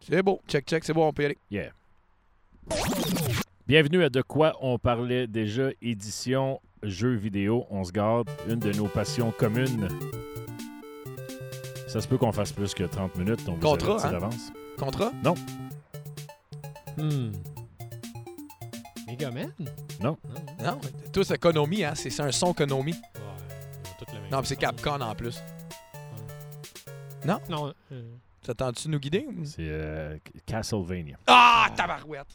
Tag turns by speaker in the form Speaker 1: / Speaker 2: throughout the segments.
Speaker 1: C'est beau. Check, check, c'est bon, on peut y aller.
Speaker 2: Yeah. Bienvenue à De quoi on parlait déjà, édition jeux vidéo. On se garde une de nos passions communes. Ça se peut qu'on fasse plus que 30 minutes. On vous
Speaker 1: Contrat,
Speaker 2: avertit
Speaker 1: hein?
Speaker 2: d'avance.
Speaker 1: Contrat?
Speaker 3: Hmm. Megaman?
Speaker 2: Non.
Speaker 1: Non, tous Konami, hein? C'est c'est un son Konami.
Speaker 3: Ouais, Ah, ils ont toutes le même
Speaker 1: Non, puis c'est
Speaker 3: son.
Speaker 1: Capcom en plus.
Speaker 3: Non. euh,
Speaker 1: T'attends-tu nous guider? ou-
Speaker 2: C'est euh, Castlevania.
Speaker 1: Ah, tabarouette!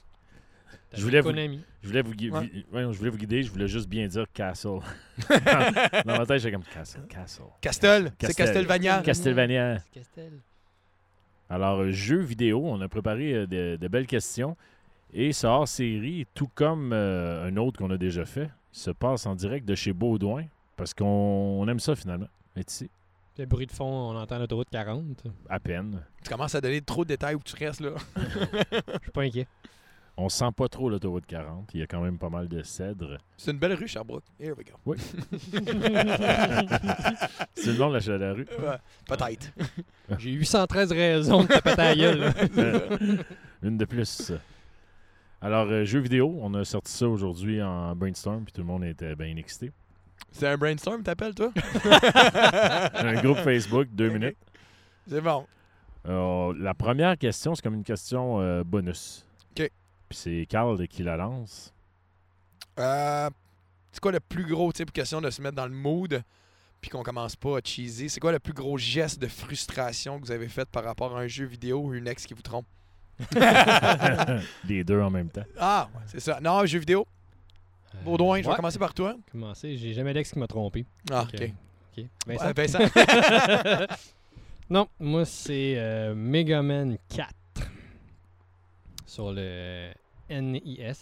Speaker 3: t'as
Speaker 2: Je voulais vous-
Speaker 3: Konami.
Speaker 2: Je voulais vous, gui-
Speaker 1: Ouais.
Speaker 2: vi- voyons, je voulais vous guider, je voulais juste bien dire Castle. Dans ma tête, j'étais comme Castle. Castle.
Speaker 1: Castel, c'est
Speaker 2: Castel.
Speaker 1: Castelvania.
Speaker 2: Castlevania.
Speaker 3: C'est Castel.
Speaker 2: Alors, euh, jeux vidéo, on a préparé euh, de, de belles questions. Et ce hors-série, tout comme euh, un autre qu'on a déjà fait, se passe en direct de chez Baudouin, parce qu'on on aime ça finalement. Être ici,
Speaker 3: Le bruit de fond, on entend l'autoroute 40.
Speaker 2: à peine.
Speaker 1: Tu commences à donner trop de détails où tu restes, là.
Speaker 3: Je suis pas inquiet.
Speaker 2: On sent pas trop l'autoroute 40. Il y a quand même pas mal de cèdres.
Speaker 1: C'est une belle rue, Sherbrooke. Here we go.
Speaker 2: C'est le nom de la, de la rue.
Speaker 1: Ouais, Euh, Peut-être.
Speaker 3: J'ai 813 raisons de taper ta gueule. là.
Speaker 2: Euh, Une de plus. Alors, euh, jeux vidéo, on a sorti ça aujourd'hui en brainstorm, puis tout le monde était bien excité.
Speaker 1: C'est un brainstorm, t'appelles, toi?
Speaker 2: Un groupe Facebook, deux
Speaker 1: Ok.
Speaker 2: minutes.
Speaker 1: C'est bon.
Speaker 2: Euh, la première question, c'est comme une question euh, bonus.
Speaker 1: OK.
Speaker 2: Puis c'est Carl qui la lance.
Speaker 1: Euh, c'est quoi le plus gros, tu sais, pour question de se mettre dans le mood puis qu'on commence pas à cheeser? C'est quoi le plus gros geste de frustration que vous avez fait par rapport à un jeu vidéo ou une ex qui vous trompe?
Speaker 2: Les deux en même temps.
Speaker 1: Ah, ouais, c'est ça. Non, jeu vidéo. Baudouin, je vais
Speaker 3: Ouais.
Speaker 1: commencer par toi.
Speaker 3: Commencer, j'ai jamais d'ex qui m'a trompé.
Speaker 1: Ah, OK.
Speaker 3: Ok. Ok. Vincent?
Speaker 1: Ouais, Vincent.
Speaker 3: non, moi c'est euh, Mega Man 4 sur le NES,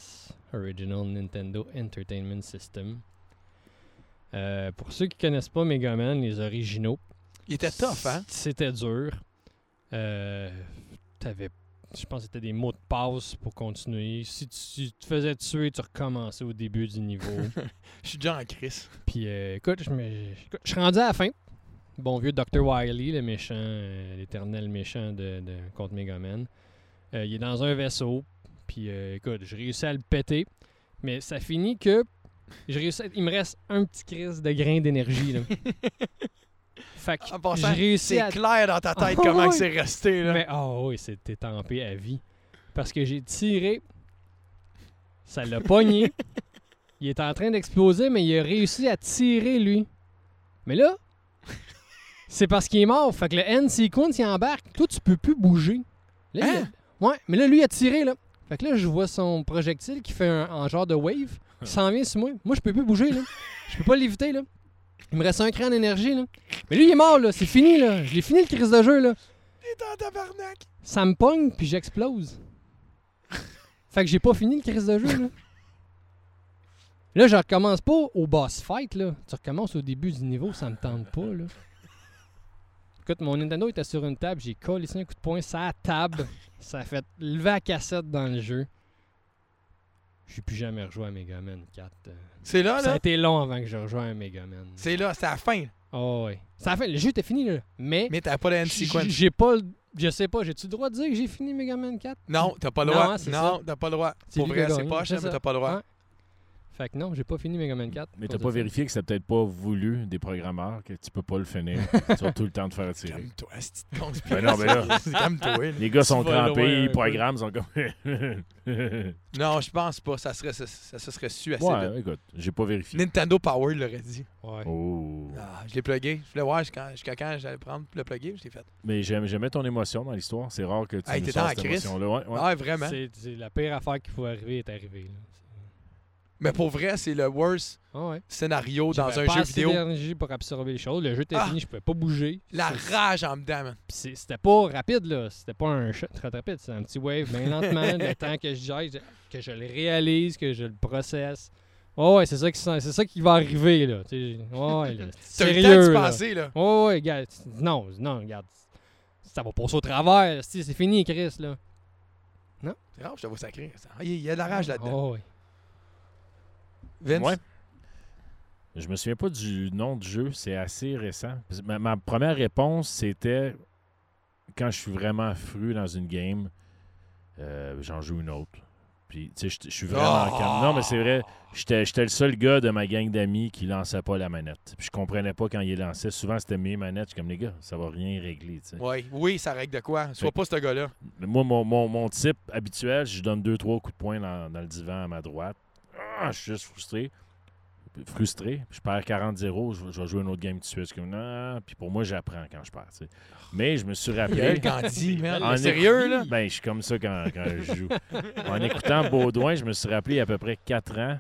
Speaker 3: Original Nintendo Entertainment System. Euh, pour ceux qui connaissent pas Mega Man, les originaux,
Speaker 1: Il était tough, hein?
Speaker 3: C'était dur. Euh, t'avais, je pense que c'était des mots de passe pour continuer. Si tu, si tu te faisais tuer, tu recommençais au début du niveau.
Speaker 1: Je suis déjà en crise.
Speaker 3: Puis euh, écoute, je me- écoute, je suis rendu à la fin. Bon vieux Dr. Wily, le méchant, euh, l'éternel méchant de, de contre Megaman. Euh, il est dans un vaisseau. Puis euh, écoute, je réussis à le péter. Mais ça finit que je réussis à- il me reste un petit crise de grain d'énergie. là. fait que
Speaker 1: En passant,
Speaker 3: je réussis
Speaker 1: C'est
Speaker 3: à
Speaker 1: clair dans ta tête
Speaker 3: Ah,
Speaker 1: comment
Speaker 3: ouais.
Speaker 1: que c'est resté, là.
Speaker 3: mais oh oui, c'était tempé à vie. Parce que j'ai tiré. Ça l'a pogné. il est en train d'exploser, mais il a réussi à tirer, lui. Mais là, c'est parce qu'il est mort. Fait que le end sequence, il embarque. Toi, tu peux plus bouger. Là, il a- Ouais, mais là, lui, il a tiré, là. Fait que là, je vois son projectile qui fait un, en genre de wave. Il s'en vient sur moi. Moi, je peux plus bouger, là. Je peux pas l'éviter, là. Il me reste un cran d'énergie, là. Mais lui, il est mort, là. C'est fini, là. Je l'ai fini, le crise de jeu, là
Speaker 1: Il est en Ah, tabarnak.
Speaker 3: ça me pogne puis j'explose. fait que j'ai pas fini le crise de jeu là. Là, je recommence pas au boss fight là. Tu recommences au début du niveau, ça me tente pas là. Écoute, mon Nintendo était sur une table, j'ai collé ici un coup de poing, ça a table, ça a fait lever la cassette dans le jeu. J'ai plus jamais rejoué à Mega Man 4. euh.
Speaker 1: C'est là,
Speaker 3: Ça a
Speaker 1: là.
Speaker 3: été long avant que je rejoue à Mega Man.
Speaker 1: Ah, C'est là, c'est à la fin.
Speaker 3: Oh ouais. Ça a fait, le jeu était fini là. Mais,
Speaker 1: Mais t'as pas la NC
Speaker 3: j- j'ai pas, le- je sais pas, j'ai-tu le droit de dire que j'ai fini Mega Man 4?
Speaker 1: Non, t'as pas le
Speaker 3: Non,
Speaker 1: droit.
Speaker 3: hein, c'est
Speaker 1: Non, t'as pas le droit.
Speaker 3: C'est
Speaker 1: Pour
Speaker 3: lui qui a
Speaker 1: vrai, c'est
Speaker 3: gagné,
Speaker 1: pas
Speaker 3: c'est
Speaker 1: cher, mais
Speaker 3: ça.
Speaker 1: t'as pas le droit.
Speaker 3: Hein? Fait que non, j'ai pas fini Mega Man 4.
Speaker 2: Mais
Speaker 3: cause
Speaker 2: t'as
Speaker 3: de
Speaker 2: pas
Speaker 3: ça.
Speaker 2: vérifié que c'est peut-être pas voulu des programmeurs que tu peux pas le finir. tu as tout le temps de faire tirer.
Speaker 1: Calme-toi, c'est une petite
Speaker 2: Ben non, mais là.
Speaker 1: Calme-toi. là.
Speaker 2: Les gars sont
Speaker 3: Tu vas loin
Speaker 2: crampés,
Speaker 3: un
Speaker 2: ils
Speaker 3: peu.
Speaker 2: programment, ils sont comme.
Speaker 1: Non, je pense pas. Ça serait, ça, ça se serait su assez vite.
Speaker 2: ouais, écoute, j'ai pas vérifié.
Speaker 1: Nintendo Power l'aurait dit.
Speaker 3: Ouais.
Speaker 2: Oh.
Speaker 1: Ah, je l'ai plugué. Je voulais voir jusqu'à jusqu'à quand j'allais prendre pour le plugger. Je l'ai fait.
Speaker 2: Mais j'aime- j'aimais ton émotion dans l'histoire. C'est rare que tu
Speaker 1: Hey,
Speaker 2: nous
Speaker 1: t'étais
Speaker 2: sors
Speaker 1: en
Speaker 2: cette
Speaker 1: crise.
Speaker 2: émotion-là. Ouais, ouais.
Speaker 1: Ah, vraiment.
Speaker 3: C'est, c'est la pire affaire qui pouvait arriver est arrivée. Là.
Speaker 1: Mais pour vrai, c'est le worst
Speaker 3: Ah ouais.
Speaker 1: scénario dans
Speaker 3: J'avais
Speaker 1: un
Speaker 3: pas
Speaker 1: jeu
Speaker 3: assez
Speaker 1: vidéo.
Speaker 3: d'énergie pour absorber les choses. Le jeu était
Speaker 1: Ah!
Speaker 3: fini, je pouvais pas bouger.
Speaker 1: La
Speaker 3: Ça,
Speaker 1: rage en dedans, man.
Speaker 3: pis c'est- c'était pas rapide, là. C'était pas un shot très rapide. C'était un petit wave, bien lentement, le temps que je gère, que je le réalise, que je le processe. Oh ouais, c'est ça qui, s'en- c'est ça qui va arriver, là. Tu sais, ouais, là.
Speaker 1: T'as eu
Speaker 3: Sérieux,
Speaker 1: le temps de
Speaker 3: là.
Speaker 1: passer, là.
Speaker 3: Oh, ouais, regarde. c- Non, non, regarde. Ça va passer au travers. si, C'est fini, Chris, là.
Speaker 1: C'est rare, je te vois sacré. ça. Ah, Il y a de la rage là-dedans.
Speaker 3: Oh, ouais.
Speaker 1: Vince, Ah.
Speaker 2: Ouais. Je me souviens pas du nom du jeu, c'est assez récent. Ma, ma première réponse, c'était quand je suis vraiment fru dans une game, euh, j'en joue une autre. Puis, tu sais, je- je suis vraiment
Speaker 1: Oh!
Speaker 2: calme. Non, mais c'est vrai, j'étais j'étais le seul gars de ma gang d'amis qui lançait pas la manette. Puis je comprenais pas quand il lançait. Souvent, c'était mes manettes. Je suis comme, les gars, ça va rien régler, tu sais.
Speaker 1: Ouais. Oui, ça règle de quoi? Sois
Speaker 2: Fait-
Speaker 1: pas ce gars-là.
Speaker 2: Mais Moi, mon, mon, mon type habituel, je donne deux, trois coups de poing dans, dans le divan à ma droite. Ah, je suis juste frustré. Frustré. Je perds 40-0, je, vais- je vais jouer une autre game tout de suite. Je suis comme, non. Puis pour moi, j'apprends quand je perds. tu sais. Mais je me suis rappelé.
Speaker 1: Gaël Gandhi, man.
Speaker 2: En
Speaker 1: sérieux, là?
Speaker 2: Ben, je suis comme ça quand, quand je joue. en écoutant Baudouin, je me suis rappelé il y a à peu près 4 ans.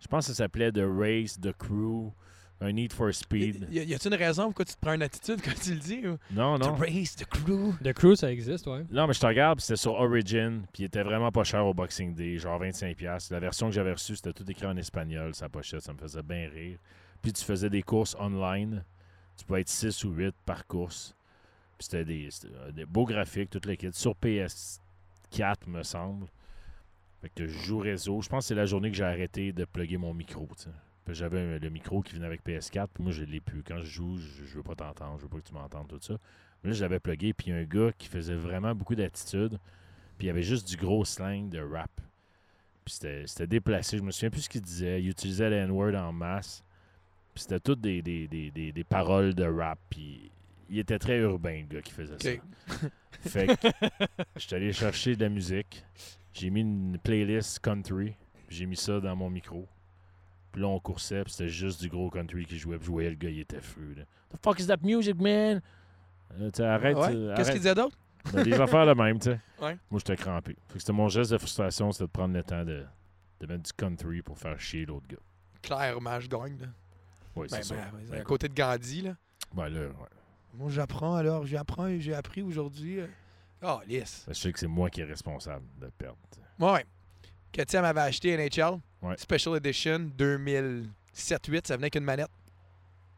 Speaker 2: Je pense que ça s'appelait The Race, The Crew, un Need for Speed.
Speaker 1: Y, y a-tu une raison pourquoi tu te prends une attitude quand tu le dis? ou?
Speaker 2: Non, non.
Speaker 1: To raise the crew.
Speaker 3: The Crew, ça existe, ouais.
Speaker 2: Non, mais je te regarde, puis c'était sur Origin, puis il était vraiment pas cher au Boxing Day, genre 25$. La version que j'avais reçue, c'était tout écrit en espagnol, sa pochette, ça me faisait bien rire. Puis tu faisais des courses online, tu pouvais être 6 ou 8 par course. Puis c'était des, c'était, euh, des beaux graphiques, toute les kits, sur PS4, me semble. Fait que je joue réseau. Je pense que c'est la journée que j'ai arrêté de plugger mon micro, tu sais. Puis J'avais euh, le micro qui venait avec PS4, puis moi je l'ai plus. Quand je joue, je, je veux pas t'entendre, je veux pas que tu m'entendes, tout ça. Mais Là, je l'avais plugué, puis il y a un gars qui faisait vraiment beaucoup d'attitude, puis il y avait juste du gros slang de rap. Puis c'était c'était déplacé, je me souviens plus ce qu'il disait. Il utilisait le N-word en masse, puis c'était toutes des, des, des, des, des paroles de rap, puis il était très urbain, le gars qui faisait
Speaker 1: OK.
Speaker 2: ça. Fait que je suis allé chercher de la musique, j'ai mis une playlist country, puis j'ai mis ça dans mon micro. Puis là, on coursait, puis c'était juste du gros country qui jouait, puis je voyais le gars, il était fou. là. The fuck is that music, man? Euh, tu sais, arrête.
Speaker 1: Ouais.
Speaker 2: euh,
Speaker 1: Qu'est-ce
Speaker 2: arrête.
Speaker 1: qu'il disait d'autre?
Speaker 2: Ben, des affaires le même, tu sais.
Speaker 1: Ouais.
Speaker 2: Moi, j'étais crampé. Fait que c'était mon geste de frustration, c'était de prendre le temps de, de mettre du country pour faire chier l'autre gars.
Speaker 1: Clairement, je gagne. Là.
Speaker 2: Oui,
Speaker 1: Ben,
Speaker 2: c'est ça.
Speaker 1: ben, ben,
Speaker 2: Ben,
Speaker 1: à côté de Gandhi, là.
Speaker 2: ben là, ouais.
Speaker 1: Moi, j'apprends alors. J'apprends et j'ai appris aujourd'hui. euh. Ah, lisse.
Speaker 2: Ben, Je sais que c'est moi qui est responsable de perdre. tu sais.
Speaker 1: Ouais. Katia m'avait acheté NHL.
Speaker 2: Ouais.
Speaker 1: Special Edition 2007-8. Ça venait avec une manette.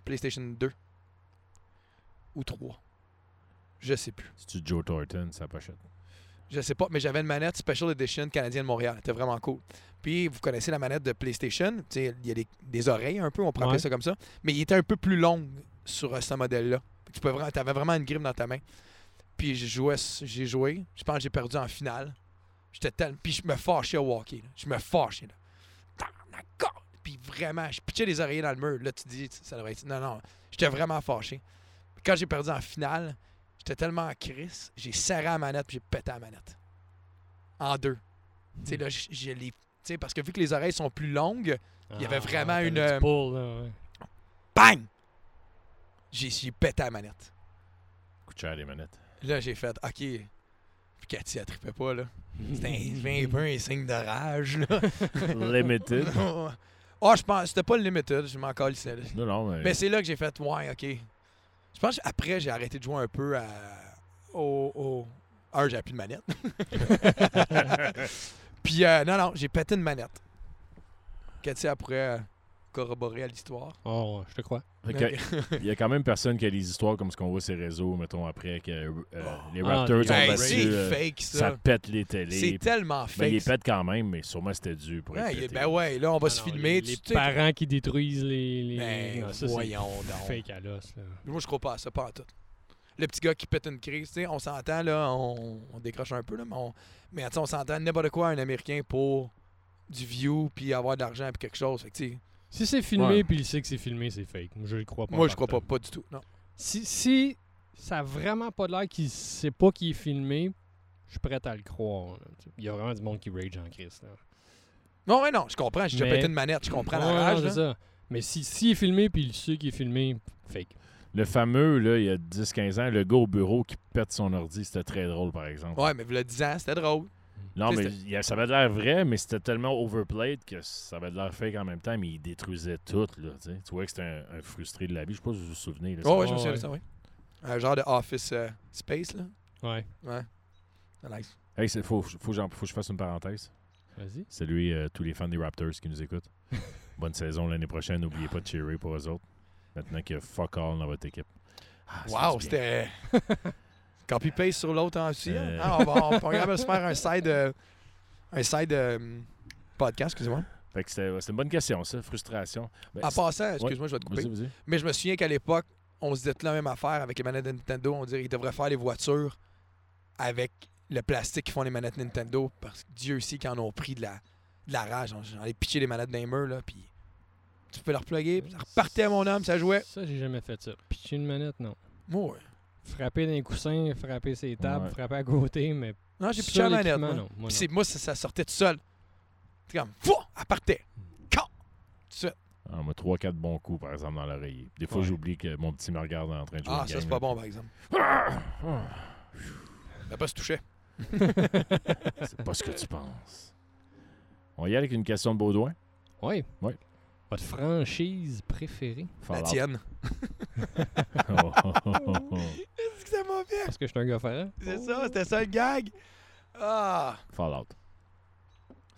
Speaker 1: PlayStation 2. Ou 3. Je sais plus.
Speaker 2: C'est-tu Joe Thornton, sa pochette?
Speaker 1: Je sais pas, mais j'avais une manette Special Edition canadienne de Montréal. C'était vraiment cool. Puis, vous connaissez la manette de PlayStation. Tu sais, Il y a des, des oreilles un peu, on pourrait appeler
Speaker 3: Ouais.
Speaker 1: ça comme ça. Mais il était un peu plus long sur euh, ce modèle-là. Fait que Tu pouvais avais vraiment une grippe dans ta main. Puis, j'ai joué. J'ai joué. Je pense que j'ai perdu en finale. J'étais tellement... Puis, je me fâchais au hockey. là. Je me fâchais. Là. Tabarnak! Puis, vraiment, je pitchais les oreillers dans le mur. Là, tu dis, ça devrait être... Non, non. J'étais vraiment fâché. Quand j'ai perdu en finale, J'étais tellement en crise, j'ai serré la manette puis j'ai pété la manette. En deux. Tu
Speaker 3: Hmm.
Speaker 1: sais, là, j- j'ai les. Tu sais, parce que vu que les oreilles sont plus longues, Il y avait vraiment
Speaker 3: t'avais
Speaker 1: une,
Speaker 3: Ah, du
Speaker 1: euh,
Speaker 3: pull, là, ouais.
Speaker 1: bang! J'ai j'ai pété la manette.
Speaker 2: Coup de chair des manettes.
Speaker 1: Là, j'ai fait, OK. Puis Cathy, elle trippait pas, là. C'était un, un peu un signe de rage, là.
Speaker 2: Limited.
Speaker 1: oh, je pense. C'était pas le limited, je m'en calissais, là.
Speaker 2: Non, non, mais.
Speaker 1: Mais c'est là que j'ai fait, ouais, OK. Je pense qu'après, j'ai arrêté de jouer un peu à. Au. au... Un, j'avais plus de manette. Puis, euh, non, non, j'ai pété une manette. Cathy, elle pourrait euh, corroborer à l'histoire.
Speaker 3: Oh, je te crois.
Speaker 2: Fait que-
Speaker 1: Ok.
Speaker 2: Il y a quand même personne qui a les histoires comme ce qu'on voit sur les réseaux, mettons, après que euh, les
Speaker 3: Ah,
Speaker 2: Raptors
Speaker 3: les-
Speaker 2: ont
Speaker 1: Hey,
Speaker 3: battu,
Speaker 1: c'est
Speaker 2: battu. euh,
Speaker 1: fake,
Speaker 2: ça.
Speaker 1: ça.
Speaker 2: pète les télés.
Speaker 1: C'est tellement
Speaker 2: Ben,
Speaker 1: fake.
Speaker 2: il les pète quand même, mais sûrement c'était dû pour
Speaker 1: Ouais,
Speaker 2: être
Speaker 1: il-
Speaker 2: pété.
Speaker 1: ben ouais, là, on va
Speaker 3: Ah
Speaker 1: se
Speaker 3: non,
Speaker 1: filmer.
Speaker 3: Les, les
Speaker 1: tu sais.
Speaker 3: parents qui détruisent les. les...
Speaker 1: Ben,
Speaker 3: non, ça, c'est
Speaker 1: voyons donc.
Speaker 3: Fake à l'os, là.
Speaker 1: Moi, je crois pas à ça, pas en tout. Le petit gars qui pète une crise, tu sais, on s'entend, là, on, on décroche un peu, là, mais on, mais, tu sais, on s'entend n'importe quoi, un Américain, pour du view, puis avoir de l'argent, puis quelque chose. Fait que, tu sais,
Speaker 3: Si c'est filmé
Speaker 2: Ouais.
Speaker 3: puis il sait que c'est filmé, c'est fake. Je le crois pas. en
Speaker 1: moi, je crois pas,
Speaker 3: partant.
Speaker 1: pas du tout. Non.
Speaker 3: Si, si ça a vraiment pas de l'air qu'il sait pas qu'il est filmé, je suis prêt à le croire. là. Il y a vraiment du monde qui rage en crise. là.
Speaker 1: Non, ouais, non, je comprends, j'ai déjà
Speaker 3: Mais-
Speaker 1: pété une manette, je comprends
Speaker 3: Ouais,
Speaker 1: la rage. hein.
Speaker 3: non, c'est
Speaker 1: là.
Speaker 3: ça. Mais si, si il est filmé puis il sait qu'il est filmé, fake.
Speaker 2: Le fameux, là, il y a 10-15 ans, le gars au bureau qui pète son ordi, c'était très drôle, par exemple.
Speaker 1: Ouais, mais vous le 10 ans, c'était drôle.
Speaker 2: Non,
Speaker 1: Tu sais,
Speaker 2: mais il y a- ça avait de l'air vrai, mais c'était tellement overplayed que ça avait de l'air fake en même temps, mais il détruisait tout, là, tu sais. Tu vois que c'était un, un frustré de la vie. Je sais pas si vous vous souvenez. là, ça-
Speaker 1: Oh, ouais, je me
Speaker 3: ouais,
Speaker 1: souviens de
Speaker 3: ouais.
Speaker 1: ça, oui. Un genre de office euh, space, là.
Speaker 3: Ouais,
Speaker 1: Ouais. C'est nice.
Speaker 2: Hey, c'est- faut, faut, que j'en- faut que je fasse une parenthèse.
Speaker 3: vas-y.
Speaker 2: C'est lui, euh, tous les fans des Raptors qui nous écoutent. Bonne saison l'année prochaine. N'oubliez pas de cheerer pour eux autres. Maintenant qu'il y a fuck all dans votre équipe. Ah, ça fait
Speaker 1: Wow,
Speaker 2: du bien.
Speaker 1: c'était. euh, Copy-paste sur l'autre en aussi. hein?
Speaker 2: Euh.
Speaker 1: Ah, on va, on, on va se faire un side. euh, un side euh, podcast, excusez-moi.
Speaker 2: Fait que c'était- c'était une bonne question, ça. Frustration. Ben,
Speaker 1: En
Speaker 2: c'est-
Speaker 1: passant, excuse-moi, je vais te couper.
Speaker 2: vas-y, vas-y.
Speaker 1: Mais je me souviens qu'à l'époque, on se dit toute la même affaire avec les manettes de Nintendo. On dirait qu'ils devraient faire les voitures avec le plastique qui font les manettes Nintendo parce que Dieu sait qu'ils en ont pris de la, de la rage. On, on allait pitcher les manettes dans les murs, là, puis tu peux leur plugger, puis ça repartait à mon homme, ça jouait.
Speaker 3: Euh, Ça, j'ai jamais fait ça. Pitcher une manette, non.
Speaker 1: Moi, ouais.
Speaker 3: Frapper dans les coussins, frapper ses tables,
Speaker 2: Ouais.
Speaker 3: frapper à côté, mais.
Speaker 1: Non, Ah, j'ai
Speaker 3: sur
Speaker 1: pitché la manette.
Speaker 3: l'équipement,
Speaker 1: Moi,
Speaker 3: non. Moi,
Speaker 1: Puis
Speaker 3: non.
Speaker 1: c'est- moi, ça, ça sortait tout seul. C'est comme, fou, elle partait.
Speaker 2: Hmm.
Speaker 1: Quand? Tout ça.
Speaker 2: Ah, moi, 3-4 bons coups, par exemple, dans l'oreiller. Des fois,
Speaker 1: Ouais.
Speaker 2: j'oublie que mon petit me regarde en train de jouer.
Speaker 1: Ah,
Speaker 2: une
Speaker 1: ça, c'est
Speaker 2: game,
Speaker 1: pas
Speaker 2: là.
Speaker 1: bon, par exemple. Elle a pas se toucher.
Speaker 2: C'est pas ce que tu penses. On y est avec une question de Baudouin.
Speaker 3: Ouais.
Speaker 2: Ouais.
Speaker 3: Votre franchise préférée?
Speaker 1: La
Speaker 2: Fallout.
Speaker 1: tienne.
Speaker 2: Oh, oh, oh, oh.
Speaker 1: Est-ce que ça m'a fait?
Speaker 3: Parce que je suis un gars ferrant.
Speaker 1: C'est ça, c'était ça le gag. Ah!
Speaker 2: Fallout.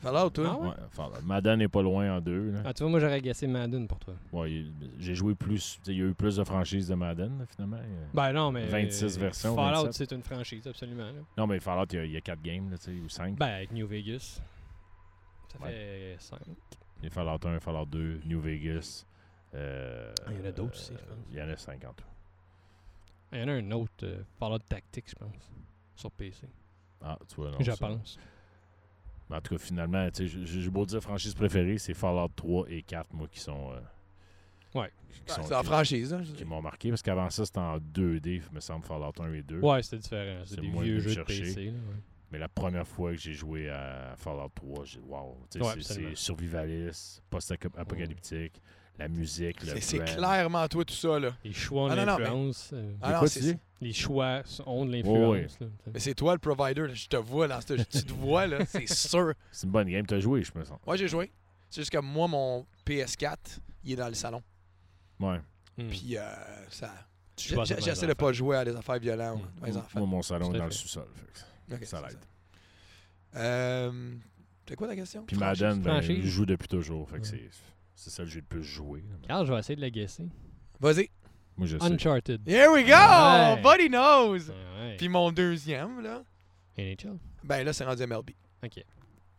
Speaker 1: Fallout, toi?
Speaker 3: Ah ouais?
Speaker 2: Ouais, Fallout. Madden n'est pas loin en deux. là.
Speaker 3: Ah, tu vois, moi, j'aurais agacé Madden pour toi.
Speaker 2: Ouais, il- J'ai joué plus. tu sais, Il y a eu plus de franchises de Madden, là, finalement.
Speaker 3: Ben non, mais.
Speaker 2: 26 versions,
Speaker 3: Fallout,
Speaker 2: 27.
Speaker 3: c'est une franchise, absolument. là.
Speaker 2: Non, mais Fallout, il y a- il y, a 4 games, là, tu sais, ou 5.
Speaker 3: Ben, avec New Vegas. Ça
Speaker 2: Ouais.
Speaker 3: fait 5.
Speaker 2: Il y a Fallout 1, Fallout 2, New Vegas. euh,
Speaker 3: Ah, il y en a d'autres aussi, je pense.
Speaker 2: Il y en a 50.
Speaker 3: Il y en a un autre, euh, Fallout Tactics, je pense. Sur PC.
Speaker 2: Ah, tu vois, non.
Speaker 3: je
Speaker 2: ça-
Speaker 3: pense.
Speaker 2: Mais en tout cas, finalement, tu sais, j'ai- j'ai beau dire franchise préférée, c'est Fallout 3 et 4, moi, qui sont. euh,
Speaker 3: Ouais.
Speaker 2: qui- qui
Speaker 1: Ouais,
Speaker 2: sont-
Speaker 1: c'est en
Speaker 2: qui-
Speaker 1: franchise, hein? je dis.
Speaker 2: qui m'ont marqué parce qu'avant ça, c'était en 2D, il me semble, Fallout 1 et 2.
Speaker 3: Ouais, c'était différent.
Speaker 2: C'est
Speaker 3: C'est des
Speaker 2: moins
Speaker 3: vieux
Speaker 2: de
Speaker 3: jeux de
Speaker 2: chercher.
Speaker 3: PC. là, ouais.
Speaker 2: Mais la première fois que j'ai joué à Fallout 3, j'ai wow, tu sais,
Speaker 3: Ouais,
Speaker 2: c'est-
Speaker 3: absolument.
Speaker 2: c'est survivaliste, post-apocalyptique, la musique, le
Speaker 1: C'est- C'est
Speaker 2: brand.
Speaker 1: clairement toi, tout ça, là.
Speaker 3: Les choix ont
Speaker 1: Ah,
Speaker 3: de
Speaker 1: non, non, mais-
Speaker 3: l'influence. euh,
Speaker 1: Ah non,
Speaker 2: quoi
Speaker 1: c'est-
Speaker 2: tu dis?
Speaker 3: Les choix sont- ont
Speaker 2: Oh,
Speaker 3: de
Speaker 2: ouais.
Speaker 3: l'influence. là, tu sais.
Speaker 1: Mais c'est toi le provider, là. je te vois dans ce. Tu te vois, là, c'est sûr.
Speaker 2: C'est une bonne game, t'as joué, je me sens.
Speaker 1: Moi, j'ai joué. C'est juste que moi, mon PS4, il est dans le salon.
Speaker 2: Ouais.
Speaker 3: Hmm.
Speaker 1: Puis, euh, ça.
Speaker 3: Tu
Speaker 1: J'ai-
Speaker 3: passes
Speaker 1: j'ai-
Speaker 3: dans
Speaker 1: J'essaie
Speaker 3: les
Speaker 1: de
Speaker 3: affaires.
Speaker 1: pas jouer à des affaires violentes,
Speaker 3: Mm.
Speaker 1: dans les enfants.
Speaker 2: Hmm. Moi, mon salon
Speaker 3: Tout à
Speaker 2: est dans le
Speaker 3: fait.
Speaker 2: sous-sol. fait que-
Speaker 1: Ok,
Speaker 2: ça
Speaker 1: c'est
Speaker 2: l'aide.
Speaker 1: Euh, c'est quoi ta question?
Speaker 2: Puis
Speaker 1: Franchise.
Speaker 2: Madden, ben,
Speaker 3: Franchise.
Speaker 2: je joue depuis toujours. Fait que
Speaker 3: Ouais.
Speaker 2: c'est c'est ça que j'ai le plus joué.
Speaker 3: Carl, je vais essayer de la guesser.
Speaker 1: Vas-y.
Speaker 2: Moi, je sais.
Speaker 3: Uncharted.
Speaker 1: Here we go!
Speaker 3: Ouais.
Speaker 1: Buddy knows!
Speaker 3: Ouais.
Speaker 1: Puis mon deuxième, là.
Speaker 3: NHL.
Speaker 1: Ben là, c'est rendu MLB.
Speaker 3: Ok.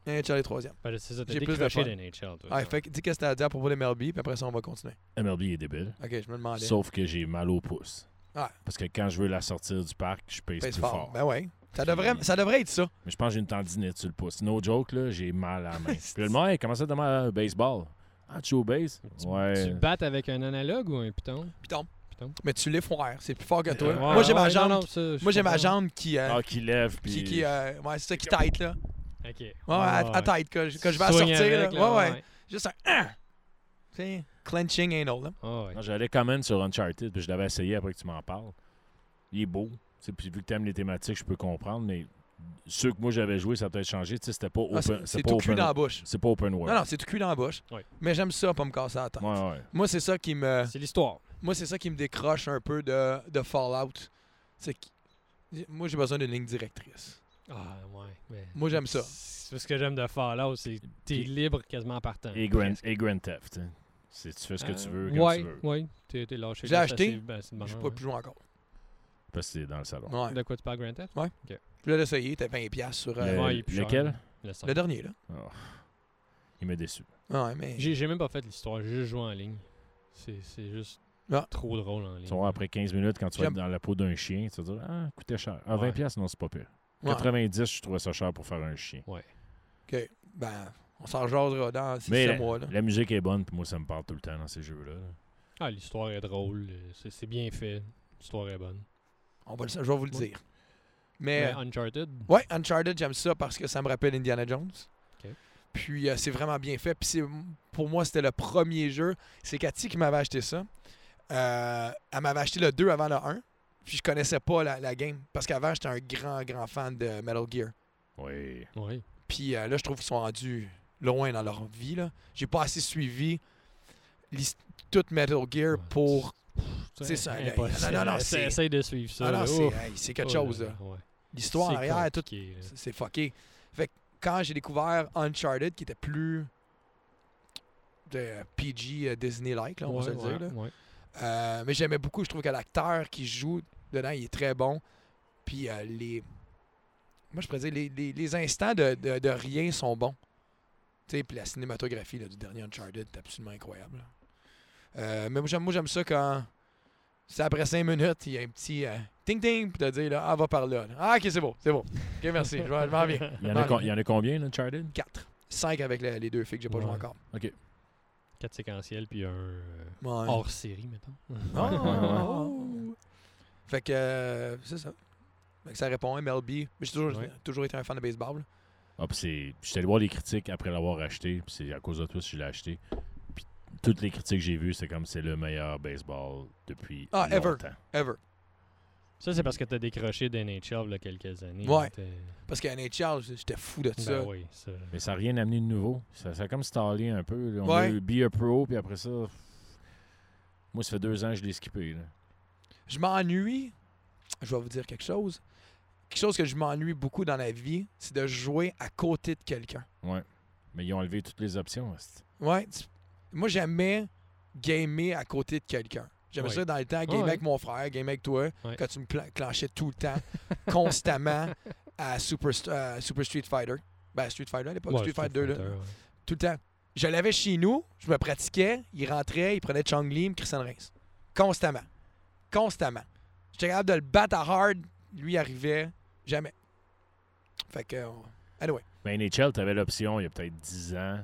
Speaker 1: NHL est troisième.
Speaker 3: Ben, c'est ça, t'as
Speaker 1: J'ai plus de
Speaker 3: décroché
Speaker 1: fun.
Speaker 3: d'NHL. Toi,
Speaker 1: Ah, fait que dis qu'est-ce que t'as à dire à propos de MLB, puis après ça, on va continuer.
Speaker 2: MLB est débile.
Speaker 1: Ok, je me demandais.
Speaker 2: Sauf que j'ai mal au pouce.
Speaker 1: Ouais.
Speaker 2: Parce que quand je veux la sortir du parc, je pèse
Speaker 1: Pèse
Speaker 2: plus fort.
Speaker 1: Ben ouais. Ça devrait, ça devrait être ça.
Speaker 2: Mais je pense que j'ai une tendinite sur le pouce. No joke, là, j'ai mal à la main. Puis le mec, comment ça demande à le baseball? Ah, tu joues au base?
Speaker 3: Tu te
Speaker 2: Ouais.
Speaker 3: battes avec un analogue ou un piton?
Speaker 1: Piton.
Speaker 3: Piton.
Speaker 1: Mais tu l'es foire, c'est plus fort que toi.
Speaker 2: Ouais,
Speaker 1: moi, j'ai ma
Speaker 3: ouais, non,
Speaker 1: jambe.
Speaker 3: non,
Speaker 1: qui-
Speaker 3: ça, je
Speaker 1: moi, j'ai ma
Speaker 3: comprends.
Speaker 1: jambe qui. euh,
Speaker 2: Ah, qui lève, puis...
Speaker 1: qui, qui, euh, ouais, c'est ça qui tight, là.
Speaker 3: Ok. Ouais,
Speaker 1: Ouais, ouais, à, à tight, que, je- que je vais la
Speaker 3: Swing
Speaker 1: sortir.
Speaker 3: avec,
Speaker 1: là. Ouais, ouais.
Speaker 3: ouais.
Speaker 1: Juste un. Ah! Tu sais, clenching anal, là.
Speaker 3: Ah, ouais.
Speaker 2: Non, J'allais comment sur Uncharted, puis je l'avais essayé après que tu m'en parles. Il est beau. Tu sais, Puis vu que tu aimes les thématiques, je peux comprendre, mais ceux que moi j'avais joué, ça a peut-être changé. Tu sais, C'était pas
Speaker 1: Ah,
Speaker 2: open.
Speaker 1: c'est- c'est
Speaker 2: pas
Speaker 1: tout cuit
Speaker 2: open-
Speaker 1: dans la bouche.
Speaker 2: C'est pas open world.
Speaker 1: Non, non, c'est tout cuit dans la bouche.
Speaker 3: Ouais.
Speaker 1: Mais j'aime ça, pas me casser la tête.
Speaker 2: Ouais, ouais.
Speaker 1: Moi, c'est ça qui me.
Speaker 3: C'est l'histoire.
Speaker 1: Moi, c'est ça qui me décroche un peu de, de Fallout. C'est que moi, j'ai besoin d'une ligne directrice.
Speaker 3: Ah, ouais. mais-
Speaker 1: Moi, j'aime ça.
Speaker 3: C'est ce que j'aime de Fallout, c'est que t'es
Speaker 2: Puis-
Speaker 3: libre quasiment par temps.
Speaker 2: Et Grand, et Grand Theft. hein. C'est- Tu fais ce que
Speaker 1: Euh,
Speaker 2: tu veux quand
Speaker 3: Euh, ouais,
Speaker 2: tu veux.
Speaker 3: Ouais, t'es, t'es lâché.
Speaker 1: J'ai
Speaker 3: là,
Speaker 1: acheté,
Speaker 3: c'est assez- ben, c'est
Speaker 1: Je
Speaker 3: de
Speaker 1: peux
Speaker 3: bonheur, ouais.
Speaker 1: pas plus jouer encore.
Speaker 2: Parce que c'est dans le salon.
Speaker 1: Ouais.
Speaker 3: De quoi tu parles, Grand Theft?
Speaker 1: Je l'ai essayé, t'as 20$ piastres sur euh,
Speaker 2: Le-
Speaker 1: le,
Speaker 3: Ouais, il est plus cher.
Speaker 2: lequel?
Speaker 3: Le cinq.
Speaker 1: dernier, là.
Speaker 2: Oh. Il m'a déçu.
Speaker 1: Ouais, mais.
Speaker 3: J'ai, j'ai même pas fait l'histoire, j'ai juste joué en ligne. C'est, c'est juste
Speaker 1: Ah.
Speaker 3: trop drôle en ligne.
Speaker 2: Tu vas voir, après 15 minutes, quand tu vas être
Speaker 1: J'aime-
Speaker 2: dans la peau d'un chien, tu vas dire Ah, coûtait cher. Ah, 20$,
Speaker 3: Ouais.
Speaker 2: piastres, non, c'est pas pire.
Speaker 1: Ouais.
Speaker 2: 90$, je trouvais ça cher pour faire un chien.
Speaker 1: Ok. Ben, on s'en jasera dans
Speaker 2: Mais
Speaker 1: 6 mois, là.
Speaker 2: La musique est bonne, puis moi, ça me parle tout le temps dans ces jeux-là.
Speaker 3: Ah, l'histoire est drôle, euh, c'est, c'est bien fait, l'histoire est bonne.
Speaker 1: On va le, sa- je vais vous le
Speaker 3: Ouais.
Speaker 1: dire. Mais. euh,
Speaker 3: Mais Uncharted,
Speaker 1: Ouais, Uncharted, j'aime ça parce que ça me rappelle Indiana Jones.
Speaker 3: Ok.
Speaker 1: Puis euh, c'est vraiment bien fait. Puis c'est- pour moi, c'était le premier jeu. C'est Cathy qui m'avait acheté ça. Euh, elle m'avait acheté le 2 avant le 1. Puis je connaissais pas la, la game. Parce qu'avant, j'étais un grand, grand fan de Metal Gear.
Speaker 2: Oui.
Speaker 3: oui.
Speaker 1: Puis euh, là, je trouve qu'ils sont rendus loin dans leur vie. là. J'ai pas assez suivi l'his- toute Metal Gear
Speaker 3: Ouais.
Speaker 1: pour. C'est ça, là,
Speaker 3: impossible.
Speaker 1: non, non, non,
Speaker 3: Essaye-
Speaker 1: c'est-
Speaker 3: Essaye de suivre ça.
Speaker 1: Ah non,
Speaker 3: là.
Speaker 1: c'est
Speaker 3: Ouf.
Speaker 1: hey, c'est quelque
Speaker 3: Oh,
Speaker 1: chose.
Speaker 3: là,
Speaker 1: là.
Speaker 3: ouais.
Speaker 1: L'histoire
Speaker 3: C'est
Speaker 1: arrière, tout,
Speaker 3: compliqué, là.
Speaker 1: C'est- C'est fucké. Fait que quand j'ai découvert Uncharted, qui était plus de PG euh, Disney-like, là, on va
Speaker 3: Ouais,
Speaker 1: se le
Speaker 3: ouais,
Speaker 1: dire. là.
Speaker 3: ouais.
Speaker 1: Euh, mais j'aimais beaucoup. Je trouve que l'acteur qui joue dedans, il est très bon. Puis euh, les. Moi, je pourrais dire, les, les- les instants de, de- de rien sont bons. Tu sais, puis la cinématographie là, du dernier Uncharted est absolument incroyable. là. Euh, mais moi, j'aime- moi, j'aime ça quand C'est après cinq minutes, il y a un petit euh, ting-ting pour te dire, là, ah, va par là. Ah, OK, c'est beau, c'est beau. OK, merci, je m'en je m'en viens.
Speaker 2: Il y en a, co- il y en a combien, là, Charted?
Speaker 1: 4. 5 avec le- les deux filles que j'ai pas joué
Speaker 3: Ouais.
Speaker 1: encore.
Speaker 3: Quatre séquentiels, puis un euh,
Speaker 1: Ouais. Ah.
Speaker 3: hors série, mettons.
Speaker 1: Oh! Fait que euh, c'est ça. Fait que ça répond MLB. Mais J'ai toujours,
Speaker 3: Ouais.
Speaker 1: toujours été un fan de baseball. là.
Speaker 2: Ah, puis c'est. Je suis allé voir les critiques après l'avoir acheté. Puis c'est à cause de toi si je l'ai acheté. Puis toutes les critiques que j'ai vues, c'est comme c'est le meilleur baseball depuis
Speaker 1: Ah, ever.
Speaker 2: longtemps.
Speaker 1: Ever.
Speaker 3: Ça, c'est parce que t'as décroché d'NHL il y a quelques années.
Speaker 1: Ouais.
Speaker 3: T'es-
Speaker 1: Parce qu'à NHL, j'étais fou de
Speaker 3: Ben
Speaker 1: ça.
Speaker 3: oui, ça.
Speaker 2: Mais ça n'a rien amené de nouveau. Ça, ça a comme stallé un peu. là. On
Speaker 1: Ouais.
Speaker 2: a eu Be a Pro, puis après ça. pff, Moi, ça fait deux ans que je l'ai skippé. là.
Speaker 1: Je m'ennuie. Je vais vous dire quelque chose. Quelque chose que je m'ennuie beaucoup dans la vie, c'est de jouer à côté de quelqu'un.
Speaker 2: Mais ils ont enlevé toutes les options. hostie.
Speaker 1: Ouais. tu- Moi, j'aimais gamer à côté de quelqu'un. J'aimais
Speaker 3: Ouais.
Speaker 1: ça dans le temps, gamer
Speaker 3: Ouais.
Speaker 1: avec mon frère, gamer avec toi,
Speaker 3: Ouais.
Speaker 1: quand tu me clen- clenchais tout le temps, constamment à Super, St- à Super Street Fighter. Ben, Street Fighter à l'époque,
Speaker 3: Ouais,
Speaker 1: Street Fighter 2, là.
Speaker 3: ouais.
Speaker 1: Tout le temps. Je l'avais chez nous, je me pratiquais, il rentrait, il prenait Chong Lim, Christian Reims. Constamment. Constamment. J'étais capable de le battre à hard, lui il arrivait jamais. Fait que. euh, Anyway.
Speaker 2: Mais NHL, tu avais l'option il y a peut-être 10 ans.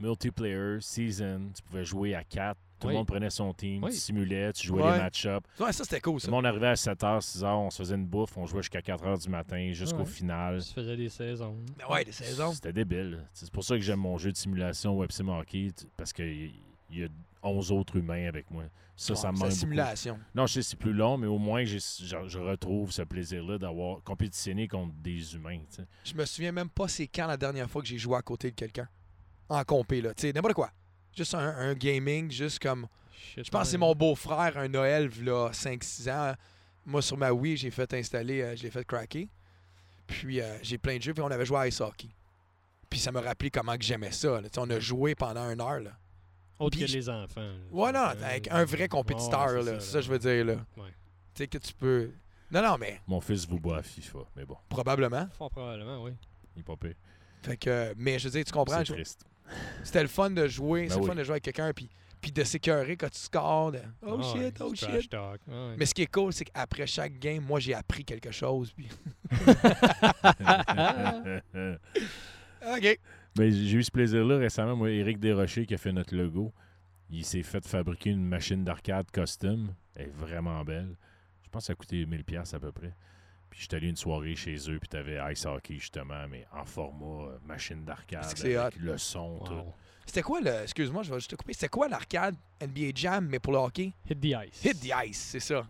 Speaker 2: Multiplayer, season, tu pouvais jouer à 4. Tout
Speaker 3: Oui.
Speaker 2: le monde prenait son team,
Speaker 3: Oui.
Speaker 2: tu simulais, tu jouais
Speaker 1: Ouais.
Speaker 2: les match-ups.
Speaker 1: Ouais, ça c'était cool ça.
Speaker 2: Tout le monde arrivait à 7h, 6h, on se faisait une bouffe, on jouait jusqu'à 4h du matin, jusqu'au
Speaker 3: Ouais.
Speaker 2: final.
Speaker 3: Tu faisais des saisons.
Speaker 1: Mais Ben ouais, les saisons.
Speaker 2: C'était débile. C'est pour ça que j'aime mon jeu de simulation WebSim Hockey, t- parce qu'il y a 11 autres humains avec moi.
Speaker 1: Ouais,
Speaker 2: Ça, ça me
Speaker 1: c'est la
Speaker 2: manque. beaucoup.
Speaker 1: simulation.
Speaker 2: Non, je sais, c'est plus long, mais au moins, j'ai- je, je retrouve ce plaisir-là d'avoir compétitionné contre des humains. tu sais.
Speaker 1: Je me souviens même pas c'est quand la dernière fois que j'ai joué à côté de quelqu'un. En compé, là. Tu sais, n'importe quoi. Juste un, un gaming, juste comme. Je pense que c'est mon beau-frère, un Noël, là, 5-6 ans. Moi, sur ma Wii, j'ai fait installer, euh, je l'ai fait craquer. Puis euh, j'ai plein de jeux, puis on avait joué à Ice Hockey. Puis ça me rappelait comment que j'aimais ça. là. Tu sais, On a joué pendant une heure, là.
Speaker 3: Autre que
Speaker 1: Puis-
Speaker 3: les enfants. là.
Speaker 1: Ouais, non,
Speaker 3: Euh,
Speaker 1: avec un vrai compétiteur,
Speaker 3: ouais,
Speaker 1: là. C'est ça, que je veux dire, là.
Speaker 3: Ouais.
Speaker 1: Tu sais, que tu peux. Non, non, mais
Speaker 2: Mon fils vous bat à FIFA, mais bon,
Speaker 1: probablement.
Speaker 3: Fort probablement, oui.
Speaker 2: il est pas pire.
Speaker 1: Fait que. Mais je veux dire, tu comprends.
Speaker 2: C'est
Speaker 1: je-
Speaker 2: triste.
Speaker 1: C'était le fun de jouer.
Speaker 2: Ben
Speaker 1: c'est le fun
Speaker 2: oui.
Speaker 1: de jouer avec quelqu'un, puis, puis de s'écœurer quand tu scores. de, oh
Speaker 3: Ah, ouais,
Speaker 1: shit, oh
Speaker 3: du
Speaker 1: shit.
Speaker 3: trash talk. Ah, ouais.
Speaker 1: Mais ce qui est cool, c'est qu'après chaque game, moi, j'ai appris quelque chose. Puis... OK.
Speaker 2: Ben, j'ai eu ce plaisir-là récemment. Moi, Éric Desrochers qui a fait notre logo, il s'est fait fabriquer une machine d'arcade custom. Elle est vraiment belle. Je pense que ça a coûté 1000$ à peu près. Puis j'étais allé une soirée chez eux, puis t'avais Ice Hockey justement, mais en format euh, machine d'arcade.
Speaker 1: Est-ce que c'est
Speaker 2: avec le son, tout.
Speaker 3: Wow.
Speaker 1: C'était quoi le. Excuse-moi, je vais juste te couper. C'était quoi l'arcade NBA Jam, mais pour le hockey?
Speaker 3: Hit the ice.
Speaker 1: Hit the ice, c'est ça.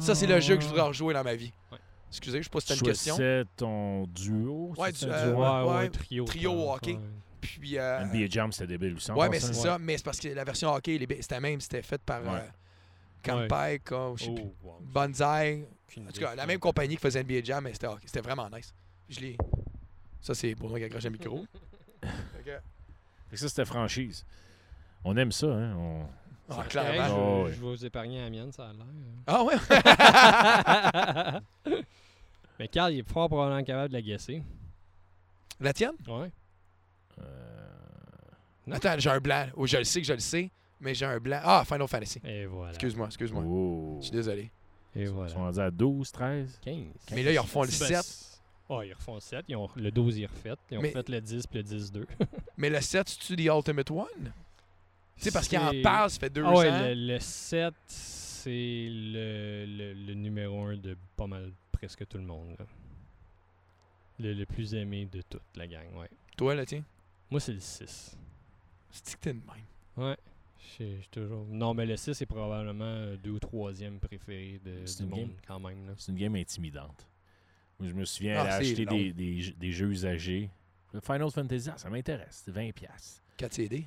Speaker 1: Ça, c'est le jeu que je voudrais rejouer dans ma vie.
Speaker 3: Ouais.
Speaker 1: Excusez, je sais pas si
Speaker 2: Tu
Speaker 1: c'était une question.
Speaker 2: choisissais ton duo.
Speaker 1: Ouais,
Speaker 2: c'est
Speaker 1: du-
Speaker 2: ça,
Speaker 1: euh,
Speaker 3: Ouais,
Speaker 2: duo?
Speaker 3: ouais,
Speaker 1: ouais,
Speaker 3: trio.
Speaker 1: trio
Speaker 3: je pense,
Speaker 1: hockey.
Speaker 3: ouais.
Speaker 1: Puis. euh,
Speaker 2: NBA Jam, c'était débile aussi. en
Speaker 1: Ouais, mais c'est
Speaker 2: passant.
Speaker 1: ça. Mais c'est parce que la version hockey, les- c'était la même. C'était faite par
Speaker 2: Ouais.
Speaker 1: euh, Kampai, quoi, je sais plus.
Speaker 3: Oh, wow.
Speaker 1: Banzai.
Speaker 2: Aucune
Speaker 1: En tout
Speaker 2: idée.
Speaker 1: cas, la même compagnie qui faisait NBA Jam, mais c'était, c'était vraiment nice. Je l'ai. Ça, c'est pour moi qui accroche le micro. Fait que-
Speaker 2: Fait que Ça, c'était franchise. On aime ça, hein? On-
Speaker 1: Ah,
Speaker 3: C'est
Speaker 1: clairement.
Speaker 3: correct,
Speaker 2: Oh,
Speaker 3: je,
Speaker 2: ouais.
Speaker 3: je vais vous épargner la mienne, ça a l'air. hein.
Speaker 1: Ah ouais?
Speaker 3: Mais Carl, il est fort probablement capable de la guesser.
Speaker 1: La tienne?
Speaker 3: Ouais.
Speaker 2: euh,
Speaker 3: Non.
Speaker 1: Attends, j'ai un blanc. Oh, je le sais que je le sais, mais j'ai un blanc. Ah, Final Fantasy.
Speaker 3: Et voilà.
Speaker 1: Excuse-moi, excuse-moi.
Speaker 2: oh.
Speaker 1: Je suis désolé.
Speaker 3: Et
Speaker 2: Ils sont
Speaker 3: voilà.
Speaker 2: rendus à 12, 13.
Speaker 3: 15.
Speaker 1: Mais là, ils refont le
Speaker 3: Ben,
Speaker 1: 7.
Speaker 3: c'est- Ouais, ils refont le 7. Ils ont, le 12, ils refait. Ils ont
Speaker 1: Mais-
Speaker 3: refait le 10 puis le 10-2.
Speaker 1: Mais le 7, c'est-tu The Ultimate One? Tu sais, parce qu'il en
Speaker 3: C'est-
Speaker 1: parle, ça fait deux hein?
Speaker 3: Ah ouais,
Speaker 1: ans.
Speaker 3: le, le 7, c'est le, le- le numéro 1 de pas mal presque tout le monde. là. Le, le plus aimé de toute la gang, ouais.
Speaker 1: Toi, là, tiens.
Speaker 3: Moi, c'est le 6.
Speaker 1: C'est que t'es de même.
Speaker 3: Ouais. Je je toujours... Non, mais le 6 est probablement euh, deux ou troisième préféré de,
Speaker 2: C'est
Speaker 3: du
Speaker 2: une
Speaker 3: monde,
Speaker 2: game.
Speaker 3: quand même. Là.
Speaker 2: C'est une game intimidante. Moi, je me souviens,
Speaker 1: Ah,
Speaker 2: elle a
Speaker 1: c'est
Speaker 2: acheté
Speaker 1: long.
Speaker 2: des, des jeux- des jeux usagés. Le Final Fantasy, ah, ça m'intéresse. C'est 20$. piastres.
Speaker 1: 4 CD.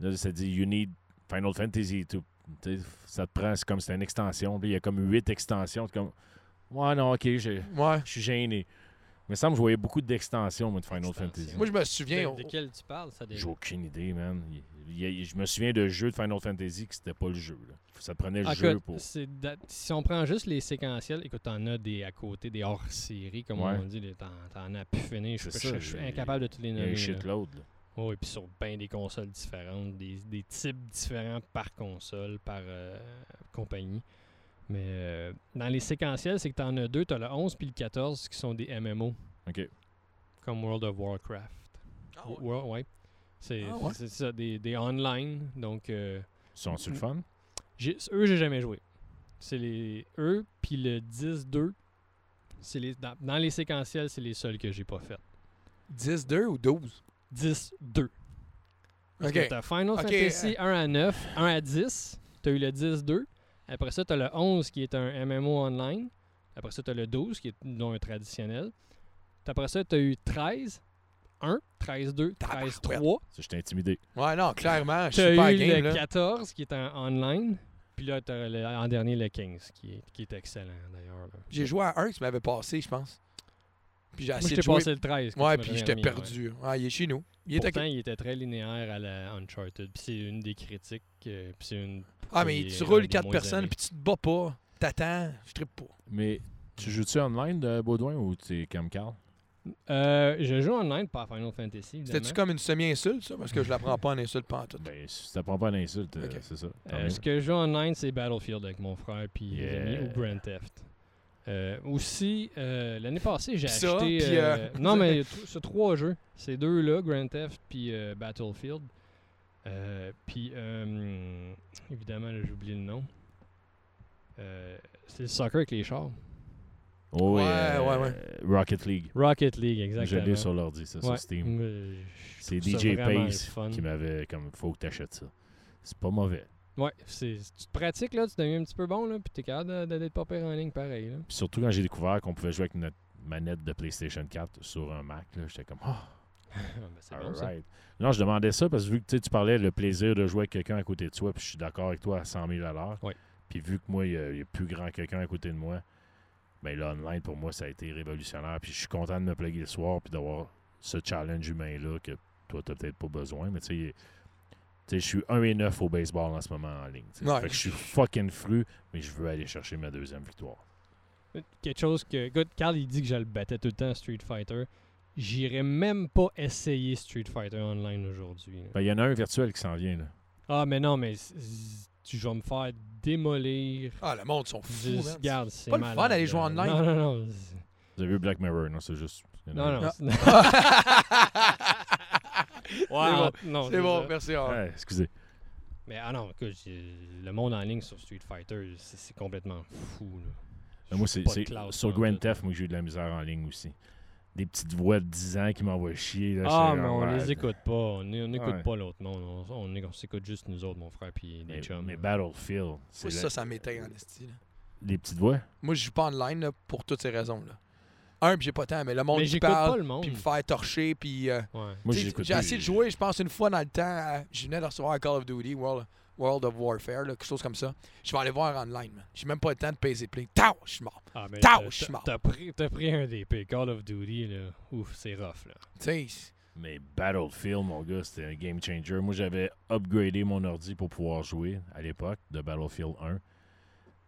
Speaker 2: Là, ça dit You need Final Fantasy. Tout. Tu sais, Ça te prend, c'est comme c'est une extension. Puis Il y a comme 8 extensions. T'es comme, ouais, non, ok, je
Speaker 1: Ouais.
Speaker 2: je suis gêné. Il me semble que je voyais beaucoup d'extensions, moi, de Final
Speaker 3: Extensions.
Speaker 2: Fantasy.
Speaker 1: Moi, je me souviens.
Speaker 3: De, de quel tu parles, ça
Speaker 2: J'ai aucune idée, man. Il- il- il- je me souviens de jeux de Final Fantasy que c'était pas le jeu. là. Ça te prenait le
Speaker 3: Ah,
Speaker 2: jeu
Speaker 3: écoute,
Speaker 2: pour.
Speaker 3: c'est da- si on prend juste les séquentiels, écoute, t'en as des à côté, des hors-série, comme
Speaker 2: Ouais.
Speaker 3: on dit, les- t'en, t'en as pu finir. Je,
Speaker 2: C'est
Speaker 3: je-
Speaker 2: ça,
Speaker 3: je suis
Speaker 2: il y a-
Speaker 3: incapable de tous les
Speaker 2: Il y a
Speaker 3: nommer.
Speaker 2: un
Speaker 3: là.
Speaker 2: shitload. là.
Speaker 3: Oui, puis sur bien des consoles différentes, des, des types différents par console, par euh, compagnie. Mais euh, dans les séquentiels, c'est que t'en as deux, t'as le 11 puis le 14 qui sont des MMO,
Speaker 2: OK.
Speaker 3: comme World of Warcraft.
Speaker 1: Ah ouais.
Speaker 3: World, ouais. C'est
Speaker 1: Ah ouais?
Speaker 3: c'est ça, des, des online. Donc, euh,
Speaker 2: Sont-tu le
Speaker 1: Mm.
Speaker 2: fun?
Speaker 3: j'ai- eux, j'ai jamais joué. C'est les eux, puis le 10-2. c'est les- Dans, dans les séquentiels, c'est les seuls que j'ai pas fait.
Speaker 1: 10-2 ou 12?
Speaker 3: 10-2. Parce que
Speaker 1: OK.
Speaker 3: t'as Final
Speaker 1: Ok.
Speaker 3: Fantasy 1 à 9, 1 à 10. T'as eu le 10-2. Après ça, t'as le 11 qui est un MMO online. Après ça, t'as le 12 qui est non un traditionnel. Après ça, t'as eu 13, 1, 13-2, 13-3.
Speaker 2: Si je t'ai intimidé.
Speaker 1: Ouais, non, clairement, Ah, je
Speaker 3: T'as
Speaker 1: suis pas à
Speaker 3: eu
Speaker 1: game,
Speaker 3: le
Speaker 1: là.
Speaker 3: 14 qui est en online. Puis là, t'as le- en dernier le 15 qui est, qui est excellent d'ailleurs. là.
Speaker 1: J'ai joué à un qui m'avait passé, je pense. Puis j'ai
Speaker 3: Moi,
Speaker 1: essayé
Speaker 3: j'étais
Speaker 1: de jouer.
Speaker 3: passé le 13. que
Speaker 1: Ah, Ouais,
Speaker 3: tu
Speaker 1: puis
Speaker 3: m'avais
Speaker 1: j'étais
Speaker 3: remis, ouais.
Speaker 1: perdu. Ouais. il est chez nous. Il était...
Speaker 3: Pourtant, il était très linéaire à la Uncharted. Puis c'est une des critiques. euh, puis c'est une.
Speaker 1: Ah, mais
Speaker 3: il est
Speaker 1: tu
Speaker 3: un
Speaker 1: roules
Speaker 3: des
Speaker 1: quatre
Speaker 3: moins
Speaker 1: personnes,
Speaker 3: aimés.
Speaker 1: puis tu te bats pas. T'attends, je trippe pas.
Speaker 2: Mais
Speaker 1: Mm.
Speaker 2: tu joues-tu online de Baudouin ou tu es comme Carl?
Speaker 3: Euh, je joue online, pas à Final Fantasy.
Speaker 1: C'était-tu
Speaker 3: évidemment.
Speaker 1: comme une semi-insulte, ça? Parce que je la prends pas en insulte pantoute.
Speaker 2: Ben, si ça prend pas l'insulte, euh,
Speaker 1: Ok.
Speaker 2: c'est ça. Tant
Speaker 3: Euh,
Speaker 2: mieux.
Speaker 3: ce que je joue online, c'est Battlefield avec mon frère puis
Speaker 2: Yeah.
Speaker 3: les amis ou Grand Theft. Euh, aussi, euh, l'année passée, j'ai
Speaker 1: Ça,
Speaker 3: acheté.
Speaker 1: puis,
Speaker 3: euh,
Speaker 1: euh,
Speaker 3: non, mais t- c'est trois jeux. Ces deux-là, Grand Theft puis euh, Battlefield. Euh, puis, euh, évidemment, là, j'ai oublié le nom. Euh, c'est le soccer avec les chars.
Speaker 2: Oh,
Speaker 1: Ouais,
Speaker 2: euh,
Speaker 1: ouais,
Speaker 2: Rocket League.
Speaker 3: Rocket League,
Speaker 2: Je
Speaker 3: exactement.
Speaker 2: l'ai sur l'ordi, ça,
Speaker 3: Ouais.
Speaker 2: sur Steam.
Speaker 3: Mais je
Speaker 2: C'est
Speaker 3: trouve ça
Speaker 2: DJ
Speaker 3: vraiment
Speaker 2: Pace
Speaker 3: fun.
Speaker 2: qui m'avait comme faut que t'achètes ça. C'est pas mauvais.
Speaker 3: Ouais, c'est, tu te pratiques, là, tu deviens un petit peu bon, là, puis t'es capable de- de- d'être pas pire en ligne pareil. Là.
Speaker 2: Puis surtout quand j'ai découvert qu'on pouvait jouer avec notre manette de PlayStation 4 sur un Mac, là, j'étais comme Ah,
Speaker 3: Ah, ben, c'est bon, ça.
Speaker 2: alright. Non, je demandais ça parce que vu que tu sais, tu parlais le plaisir de jouer avec quelqu'un à côté de toi, puis je suis d'accord avec toi à 100 000 à l'heure.
Speaker 3: Ouais.
Speaker 2: Puis vu que moi, il y a, il y a plus grand quelqu'un à côté de moi, ben là, online, pour moi, ça a été révolutionnaire. Puis je suis content de me plugger le soir, puis d'avoir ce challenge humain-là que toi, t'as peut-être pas besoin, mais tu sais, il- tu sais, je suis 1 et 9 au baseball en ce moment en ligne. tu sais.
Speaker 1: Ouais.
Speaker 2: Fait que je suis fucking fru, mais je veux aller chercher ma deuxième victoire.
Speaker 3: Quelque chose que. Écoute, Carl, il dit que je le battais tout le temps à Street Fighter. J'irais même pas essayer Street Fighter Online aujourd'hui. là.
Speaker 2: Ben, Il y en a un virtuel qui s'en vient. Là.
Speaker 3: Ah, mais non, mais c- c- tu vas me faire démolir.
Speaker 1: Ah, le monde, ils sont
Speaker 3: du-
Speaker 1: fous, man.
Speaker 3: Regarde, c'est
Speaker 1: pas le fun
Speaker 3: malade,
Speaker 1: d'aller jouer
Speaker 3: là.
Speaker 1: online.
Speaker 3: Non, non, non. c'est-
Speaker 2: Vous avez vu Black Mirror, non? C'est juste. il y en a
Speaker 3: Non,
Speaker 2: un.
Speaker 3: non.
Speaker 1: Ah.
Speaker 3: c'est-
Speaker 1: bon,
Speaker 3: non,
Speaker 1: C'est
Speaker 3: ça.
Speaker 1: bon, merci. ah.
Speaker 2: Ouais, excusez.
Speaker 3: Mais ah non, écoute, j'ai- le monde en ligne sur Street Fighter, c'est c'est complètement fou. Là.
Speaker 2: Ben, moi, c'est
Speaker 3: Pas de
Speaker 2: c'est-
Speaker 3: classe,
Speaker 2: sur
Speaker 3: en
Speaker 2: Grand
Speaker 3: tout.
Speaker 2: Theft, moi, j'ai eu de la misère en ligne aussi. Des petites voix de 10 ans qui m'envoient chier. Là,
Speaker 3: Ah,
Speaker 2: Ben, c'est
Speaker 3: mais on
Speaker 2: genre,
Speaker 3: les
Speaker 2: ouais.
Speaker 3: écoute pas. On n'écoute
Speaker 2: Ouais.
Speaker 3: pas l'autre monde. On, on, on s'écoute juste nous autres, mon frère puis des
Speaker 2: Mais,
Speaker 3: chums.
Speaker 2: mais Battlefield, c'est
Speaker 1: Moi,
Speaker 2: la-
Speaker 1: ça, ça m'éteint en esti, là.
Speaker 2: les petites voix.
Speaker 1: Moi, je joue pas online là, pour toutes ces raisons-là. Un, puis j'ai pas le temps, mais le monde
Speaker 3: Mais
Speaker 1: qui
Speaker 3: j'écoute pas
Speaker 1: parle,
Speaker 3: le monde.
Speaker 1: puis me faire torcher, puis... euh,
Speaker 3: Ouais.
Speaker 2: Moi,
Speaker 1: T'sais,
Speaker 2: j'écoute
Speaker 1: J'ai
Speaker 2: plus.
Speaker 1: essayé de jouer, je pense, une fois dans le temps. à- Je venais de recevoir un Call of Duty, World, World of Warfare, là, quelque chose comme ça. Je vais aller voir online, man. J'ai même pas le temps de payer play. Tao, je suis mort.
Speaker 3: Ah, mais
Speaker 1: Tao,
Speaker 3: t'as-
Speaker 1: je suis
Speaker 3: t'as-
Speaker 1: mort.
Speaker 3: T'as pris, t'as pris un DP. Call of Duty, là. Ouf, c'est rough, là.
Speaker 1: T'sais, c'est-
Speaker 2: Mais Battlefield, mon gars, c'était un game changer. Moi, j'avais upgradé mon ordi pour pouvoir jouer à l'époque de Battlefield 1.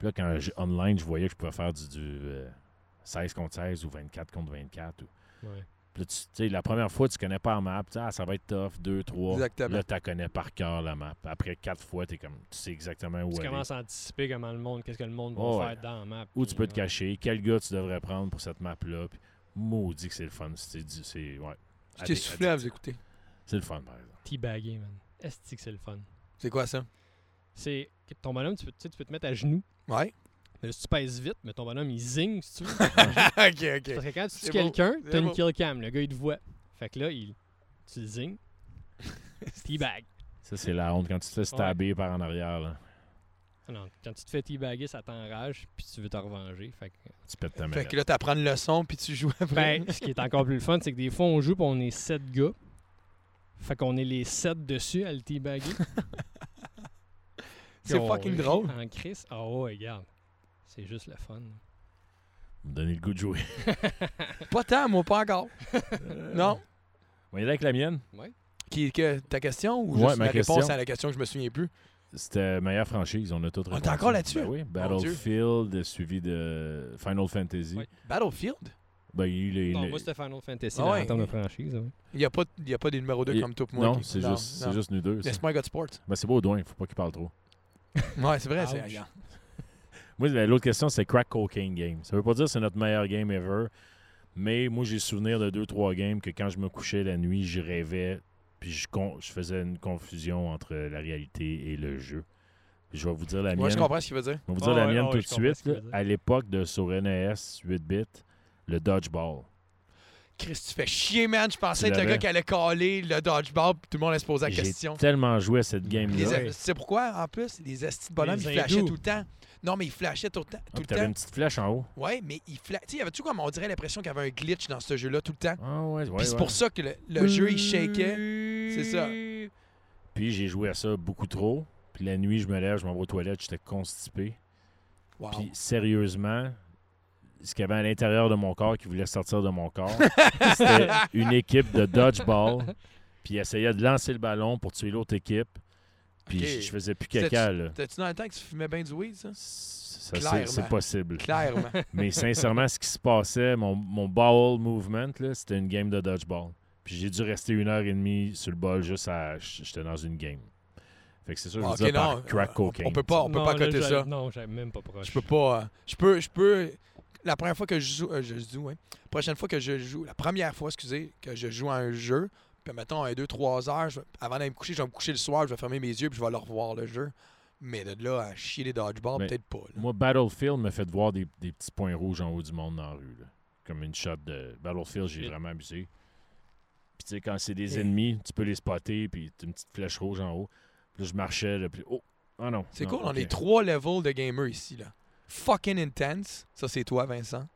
Speaker 2: Puis là, quand j- online, je voyais que je pouvais faire du, du, euh, 16 contre 16 ou 24 contre 24. ou-
Speaker 3: Ouais.
Speaker 2: Puis là, tu tu sais, la première fois, tu connais pas la map. Tu dis, Ah, ça va être tough, 2, 3.
Speaker 1: Exactement.
Speaker 2: Là, tu la connais par cœur, la map. Après quatre fois, t'es comme, tu sais exactement où
Speaker 3: Tu
Speaker 2: aller.
Speaker 3: commences à anticiper comment le monde, qu'est-ce que le monde va
Speaker 2: Oh, ouais.
Speaker 3: faire dans la map.
Speaker 2: Où
Speaker 3: puis, euh,
Speaker 2: tu peux te
Speaker 3: ouais.
Speaker 2: cacher. Quel gars tu devrais prendre pour cette map-là. Puis, maudit que c'est le fun. C'est du- c'est- ouais.
Speaker 1: Je t'ai
Speaker 2: Addic-
Speaker 1: soufflé à vous écouter.
Speaker 2: C'est le fun, par exemple.
Speaker 3: Teabagger, man. Est-ce que c'est le fun?
Speaker 1: C'est quoi ça?
Speaker 3: C'est que ton bonhomme, tu peux, tu sais, tu peux te mettre à genoux.
Speaker 1: Ouais.
Speaker 3: Mais là, si tu pèses vite, mais ton bonhomme, il zing, si tu veux.
Speaker 1: ok, ok.
Speaker 3: Parce que quand tu tues
Speaker 1: C'est beau.
Speaker 3: quelqu'un,
Speaker 1: C'est
Speaker 3: t'as une
Speaker 1: beau.
Speaker 3: kill cam. Le gars, il te voit. Fait que là, il... tu le zing. Teabag.
Speaker 2: Ça, c'est la honte quand tu te fais stabber par en arrière. Là,
Speaker 3: Ah Non, quand tu te fais teabagger, ça t'enrage, puis tu veux te revenger. Fait que-
Speaker 2: tu pètes ta
Speaker 1: Fait
Speaker 2: manette.
Speaker 1: que là, t'apprends le leçon, puis tu joues après.
Speaker 3: Ben, ce qui est encore plus le fun, c'est que des fois, on joue, puis on est 7 gars. Fait qu'on est les 7 dessus à le teabagger. Puis
Speaker 1: c'est
Speaker 3: on
Speaker 1: fucking
Speaker 3: rit
Speaker 1: drôle.
Speaker 3: En crise. Ah ouais, regarde. C'est juste le fun.
Speaker 2: Me donner le goût de jouer.
Speaker 1: Pas tant, moi, pas encore.
Speaker 3: Euh,
Speaker 1: non.
Speaker 2: On est avec la mienne.
Speaker 1: Qui, que, ta question ou
Speaker 2: Ouais,
Speaker 1: juste
Speaker 2: ma
Speaker 1: ma réponse
Speaker 2: question.
Speaker 1: à la question que je me souviens plus?
Speaker 2: C'était meilleure franchise. On a tout
Speaker 1: est
Speaker 2: répondu.
Speaker 1: encore là-dessus?
Speaker 2: Ben oui.
Speaker 1: Dieu.
Speaker 2: Battlefield, suivi de Final Fantasy.
Speaker 3: Ouais.
Speaker 1: Battlefield?
Speaker 2: Ben, il y a eu les-
Speaker 3: Non,
Speaker 2: les-
Speaker 3: moi, c'était Final Fantasy
Speaker 1: Ah
Speaker 3: dans
Speaker 1: ouais.
Speaker 3: en termes de franchise. ouais.
Speaker 1: Il n'y a, pas- il y a pas des numéros 2
Speaker 2: Il-
Speaker 1: comme toi pour moi.
Speaker 2: Non,
Speaker 1: ok.
Speaker 2: c'est juste, c'est
Speaker 1: non.
Speaker 2: juste nous deux. ça.
Speaker 1: Laisse-moi un gars de sport.
Speaker 2: Ben, c'est beau, Douin. Faut pas qu'il parle trop.
Speaker 1: Ouais, c'est vrai.
Speaker 3: Ouch.
Speaker 1: c'est- regarde.
Speaker 2: Moi, la- l'autre question, c'est crack cocaine game. Ça veut pas dire que c'est notre meilleur game ever, mais moi, j'ai souvenir de deux, trois games que quand je me couchais la nuit, je rêvais, puis je, con- je faisais une confusion entre la réalité et le jeu. Je vais vous dire la
Speaker 1: Moi,
Speaker 2: mienne.
Speaker 1: je comprends ce qu'il veut dire.
Speaker 2: Je vais vous
Speaker 4: Ah
Speaker 2: dire la
Speaker 4: ouais,
Speaker 2: mienne
Speaker 4: ah ouais,
Speaker 2: tout de
Speaker 4: je comprends ce
Speaker 2: suite.
Speaker 4: que tu
Speaker 2: là.
Speaker 4: veux dire.
Speaker 2: à l'époque de sur E NES 8-bit, le dodgeball.
Speaker 1: Chris, tu fais chier, man. Je pensais
Speaker 2: Tu
Speaker 1: être le
Speaker 2: l'avais.
Speaker 1: gars qui allait caller le dodgeball, puis tout le monde allait se poser la
Speaker 2: J'ai
Speaker 1: question.
Speaker 2: tellement joué à cette
Speaker 1: Les-
Speaker 2: game-là.
Speaker 4: Ouais.
Speaker 1: Tu sais pourquoi, en plus? Les astis de bonhomme,
Speaker 4: Les
Speaker 1: ils flashaient
Speaker 4: hindous.
Speaker 1: tout le temps. Non, mais ils flashaient tout le temps.
Speaker 2: Ah,
Speaker 1: Tout
Speaker 2: puis
Speaker 1: le
Speaker 2: t'avais
Speaker 1: temps.
Speaker 2: une petite flèche en haut.
Speaker 1: Ouais, mais ils flashaient. Tu sais, y avait-tu comme on dirait l'impression qu'il y avait un glitch dans ce jeu-là tout le temps?
Speaker 2: Ah ouais, ouais,
Speaker 1: Puis c'est
Speaker 2: ouais.
Speaker 1: pour ça que le, le jeu, il shakeait. C'est ça.
Speaker 2: Puis j'ai joué à ça beaucoup trop. Puis la nuit, je me lève, je m'en vais aux toilettes, j'étais constipé.
Speaker 1: Wow.
Speaker 2: Puis sérieusement, ce qu'il y avait à l'intérieur de mon corps qui voulait sortir de mon corps, c'était une équipe de dodgeball. Puis essayait de lancer le ballon pour tuer l'autre équipe. Puis
Speaker 1: Ok.
Speaker 2: je- je faisais plus caca, là.
Speaker 1: T'as-tu dans le temps que tu fumais bien du weed, ça?
Speaker 2: Ça, c'est-
Speaker 1: Clairement.
Speaker 2: c'est possible.
Speaker 1: Clairement.
Speaker 2: Mais sincèrement, ce qui se passait, mon, mon ball movement, là, c'était une game de dodgeball. Puis j'ai dû rester une heure et demie sur le ball juste à. j- J'étais dans une game. Fait que c'est ça, que je
Speaker 1: Ah,
Speaker 2: veux
Speaker 1: ok,
Speaker 2: dire par
Speaker 1: non,
Speaker 2: crack
Speaker 1: on-
Speaker 2: cocaine.
Speaker 1: Ah, on peut pas-
Speaker 3: Non,
Speaker 1: pas
Speaker 3: là,
Speaker 1: coter
Speaker 3: j'avais-
Speaker 1: ça.
Speaker 3: Non, j'avais même pas proche.
Speaker 1: Je peux pas. euh, Je peux. Je peux. La première fois que je joue. euh, je joue, hein. La prochaine fois que je joue. La première fois, excusez, que je joue à un jeu. Puis mettons, un, deux, trois heures. je vais- avant d'aller me coucher, je vais me coucher le soir. Je vais fermer mes yeux. Puis je vais aller revoir le jeu. Mais de là à chier les dodgeballs,
Speaker 2: Mais-
Speaker 1: peut-être pas. là.
Speaker 2: Moi, Battlefield me fait voir des, des petits points rouges en haut du monde dans la rue. là. Comme une shot de Battlefield, j'ai
Speaker 4: Shit.
Speaker 2: vraiment abusé. Puis tu sais, quand c'est des
Speaker 1: Et-
Speaker 2: ennemis, tu peux les spotter, puis t'as une petite flèche rouge en haut. Puis là, je marchais, là, puis oh, ah non.
Speaker 1: C'est
Speaker 2: non,
Speaker 1: cool, on
Speaker 2: ok.
Speaker 1: est trois levels de gamers ici. là. Fucking intense. Ça, c'est toi, Vincent.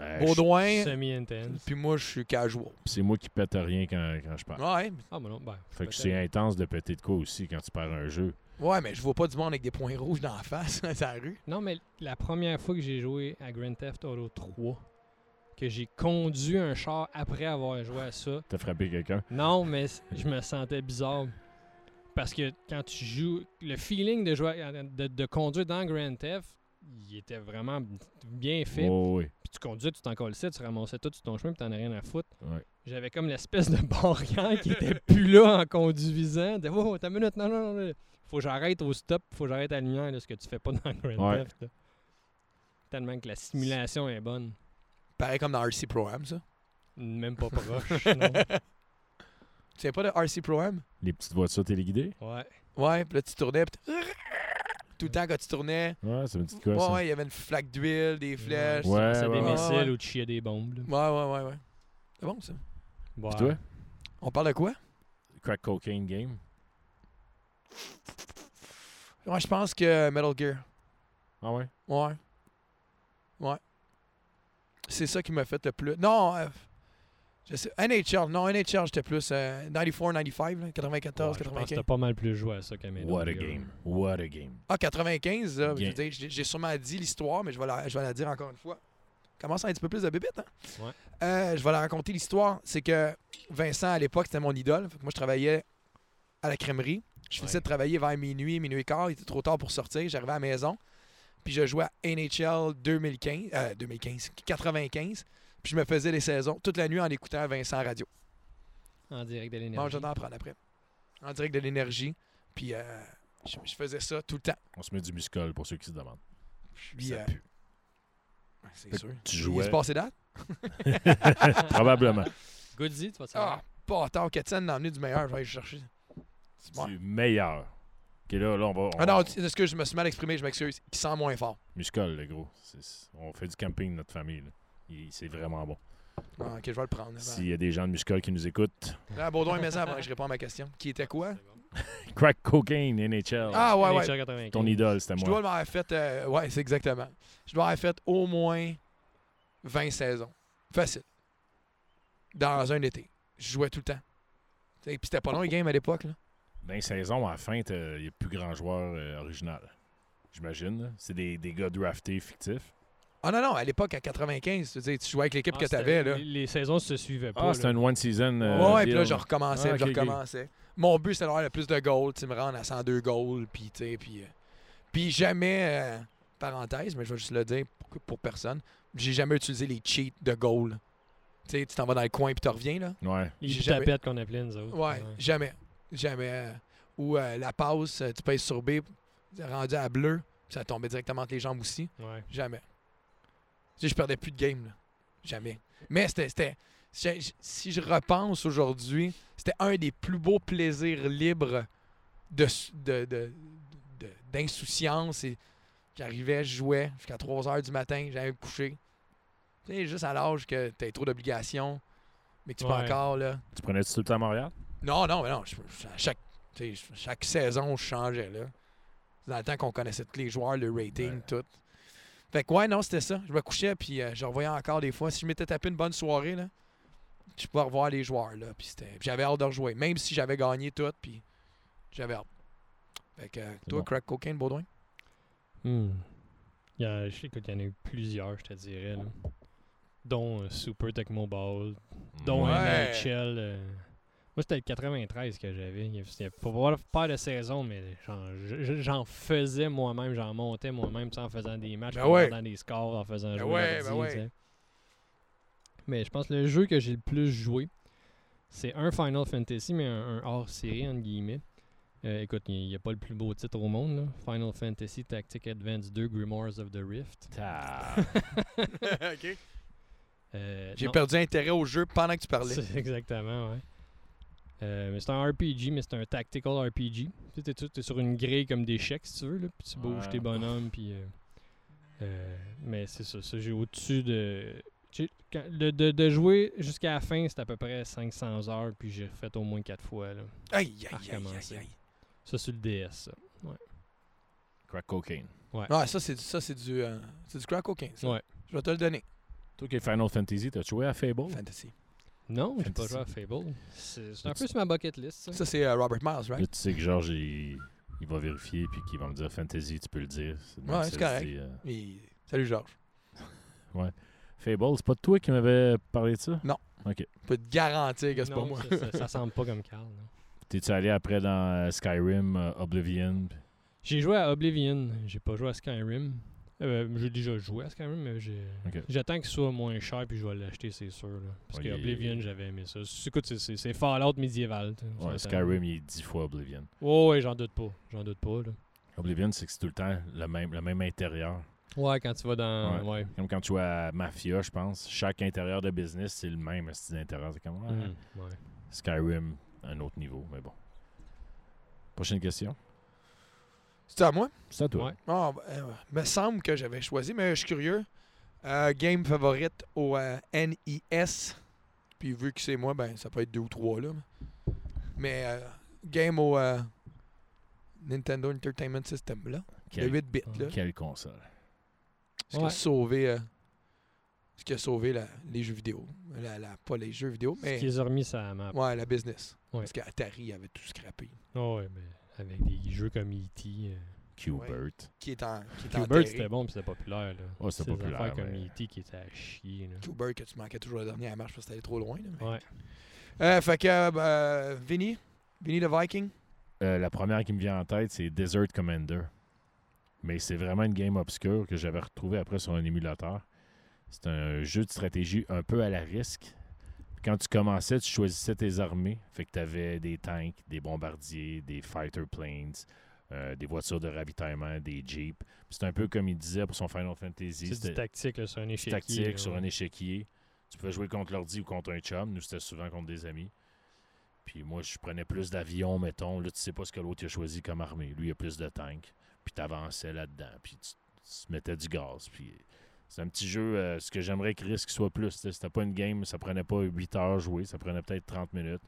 Speaker 2: Euh, je-
Speaker 1: Baudouin.
Speaker 3: Semi-intense.
Speaker 1: Puis moi, je suis casual.
Speaker 2: C'est moi qui pète rien quand, quand je parle.
Speaker 1: Ouais,
Speaker 3: Ah, mais non, ben.
Speaker 2: Fait que c'est intense de péter de quoi aussi quand tu perds un jeu.
Speaker 1: ouais, mais je vois pas du monde avec des points rouges dans la face, dans la rue.
Speaker 3: Non, mais la première fois que j'ai joué à Grand Theft Auto 3, que j'ai conduit un char après avoir joué à ça,
Speaker 2: T'as frappé quelqu'un.
Speaker 3: non, mais c- je me sentais bizarre. Parce que quand tu joues, le feeling de, jouer, à- de, de conduire dans Grand Theft, il était vraiment bien fait.
Speaker 2: Oh, oui.
Speaker 3: Puis tu conduis, tu t'en colissais, tu ramassais tout sur ton chemin, puis t'en as rien à foutre.
Speaker 2: Ouais.
Speaker 3: J'avais comme l'espèce de barrière qui était plus là en conduisant. De oh, t'as une minute, non, non, non. non. Faut que j'arrête au stop, faut que j'arrête à la lumière, là, ce que tu fais pas dans Grand
Speaker 2: Ouais.
Speaker 3: Theft. là. Tellement que la simulation est bonne.
Speaker 1: Pareil comme dans RC Pro-Am, ça.
Speaker 3: Même pas proche. non.
Speaker 1: Tu sais pas de RC Pro-Am?
Speaker 2: Les petites voitures téléguidées.
Speaker 3: Ouais.
Speaker 1: Ouais, puis là, tu tournais, puis tu- Tout le temps, quand tu tournais,
Speaker 2: Ouais, c'est une petite quoi
Speaker 1: ouais,
Speaker 2: ça?
Speaker 1: ouais, il y avait une flaque d'huile, des flèches.
Speaker 3: Tu
Speaker 2: Ouais,
Speaker 3: lançais
Speaker 2: ouais,
Speaker 3: des
Speaker 2: ouais.
Speaker 3: missiles
Speaker 1: Ouais, ouais.
Speaker 3: ou tu chiais des bombes. là.
Speaker 1: Ouais, ouais, ouais, ouais. C'est bon, ça.
Speaker 3: Ouais.
Speaker 2: Puis toi?
Speaker 1: On parle de quoi?
Speaker 2: Crack cocaine game.
Speaker 1: Moi, je pense que Metal Gear.
Speaker 2: Ah ouais?
Speaker 1: Ouais. Ouais. C'est ça qui m'a fait le plus. Non, euh, je sais. NHL, non, NHL, j'étais plus euh, 94, 95, là, 94,
Speaker 3: Ouais, je pense que
Speaker 1: 95.
Speaker 3: t'as pas mal plus joué à ça qu'à Metal
Speaker 2: What a
Speaker 3: Gear.
Speaker 2: game. What a game.
Speaker 1: Ah, 95, là, je
Speaker 2: Bien.
Speaker 1: veux dire, j'ai j'ai sûrement dit l'histoire, mais je vais, la, je vais la dire encore une fois. Commence à un petit peu plus de bébête, hein?
Speaker 3: Ouais.
Speaker 1: Euh, je vais la raconter l'histoire. C'est que Vincent, à l'époque, c'était mon idole. Fait que moi, je travaillais à la crèmerie. Je finissais
Speaker 3: Ouais.
Speaker 1: de travailler vers minuit, minuit et quart. Il était trop tard pour sortir. J'arrivais à la maison. Puis je jouais à NHL 2015, euh, 2015, 95. Puis je me faisais les saisons toute la nuit en écoutant Vincent à radio.
Speaker 3: En direct de
Speaker 1: Bon,
Speaker 3: l'énergie.
Speaker 1: j'en prendre après. En direct de l'énergie. Puis euh, je, je faisais ça tout le temps.
Speaker 2: On se met du muscol pour ceux qui se demandent.
Speaker 1: Puis,
Speaker 2: Ça
Speaker 1: euh,
Speaker 2: pue.
Speaker 1: C'est sûr.
Speaker 2: Tu
Speaker 1: Il
Speaker 2: jouais.
Speaker 1: se passait date?
Speaker 2: Probablement.
Speaker 3: Goodzy, tu vas
Speaker 1: Ah,
Speaker 3: savoir.
Speaker 1: pas tard. Ketsen m'a emmené du meilleur. Je vais aller le chercher. C'est bon.
Speaker 2: Du meilleur. Ok, là, là, on va. On,
Speaker 1: Ah non, est-ce que je me suis mal exprimé? Je m'excuse. Qui sent moins fort.
Speaker 2: Muscol, le gros. C'est- On fait du camping, notre famille. là. Il- C'est vraiment bon.
Speaker 1: Ah, ok, je vais le prendre.
Speaker 2: S'il y a des gens de muscol qui nous écoutent,
Speaker 1: Là, Baudouin Maison, avant que je réponds à ma question. Qui était quoi?
Speaker 2: crack cocaine, NHL.
Speaker 1: Ah, ouais, ouais.
Speaker 3: NHL 95.
Speaker 2: Ton idole, c'était
Speaker 1: Je
Speaker 2: moi.
Speaker 1: dois m'avoir fait. euh, ouais, c'est exactement. Je dois avoir fait au moins 20 saisons. Facile. Dans un été. Je jouais tout le temps. Tu sais, Puis c'était pas long les games à l'époque. là.
Speaker 2: Dans les saisons, à la fin, t'as- il n'y a plus grand joueur euh, original. J'imagine. là. C'est des, des gars draftés fictifs.
Speaker 1: Ah non, non, à l'époque, à 95, tu, sais, tu jouais avec l'équipe
Speaker 3: Ah,
Speaker 1: que tu
Speaker 3: c'était-
Speaker 1: avais. Là.
Speaker 3: Les, les saisons se suivaient pas.
Speaker 2: Ah, c'est
Speaker 3: là.
Speaker 2: un one season.
Speaker 1: ouais, ouais, puis là, je
Speaker 2: genre.
Speaker 1: recommençais,
Speaker 2: Euh, Ah,
Speaker 1: puis
Speaker 2: ok,
Speaker 1: je
Speaker 2: ok.
Speaker 1: recommençais. Mon but, c'était d'avoir le plus de goals, tu sais, me rendre à 102 goals, puis tu sais, puis. euh, puis jamais, euh, parenthèse, mais je vais juste le dire pour, pour personne, j'ai jamais utilisé les cheats de goals. Tu sais, tu t'en vas dans le coin, puis tu reviens, là.
Speaker 2: Ouais.
Speaker 1: j'ai
Speaker 3: Les
Speaker 1: jamais-
Speaker 3: tapettes qu'on appelait, nous autres.
Speaker 1: Ouais, jamais. Jamais. euh, Ou euh, la passe, euh, tu payes sur B, rendu à bleu, Ça tombait directement entre les jambes aussi.
Speaker 3: Ouais.
Speaker 1: Jamais. Tu sais, je perdais plus de game. là. Jamais. Mais c'était. c'était- j'ai- j- si je repense aujourd'hui, c'était un des plus beaux plaisirs libres de, s- de- de- de- d'insouciance. Et j'arrivais, je jouais jusqu'à 3 heures du matin, j'allais me coucher. Tu sais, juste à l'âge que t'as trop d'obligations, mais que tu peux
Speaker 3: Ouais.
Speaker 1: encore, là.
Speaker 2: Tu prenais-tu tout le temps à Montréal?
Speaker 1: Non, non, mais non. je- je- à chaque, tu sais, je- chaque saison, je changeais. Là. Dans le temps qu'on connaissait tous les joueurs, le rating,
Speaker 2: Ouais.
Speaker 1: tout. Fait que, ouais, non, c'était ça. Je me couchais, puis euh, je revoyais encore des fois. Si je m'étais tapé une bonne soirée, là, je pouvais revoir les joueurs. Là, puis c'était- puis j'avais hâte de rejouer, même si j'avais gagné tout, puis j'avais hâte. Fait que, euh, toi,
Speaker 2: bon.
Speaker 1: crack cocaine, Baudouin?
Speaker 3: Hmm. Il y a- je sais qu'il y en a eu plusieurs, je te dirais. là. Dont euh, Super Tecmo Ball, dont
Speaker 1: Ouais.
Speaker 3: NHL. euh. Moi, c'était le 93 que j'avais. Il y a- il y a- Pour avoir pas de saison, mais j'en- je- j'en faisais moi-même, j'en montais moi-même, tu sais, en faisant des matchs,
Speaker 1: Ben
Speaker 3: en
Speaker 1: ouais.
Speaker 3: regardant des scores, en faisant
Speaker 1: Ben
Speaker 3: jouer
Speaker 1: ouais,
Speaker 3: l'ordi,
Speaker 1: ben ouais.
Speaker 3: tu sais. Mais je pense que le jeu que j'ai le plus joué, c'est un Final Fantasy, mais un, un hors-série, entre guillemets. Euh, écoute, il n'y a pas le plus beau titre au monde. là. Final Fantasy Tactic Advance 2 Grimoires of the Rift.
Speaker 2: Ta-
Speaker 3: Euh,
Speaker 1: J'ai
Speaker 3: non,
Speaker 1: perdu intérêt au jeu pendant que tu parlais.
Speaker 3: c'est- Exactement, ouais. Euh, mais c'est un RPG, mais c'est un tactical RPG. Tu sais, t'es- t'es sur une grille comme des chèques, si tu veux, là, puis tu bouges
Speaker 2: Ouais.
Speaker 3: tes bonhommes, puis... euh, euh, mais c'est ça, ça j'ai au-dessus de... j'ai- quand- de, de- de jouer jusqu'à la fin, c'est à peu près 500 heures, puis j'ai refait au moins 4 fois. Là.
Speaker 1: Aïe, aïe,
Speaker 3: À
Speaker 1: aïe, aïe,
Speaker 3: recommencer.
Speaker 1: aïe.
Speaker 3: Ça, sur le DS, ça.
Speaker 2: Crack cocaine.
Speaker 1: Non, ça, c'est du, ça, c'est du, euh, c'est du crack cocaine. ça.
Speaker 3: Ouais.
Speaker 1: Je vais te le donner.
Speaker 2: Toi qui es Final Fantasy, t'as joué à
Speaker 3: Oh.
Speaker 2: Fable?
Speaker 1: Fantasy.
Speaker 3: Non, j'ai
Speaker 2: Fantasy.
Speaker 3: pas joué à Fable. C'est c'est un
Speaker 2: As-tu-
Speaker 3: peu sur ma bucket list, ça.
Speaker 1: Ça, c'est euh, Robert Miles, right?
Speaker 2: Là, tu sais que Georges, il, il va vérifier puis qu'il va me dire Fantasy, tu peux le dire. de même
Speaker 1: Ouais,
Speaker 2: que
Speaker 1: c'est
Speaker 2: ça se
Speaker 1: correct.
Speaker 2: dit, euh.
Speaker 1: Et- Salut, Georges.
Speaker 2: Fable, c'est pas toi qui m'avais parlé de ça?
Speaker 1: Je peux te garantir que c'est
Speaker 3: Non,
Speaker 1: pas moi.
Speaker 3: ça, ça- ça semble pas comme Carl. non.
Speaker 2: T'es-tu allé après dans euh, Skyrim, euh, Oblivion? puis-
Speaker 3: J'ai joué à Oblivion, j'ai pas joué à Skyrim. Euh, j'ai déjà joué à Skyrim, mais j'ai-
Speaker 2: Ok.
Speaker 3: j'attends qu'il soit moins cher puis je vais l'acheter, c'est sûr. là. Parce
Speaker 2: Ouais,
Speaker 3: que
Speaker 2: il est-
Speaker 3: Oblivion, j'avais aimé ça. C'est- Écoute, c'est- c'est c'est Fallout médiéval. tu sais, on
Speaker 2: Ouais,
Speaker 3: s'entend.
Speaker 2: Skyrim, il est dix fois Oblivion.
Speaker 3: Ouais, ouais, j'en doute pas. J'en doute pas. Là.
Speaker 2: Oblivion, c'est que c'est tout le temps le même, le même intérieur.
Speaker 3: Ouais, quand tu vas dans. Ouais.
Speaker 2: Comme quand tu joues à Mafia, je pense, chaque intérieur de business, c'est le même style d'intérieur. C'est comme, ouais,
Speaker 3: Mhm, ouais.
Speaker 2: Skyrim, un autre niveau, mais bon. Prochaine question.
Speaker 1: C'est à moi?
Speaker 2: C'est à toi.
Speaker 3: Ouais.
Speaker 1: Ah, ben, euh, me semble que j'avais choisi, mais je suis curieux. Euh, game favorite au euh, NIS. Puis vu que c'est moi, ben ça peut être deux ou trois là. Mais euh, game au euh, Nintendo Entertainment System là.
Speaker 2: Quel-
Speaker 1: Le 8 bits là.
Speaker 2: Quelle console?
Speaker 1: Ce qui a
Speaker 3: Ouais.
Speaker 1: sauvé. euh, ce qui a sauvé la- les jeux vidéo. La- la- pas les jeux vidéo,
Speaker 3: Ce
Speaker 1: mais
Speaker 3: qu'ils ont remis ça à la map.
Speaker 1: ouais, la business.
Speaker 3: Ouais.
Speaker 1: Parce qu'Atari avait tout scrappé.
Speaker 3: Ah ouais, mais avec des jeux comme E.T. euh,
Speaker 2: Qbert.
Speaker 1: Qui est en. Qui est
Speaker 3: Q-Bird,
Speaker 1: enterré.
Speaker 3: c'était bon puis c'était populaire. Là.
Speaker 2: Ouais, c'était
Speaker 3: Ces
Speaker 2: populaire,
Speaker 3: affaires comme
Speaker 2: mais-
Speaker 3: E.T. qui étaient à chier. Là.
Speaker 1: Cooper que tu manquais toujours la dernière marche parce que t'allais trop loin. là, mais-
Speaker 3: Ouais.
Speaker 1: Euh, fait que euh, ben, Vinny, Vinny le Viking.
Speaker 2: Euh, la première qui me vient en tête, c'est Desert Commander. Mais c'est vraiment une game obscure que j'avais retrouvée après sur un émulateur. C'est un jeu de stratégie un peu à la risque. Quand tu commençais, tu choisissais tes armées. Fait que tu avais des tanks, des bombardiers, des fighter planes, euh, des voitures de ravitaillement, des jeeps. Puis C'est un peu comme il disait pour son Final Fantasy.
Speaker 3: C'est du
Speaker 2: c'était-
Speaker 3: tactique là, sur un échec.
Speaker 2: tactique sur un échiquier. Tu pouvais jouer contre l'ordi ou contre un chum. Nous, c'était souvent contre des amis. Puis moi, je prenais plus d'avions, mettons. Là, tu sais pas ce que l'autre a choisi comme armée. Lui, il a plus de tanks. Puis t'avançais là-dedans. Puis tu, tu te mettais du gaz. Puis c'est un petit jeu. euh, ce que j'aimerais que Risk soit plus. tu sais, C'était pas une game. Ça prenait pas 8 heures jouer. Ça prenait peut-être 30 minutes.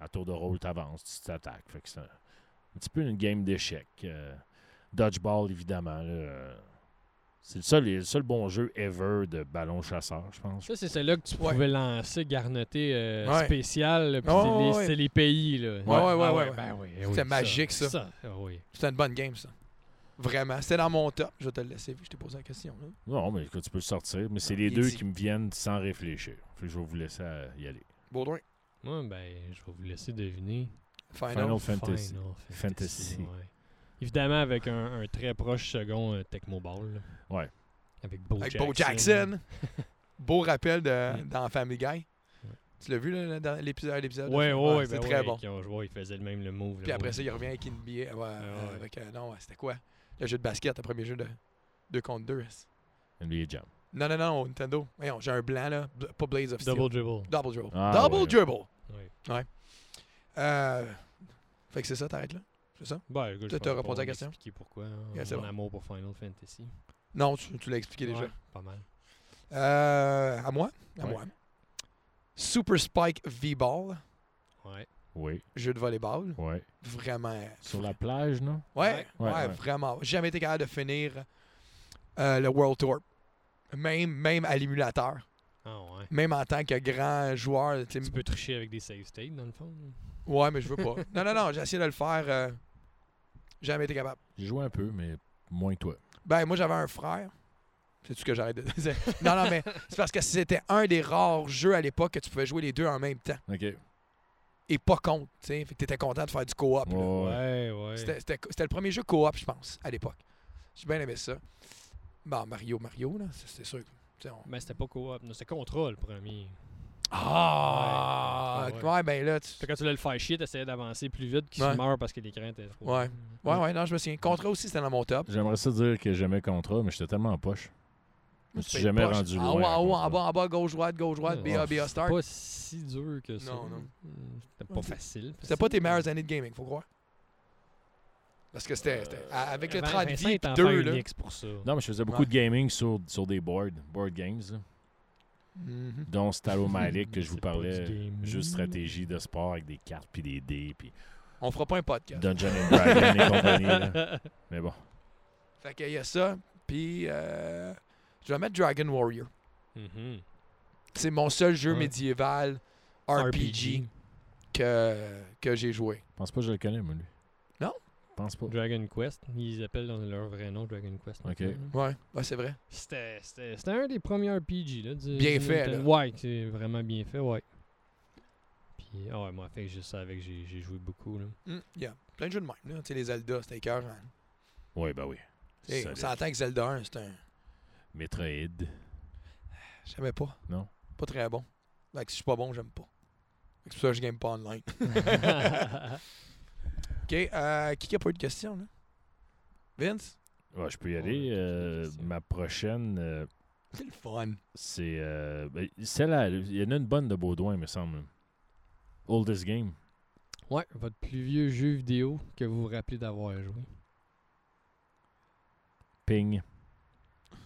Speaker 2: À tour de rôle, t'avances. Tu t'attaques. Fait que c'est un, un petit peu une game d'échecs. Euh, dodgeball, évidemment. là, euh, c'est le seul, le seul bon jeu ever de ballon chasseur, je pense.
Speaker 3: Ça, c'est celle-là que tu
Speaker 1: Ouais.
Speaker 3: pouvais lancer, garnoter euh,
Speaker 1: Ouais.
Speaker 3: spécial. là, puis
Speaker 1: Ouais,
Speaker 3: c'est
Speaker 1: ouais,
Speaker 3: les-
Speaker 1: ouais.
Speaker 3: c'est les pays. Là.
Speaker 1: ouais,
Speaker 3: Ah
Speaker 1: ouais, ouais.
Speaker 3: ben oui, eh oui,
Speaker 1: C'était magique, ça.
Speaker 3: ah oui.
Speaker 1: C'était une bonne game, ça. Vraiment. C'était dans mon top. Je vais te le laisser vu que je t'ai posé la question. là.
Speaker 2: Non, mais écoute, tu peux le sortir. Mais c'est
Speaker 1: Ah, Il
Speaker 2: les deux
Speaker 1: dit.
Speaker 2: qui me viennent sans réfléchir. Fait que je vais vous laisser euh, y aller.
Speaker 1: Baudouin.
Speaker 3: Moi, ben, je vais vous laisser deviner.
Speaker 1: Final.
Speaker 2: Final Fantasy.
Speaker 3: Final
Speaker 2: Fantasy.
Speaker 3: ouais. Évidemment, avec un, un très proche second euh, Tecmo Ball. là.
Speaker 2: Ouais.
Speaker 3: Avec Bo
Speaker 1: Avec
Speaker 3: Jackson.
Speaker 1: Bo Jackson. Beau rappel de,
Speaker 3: Ouais.
Speaker 1: dans Family Guy. Tu l'as vu là, dans l'épisode? l'épisode
Speaker 3: Ouais, ouais, ouais.
Speaker 1: C'était
Speaker 3: ben
Speaker 1: très
Speaker 3: ouais,
Speaker 1: bon.
Speaker 3: qui ont joué, il faisait le même le move.
Speaker 1: Puis après ça, il revient avec NBA. euh,
Speaker 3: ouais.
Speaker 1: Avec, euh, non, ouais, c'était quoi? le jeu de basket, le premier jeu de 2 contre 2.
Speaker 2: NBA Jam.
Speaker 1: Non, non, non, Nintendo. Voyons, j'ai un blanc, là. Bl- Pas Blaze of Steel.
Speaker 3: Double dribble.
Speaker 1: Double dribble.
Speaker 2: Ah,
Speaker 1: Double
Speaker 2: ouais.
Speaker 1: dribble.
Speaker 3: Oui.
Speaker 1: Euh, Fait que c'est ça, t'arrêtes là. C'est ça?
Speaker 3: Ben,
Speaker 1: Toi,
Speaker 3: écoute, je
Speaker 1: t'as
Speaker 3: pense
Speaker 1: répondu
Speaker 3: pas
Speaker 1: à la question?
Speaker 3: expliquer pourquoi. hein,
Speaker 1: Yeah, c'est
Speaker 3: mon
Speaker 1: bon.
Speaker 3: amour pour Final Fantasy.
Speaker 1: Non, tu, tu l'as expliqué déjà.
Speaker 3: Ouais, Pas mal.
Speaker 1: Euh, à moi? À
Speaker 2: Ouais.
Speaker 1: moi. Super Spike V-Ball,
Speaker 3: Ouais.
Speaker 2: Oui,
Speaker 1: jeu de volleyball.
Speaker 2: oui.
Speaker 1: Vraiment.
Speaker 2: Sur la plage, non?
Speaker 1: Ouais, ouais,
Speaker 2: Ouais, ouais.
Speaker 1: vraiment. J'ai jamais été capable de finir euh, le World Tour. Même, même à l'émulateur.
Speaker 3: Ah ouais.
Speaker 1: Même en tant que grand joueur. tu sais,
Speaker 3: Tu peux tricher avec des save states, dans le fond. là.
Speaker 1: Ouais, mais je veux pas. non, non, non, j'ai essayé de le faire. euh, jamais été capable.
Speaker 2: J'ai joué un peu, mais moins que toi.
Speaker 1: Ben, moi, j'avais un frère. C'est ce que j'arrête de dire. non, non, mais c'est parce que c'était un des rares jeux à l'époque que tu pouvais jouer les deux en même temps.
Speaker 2: OK. Ouais,
Speaker 1: Et pas contre, tu sais. Fait que t'étais content de faire du co-op. Ah, là.
Speaker 2: ouais.
Speaker 3: Ouais, ouais.
Speaker 1: C'était c'était- c'était le premier jeu co-op, je pense, à l'époque. J'ai bien aimé ça. Bon, Mario, Mario, là, c'est c'est sûr. que, tu sais, on-
Speaker 3: Mais c'était pas co-op. non, C'était contrôle, premier.
Speaker 1: Ah!
Speaker 3: Ouais.
Speaker 1: Ouais, ben là, tu...
Speaker 3: Fait que quand tu voulais le faire chier, t'essayais d'avancer plus vite qu'il
Speaker 1: Ouais.
Speaker 3: se meurt parce que l'écran était trop.
Speaker 1: Ouais. Ouais, ouais, non, je me souviens. Contra aussi, c'était dans mon top.
Speaker 2: J'aimerais ça dire que j'aimais Contra, mais j'étais tellement en poche. Je me suis
Speaker 1: C'est
Speaker 2: jamais
Speaker 1: poche.
Speaker 2: rendu
Speaker 1: En
Speaker 2: loin.
Speaker 1: haut,
Speaker 2: à
Speaker 1: en haut, en
Speaker 2: Contra.
Speaker 1: bas, en bas, gauche, droite, gauche, droite,
Speaker 2: Ouais.
Speaker 1: BA, BA, start.
Speaker 3: Pas si dur que ça.
Speaker 1: Non, non.
Speaker 3: Mm, C'était
Speaker 1: Ouais.
Speaker 3: pas facile.
Speaker 1: C'était pas tes meilleures années de gaming, faut croire.
Speaker 2: Euh,
Speaker 1: Parce que c'était. c'était- à- Avec le 30
Speaker 3: Vincent
Speaker 1: vie
Speaker 3: est
Speaker 1: pis
Speaker 3: en
Speaker 1: deux,
Speaker 3: faire
Speaker 1: là.
Speaker 3: une X pour ça.
Speaker 2: Non, mais je faisais beaucoup
Speaker 1: Ouais.
Speaker 2: de gaming sur, sur des boards, board games, là,
Speaker 1: Mhm.
Speaker 2: dont Stalomatic que je vous
Speaker 3: C'est pas du
Speaker 2: parlais.
Speaker 3: gaming.
Speaker 2: Juste stratégie de sport avec des cartes puis des dés puis
Speaker 1: On fera pas un podcast.
Speaker 2: Dungeon and Dragon et compagnie. là. Mais bon,
Speaker 1: Fait qu'il y a ça, puis euh, je vais mettre Dragon Warrior.
Speaker 3: Mhm.
Speaker 1: C'est mon seul jeu
Speaker 3: Ouais.
Speaker 1: médiéval RPG, que, que j'ai joué.
Speaker 2: je pense pas que je le connais, moi, lui.
Speaker 1: Non?
Speaker 2: Je pense pas.
Speaker 3: Dragon Quest. Ils appellent dans leur vrai nom Dragon Quest.
Speaker 2: Ok.
Speaker 3: maintenant, là.
Speaker 1: Ouais, ouais, c'est vrai.
Speaker 3: C'était c'était- c'était un des premiers RPG. Là, du-
Speaker 1: Bien
Speaker 3: du
Speaker 1: fait,
Speaker 3: Nintendo.
Speaker 1: là.
Speaker 3: Ouais, c'est vraiment bien fait, ouais. Puis, ah ouais, moi, fait que je savais que j'ai j'ai joué beaucoup. Là.
Speaker 1: Mm, yeah. Plein de jeux de même. là. Tu sais, les Zelda, c'était écœurant.
Speaker 2: Oui, ben oui.
Speaker 1: Tu
Speaker 3: Eh,
Speaker 1: sais, On
Speaker 2: Solide.
Speaker 1: s'entend que Zelda 1, c'est un.
Speaker 2: Metroid.
Speaker 1: Je savais pas.
Speaker 2: Non.
Speaker 1: Pas très bon. Fait que si je suis pas bon, j'aime pas. Fait que C'est pour ça que je game pas online. OK. euh, qui qui a pas eu de questions, là? Vince?
Speaker 2: Ouais, je peux y
Speaker 3: Ouais,
Speaker 2: aller.
Speaker 3: c'est
Speaker 2: euh,
Speaker 3: une question.
Speaker 2: ma prochaine, euh,
Speaker 1: C'est le fun.
Speaker 2: c'est. euh, ben, Celle-là, il y en a une bonne de Baudouin, il me semble. Oldest Game.
Speaker 3: ouais, votre plus vieux jeu vidéo que vous vous rappelez d'avoir joué.
Speaker 2: Ping.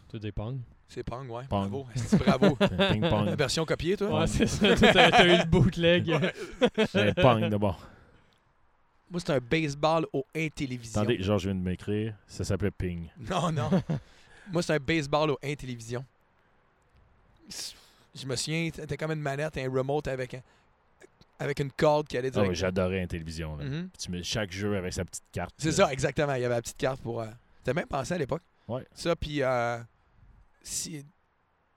Speaker 3: Tout dépend.
Speaker 1: C'est Pong, ouais.
Speaker 2: Pong.
Speaker 1: Bravo. Esti, bravo.
Speaker 2: Ping
Speaker 1: La
Speaker 2: Pong.
Speaker 1: version copiée, toi?
Speaker 3: Ouais, c'est ça. T'as t'as eu le bootleg.
Speaker 2: J'ai un Pong d'abord.
Speaker 1: Moi, c'est un baseball au Intélévision.
Speaker 2: Attendez, genre, je viens de m'écrire. Ça s'appelait Ping. Ah
Speaker 1: Non, non. Moi, c'est un baseball au Intélévision. Je me souviens, t'étais comme une manette, un remote avec, un- avec une corde qui allait
Speaker 2: Ah ouais,
Speaker 1: direct.
Speaker 2: J'adorais la télévision. Là.
Speaker 1: Mhm.
Speaker 2: Puis tu mets chaque jeu avec sa petite carte.
Speaker 1: C'est
Speaker 2: là.
Speaker 1: ça, exactement. Il y avait la petite carte pour. euh, T'as même pensé à l'époque.
Speaker 2: Ouais.
Speaker 1: Ça, puis. euh, si-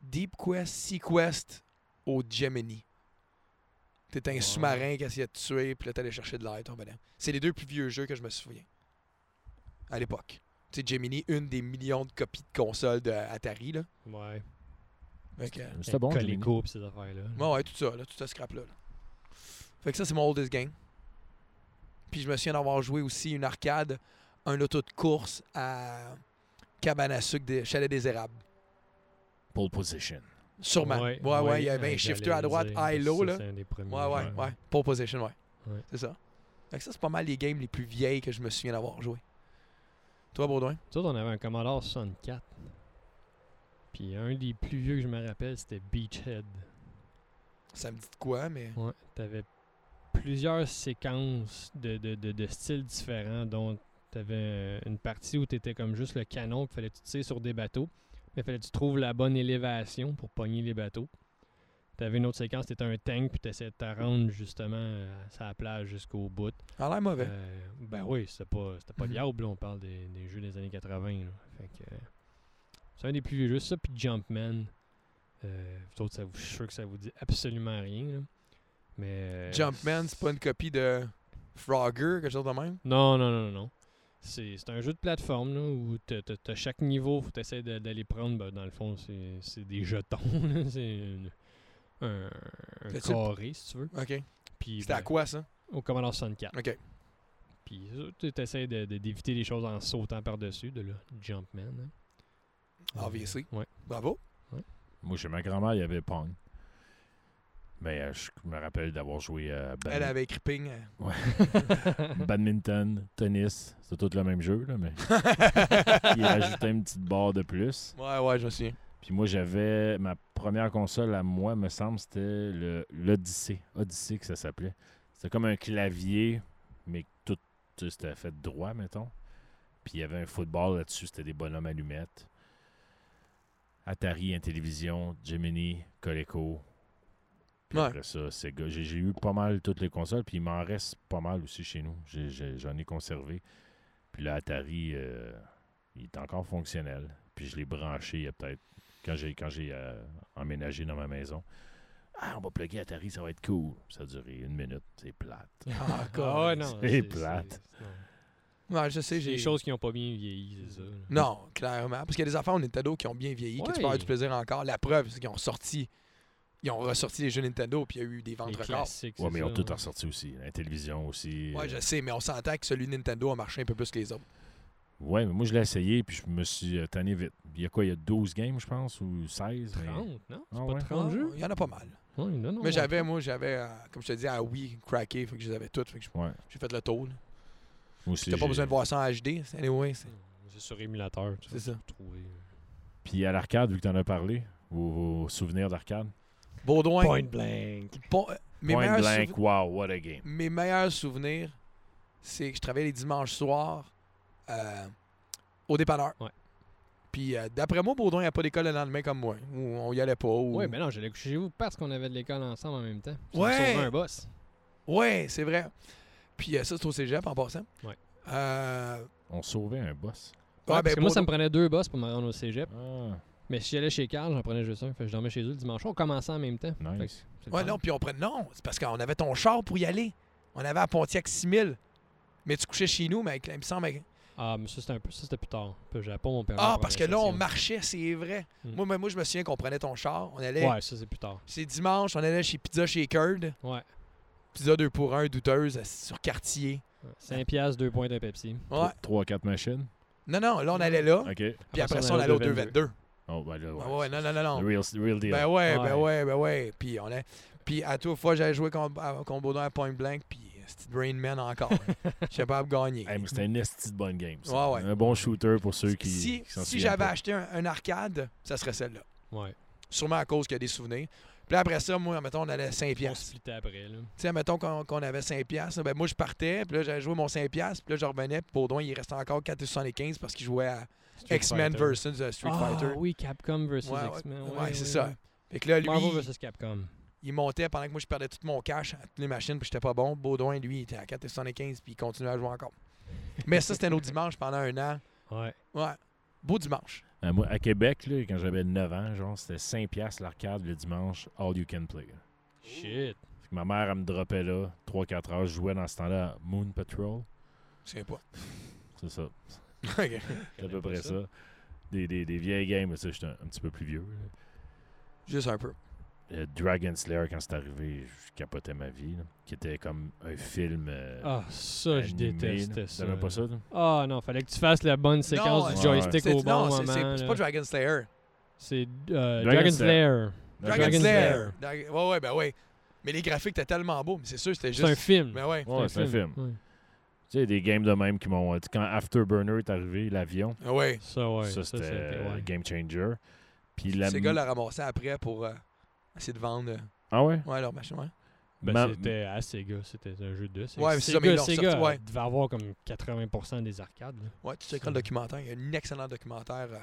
Speaker 1: Deep Quest, Sea Quest au Gemini. T'étais un
Speaker 3: Ouais.
Speaker 1: sous-marin qui essayait de te tuer, puis là, t'allais chercher de l'air, ton bonhomme. C'est les deux plus vieux jeux que je me souviens. À l'époque. Tu sais, Gemini, une des millions de copies de consoles de Atari, là.
Speaker 3: ouais.
Speaker 1: Fait que,
Speaker 2: Mais C'était bon. Gemini.
Speaker 3: Coleco pis ces affaires-là.
Speaker 1: ouais, ouais, tout ça, là, tout ce scrap-là. là. Fait que ça, c'est mon oldest game. Puis je me souviens d'avoir joué aussi une arcade, un auto de course à cabane à sucre, des chalet des érables.
Speaker 2: Pole Position.
Speaker 1: Sûrement. Ouais, ouais, il y avait un
Speaker 3: ouais,
Speaker 1: shifter
Speaker 3: j'allais
Speaker 1: à droite,
Speaker 3: le dire, parce
Speaker 1: high-low,
Speaker 3: que
Speaker 1: là.
Speaker 3: ça, C'est un des premiers.
Speaker 1: Ouais, ouais, ouais. Pole position, ouais.
Speaker 3: Ouais.
Speaker 1: C'est ça. Fait que ça, c'est pas mal les games les plus vieilles que je me souviens d'avoir joué. Toi, Baudouin?
Speaker 3: Nous autres, on avait un Commodore 64. Puis un des plus vieux que je me rappelle, c'était Beachhead.
Speaker 1: Ça me dit de quoi, mais...
Speaker 3: Ouais. T'avais plusieurs séquences de, de, de, de styles différents, dont t'avais euh, une partie où t'étais comme juste le canon, qu'il fallait que tu tires sur des bateaux. Mais fallait que tu trouves la bonne élévation pour pogner les bateaux. T'avais une autre séquence, t'étais un tank, puis t'essayais de te rendre justement euh, à la plage jusqu'au bout.
Speaker 1: Ça a Ah, l'air mauvais.
Speaker 3: Euh, ben oui, c'était pas, c'était pas
Speaker 1: Mhm.
Speaker 3: diable, là, on parle des, des jeux des années 80. là. Fait que, euh, c'est un des plus vieux jeux, ça, puis Jumpman. Euh, vous autres, ça vous, je suis sûr que ça vous dit absolument rien. là. Mais, euh,
Speaker 1: Jumpman, c'est pas une copie de Frogger, quelque chose de même?
Speaker 3: Non, non, non, non, non. C'est c'est un jeu de plateforme là, où t'as- t'as t'as chaque niveau, faut t'essayer de- d'aller prendre. ben, dans le fond, c'est c'est des jetons. là, c'est une- un, un
Speaker 1: T'as-tu le-
Speaker 3: carré, si tu veux.
Speaker 1: OK.
Speaker 3: Puis,
Speaker 1: C'était à
Speaker 3: ben,
Speaker 1: quoi, ça?
Speaker 3: Au Commodore 64.
Speaker 1: OK.
Speaker 3: Puis tu essaies de- de- d'éviter les choses en sautant par-dessus, de là, Jumpman. hein.
Speaker 1: Obviously.
Speaker 3: Ouais.
Speaker 1: Bravo.
Speaker 2: Moi, chez ma grand-mère, il y avait Pong. Mais euh, je me rappelle d'avoir joué à
Speaker 3: Ben
Speaker 2: bad-
Speaker 1: Elle avait écrit ping. euh,
Speaker 2: badminton, tennis. C'est tout le même jeu, là, mais il rajoutait une petite barre de plus.
Speaker 1: Ouais, ouais, je me souviens.
Speaker 2: Puis moi, j'avais ma première console à moi, me semble, c'était le- l'Odyssey. Odyssey que ça s'appelait. C'était comme un clavier, mais tout tu sais, c'était fait droit, mettons. Puis il y avait un football là-dessus, c'était des bonhommes allumettes. Atari, Intellivision, Gemini, Coleco. Puis
Speaker 1: Ouais.
Speaker 2: après ça, Sega. J'ai j'ai eu pas mal toutes les consoles, puis il m'en reste pas mal aussi chez nous. J'ai- j'ai- J'en ai, conservé. Puis là, Atari, euh, il est encore fonctionnel. Puis je l'ai branché il y a peut-être quand j'ai quand j'ai euh, emménagé dans ma maison. Ah, on va plugger Atari, ça va être cool. Ça a duré une minute, c'est plate.
Speaker 1: Ah,
Speaker 3: Ah ouais,
Speaker 1: God.
Speaker 3: non.
Speaker 2: c'est plate.
Speaker 3: c'est- non.
Speaker 1: Ouais, je sais,
Speaker 3: C'est
Speaker 1: j'ai.
Speaker 3: des choses qui n'ont pas bien vieilli, c'est ça. là.
Speaker 1: Non, clairement. Parce qu'il y a des affaires au Nintendo qui ont bien vieilli, que tu peux avoir
Speaker 3: Ouais.
Speaker 1: du plaisir encore. La preuve, c'est qu'ils ont sorti. Ils ont ressorti les jeux Nintendo, puis il y a eu des
Speaker 3: Les
Speaker 1: ventes records.
Speaker 3: classiques.
Speaker 2: Ouais,
Speaker 3: c'est
Speaker 2: mais ils
Speaker 3: ça,
Speaker 2: ont tout
Speaker 3: hein.
Speaker 2: ressorti aussi. La télévision aussi.
Speaker 1: Ouais, je
Speaker 2: euh,
Speaker 1: sais, mais on s'entend que celui Nintendo a marché un peu plus que les autres.
Speaker 2: ouais, mais moi, je l'ai essayé, puis je me suis euh, tanné vite. Il y a quoi, il y a 12 games, je pense, ou 16? mais-
Speaker 3: 30, non?
Speaker 2: Ah ouais?
Speaker 1: Ah,
Speaker 3: 30 jeux? Oh,
Speaker 1: Il y en a pas mal.
Speaker 3: Ouais, non, non,
Speaker 1: Mais j'avais, moi, j'avais, euh, comme je te dis, à Wii, craqué, fait que je les avais toutes, fait que
Speaker 2: Ouais.
Speaker 1: j'ai fait le tour. là.
Speaker 2: Moi aussi,
Speaker 1: T'as pas
Speaker 2: j'ai-
Speaker 1: besoin de voir ça en HD, c'est- anyway. c'est-
Speaker 3: C'est sur émulateur, tu
Speaker 1: C'est ça.
Speaker 3: trouver. euh,
Speaker 2: Puis à l'arcade, vu que t'en as parlé, vos, vos souvenirs d'arcade.
Speaker 1: Baudouin.
Speaker 3: Point blank.
Speaker 1: Bon, euh, mes,
Speaker 2: Point
Speaker 1: meilleurs
Speaker 2: blank,
Speaker 1: souve-
Speaker 2: wow, what a game.
Speaker 1: mes meilleurs souvenirs, c'est que je travaillais les dimanches soirs euh, au dépanneur.
Speaker 3: Ouais.
Speaker 1: Puis euh, d'après moi, Baudouin n'a pas d'école le lendemain comme moi, ou on y allait pas. ou-
Speaker 3: Ouais, ben. mais non, j'allais coucher chez vous parce qu'on avait de l'école ensemble en même temps. Ça me
Speaker 1: Ouais.
Speaker 3: sauvait un boss.
Speaker 1: Ouais, c'est vrai. Puis euh, ça, c'est au cégep en passant.
Speaker 3: Ouais.
Speaker 1: Euh,
Speaker 2: On sauvait un boss.
Speaker 1: ouais,
Speaker 3: Ouais,
Speaker 1: ben,
Speaker 3: parce que moi,
Speaker 1: Baudouin-
Speaker 3: ça me prenait deux boss pour me rendre au cégep.
Speaker 2: Ah,
Speaker 3: Mais si j'allais chez Carl, j'en prenais juste un. Fait que je dormais chez eux le dimanche. On commençait en même temps. Fait que
Speaker 2: nice.
Speaker 3: c'est le
Speaker 1: Ouais,
Speaker 3: fun.
Speaker 1: non, puis on prenait. Non, c'est parce qu'on avait ton char pour y aller. On avait à Pontiac 6000. Mais tu couchais chez nous, mais avec, il me semble. avec-
Speaker 3: Ah, mais ça, c'était un peu. Ça, c'était plus tard. Puis J'avais pas mon permis.
Speaker 1: Ah,
Speaker 3: pour
Speaker 1: parce que
Speaker 3: aller
Speaker 1: là, on
Speaker 3: chercher.
Speaker 1: marchait, c'est vrai.
Speaker 3: Mm.
Speaker 1: Moi, mais moi, je me souviens qu'on prenait ton char. On allait.
Speaker 3: Ouais, ça, c'est plus tard.
Speaker 1: C'est dimanche, on allait chez Pizza chez Curd.
Speaker 3: Ouais.
Speaker 1: Pizza 2 pour 1, douteuse, assis sur quartier.
Speaker 3: 5 piastres, 2 points de Pepsi.
Speaker 1: Ouais.
Speaker 2: 3-4 machines.
Speaker 1: Non, non, là, on allait là.
Speaker 2: OK.
Speaker 1: Puis après ça, on allait au 222.
Speaker 2: Oh, ben là, ouais.
Speaker 1: Ah ouais, non, non, non, non.
Speaker 2: The real, real deal.
Speaker 1: Ben ouais, ben
Speaker 3: Ouais.
Speaker 1: ouais, ben ouais. Puis on est. Puis à toute fois, j'allais jouer contre, à- contre Baudouin à Point Blank, puis c'était Brain Man encore. Je sais pas gagner.
Speaker 2: Hey, mais C'était une esti de bonne game. ça.
Speaker 1: Ouais, ouais.
Speaker 2: Un bon shooter pour ceux qui.
Speaker 1: Si,
Speaker 2: qui s'en
Speaker 1: si
Speaker 2: souviennent
Speaker 1: j'avais
Speaker 2: pas.
Speaker 1: acheté un, un arcade, ça serait celle-là.
Speaker 3: Ouais.
Speaker 1: Sûrement à cause qu'il y a des souvenirs. Puis là, après ça, moi, mettons, on allait à 5
Speaker 3: On
Speaker 1: piastres. Tu
Speaker 3: splittait après, là.
Speaker 1: sais, mettons qu'on qu'on avait 5 piastres, ben moi, je partais, puis là, j'allais jouer mon 5 piastres, puis là, je revenais, puis Baudouin, il restait encore 4,75 parce qu'il jouait à
Speaker 3: Street
Speaker 1: X-Men
Speaker 3: Fighter.
Speaker 1: versus euh, Street Fighter.
Speaker 3: Ah oui, Capcom versus
Speaker 1: Ouais, ouais,
Speaker 3: X-Men.
Speaker 1: ouais, c'est ça. Fait que là, lui,
Speaker 3: Marvel versus Capcom.
Speaker 1: il montait pendant que moi je perdais tout mon cash à toutes les machines puis j'étais pas bon. Baudouin, lui, il était à 4,75 puis il continuait à jouer encore. Mais ça, c'était nos dimanches pendant un an.
Speaker 3: Ouais.
Speaker 1: Ouais. Beau dimanche.
Speaker 2: Euh, moi, à Québec, là, quand j'avais 9 ans, genre, c'était 5$ piastres l'arcade le dimanche, all you can play.
Speaker 3: Shit.
Speaker 2: Fait que ma mère, elle me droppait là, 3-4 heures. Je jouais dans ce temps-là à Moon Patrol.
Speaker 1: Je sais pas.
Speaker 2: C'est ça.
Speaker 1: Ok.
Speaker 2: C'est à peu près ça. Des, des, des vieilles games, mais ça, j'étais un, un petit peu plus vieux. là.
Speaker 1: Juste un peu.
Speaker 2: Euh, Dragon Slayer, quand c'est arrivé, je capotais ma vie. là, qui était comme un film. euh,
Speaker 3: Ah, ça, je
Speaker 2: animé, là.
Speaker 3: détestais ça.
Speaker 2: T'avais pas ça, toi?
Speaker 3: Ah non, fallait que tu fasses la bonne séquence
Speaker 1: euh,
Speaker 3: du
Speaker 2: ouais.
Speaker 3: joystick
Speaker 1: C'est
Speaker 3: au bon
Speaker 1: non, c'est-
Speaker 3: moment.
Speaker 1: c'est- c'est pas
Speaker 3: là.
Speaker 1: Dragon Slayer.
Speaker 3: C'est euh,
Speaker 2: Dragon Slayer.
Speaker 3: Dragon Slayer.
Speaker 1: Dragon, Slayer.
Speaker 3: Dragon Slayer.
Speaker 1: Dra- ouais, ouais, ben ouais. Mais les graphiques étaient tellement beaux, mais c'est sûr, c'était
Speaker 3: C'est
Speaker 1: juste.
Speaker 3: un film.
Speaker 1: Mais ouais.
Speaker 2: Ouais, c'est un film.
Speaker 3: Ouais.
Speaker 2: Tu sais, des games de même qui m'ont. tu sais, Quand Afterburner est arrivé, l'avion,
Speaker 1: Ah Ouais.
Speaker 3: Ça, ouais.
Speaker 2: ça, c'était euh,
Speaker 3: ouais.
Speaker 2: Game Changer. Puis la.
Speaker 1: Ces gars l'ont ramassé après pour euh, essayer de vendre euh,
Speaker 2: Ah ouais?
Speaker 1: ouais, leur machine. Ouais.
Speaker 3: Ben,
Speaker 2: Ma-
Speaker 3: c'était à Sega, c'était un jeu de Sega.
Speaker 1: Ouais, mais c'est ça, mais ils
Speaker 3: Sega,
Speaker 1: l'ont
Speaker 3: Sega
Speaker 1: sorti, ouais.
Speaker 3: devait avoir comme 80% des arcades. là.
Speaker 1: Ouais, tu checkeras le documentaire. Il y a un excellent documentaire euh,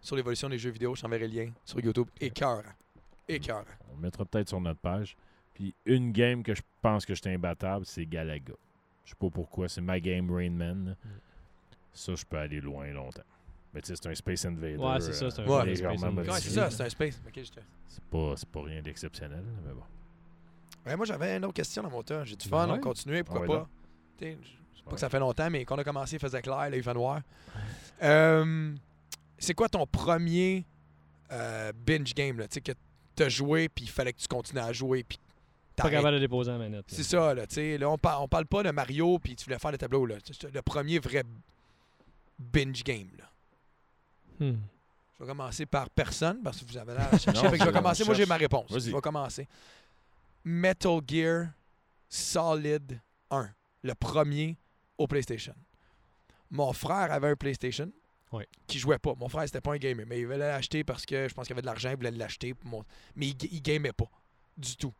Speaker 1: sur l'évolution des jeux vidéo. Je t'enverrai le lien sur YouTube. Écœurant. Écœurant.
Speaker 2: On le mettra peut-être sur notre page. Puis une game que je pense que j'étais imbattable, c'est Galaga. Je sais pas pourquoi, c'est ma game Rain Man. là.
Speaker 3: Mm.
Speaker 2: Ça, je peux aller loin longtemps. Mais tu sais, c'est un Space Invader.
Speaker 3: Ouais, c'est ça,
Speaker 2: euh,
Speaker 3: c'est un
Speaker 1: Ouais.
Speaker 3: jeu de Space
Speaker 2: légèrement
Speaker 3: Invaders.
Speaker 1: Comment c'est
Speaker 2: modifié.
Speaker 1: ça? C'est un space. Ok, j'étais-
Speaker 2: C'est pas, c'est pas rien d'exceptionnel, là, mais bon.
Speaker 1: Ouais, moi, j'avais une autre question dans mon temps. J'ai du fun,
Speaker 3: Ouais.
Speaker 1: on continue. Pourquoi
Speaker 2: Ah ouais,
Speaker 1: pas?
Speaker 2: donc.
Speaker 1: Tu sais, je-
Speaker 2: C'est
Speaker 1: pas que ça fait longtemps, mais quand on a commencé, il faisait clair, là, il fait noir. Euh, c'est quoi ton premier euh, binge game là, tu sais, que t'as joué, puis il fallait que tu continues à jouer, puis
Speaker 3: Pas
Speaker 1: t'arrêtes.
Speaker 3: capable de déposer la manette. là.
Speaker 1: C'est ça, là, tu sais. Là, on, par- on parle pas de Mario, puis tu voulais faire le tableau, là. C'est le premier vrai binge game, là.
Speaker 3: Hmm.
Speaker 1: Je vais commencer par personne, parce que vous avez l'air à chercher.
Speaker 2: Non,
Speaker 1: Fait que je vais
Speaker 2: c'est-
Speaker 1: commencer, moi j'ai
Speaker 2: cherche.
Speaker 1: ma réponse.
Speaker 2: Vas-y.
Speaker 1: Je vais commencer. Metal Gear Solid 1, le premier au PlayStation. Mon frère avait un PlayStation
Speaker 3: Ouais.
Speaker 1: qui jouait pas. Mon frère, c'était pas un gamer, mais il voulait l'acheter parce que je pense qu'il avait de l'argent, il voulait l'acheter. pour mon- Mais il, ga- il gamait pas du tout.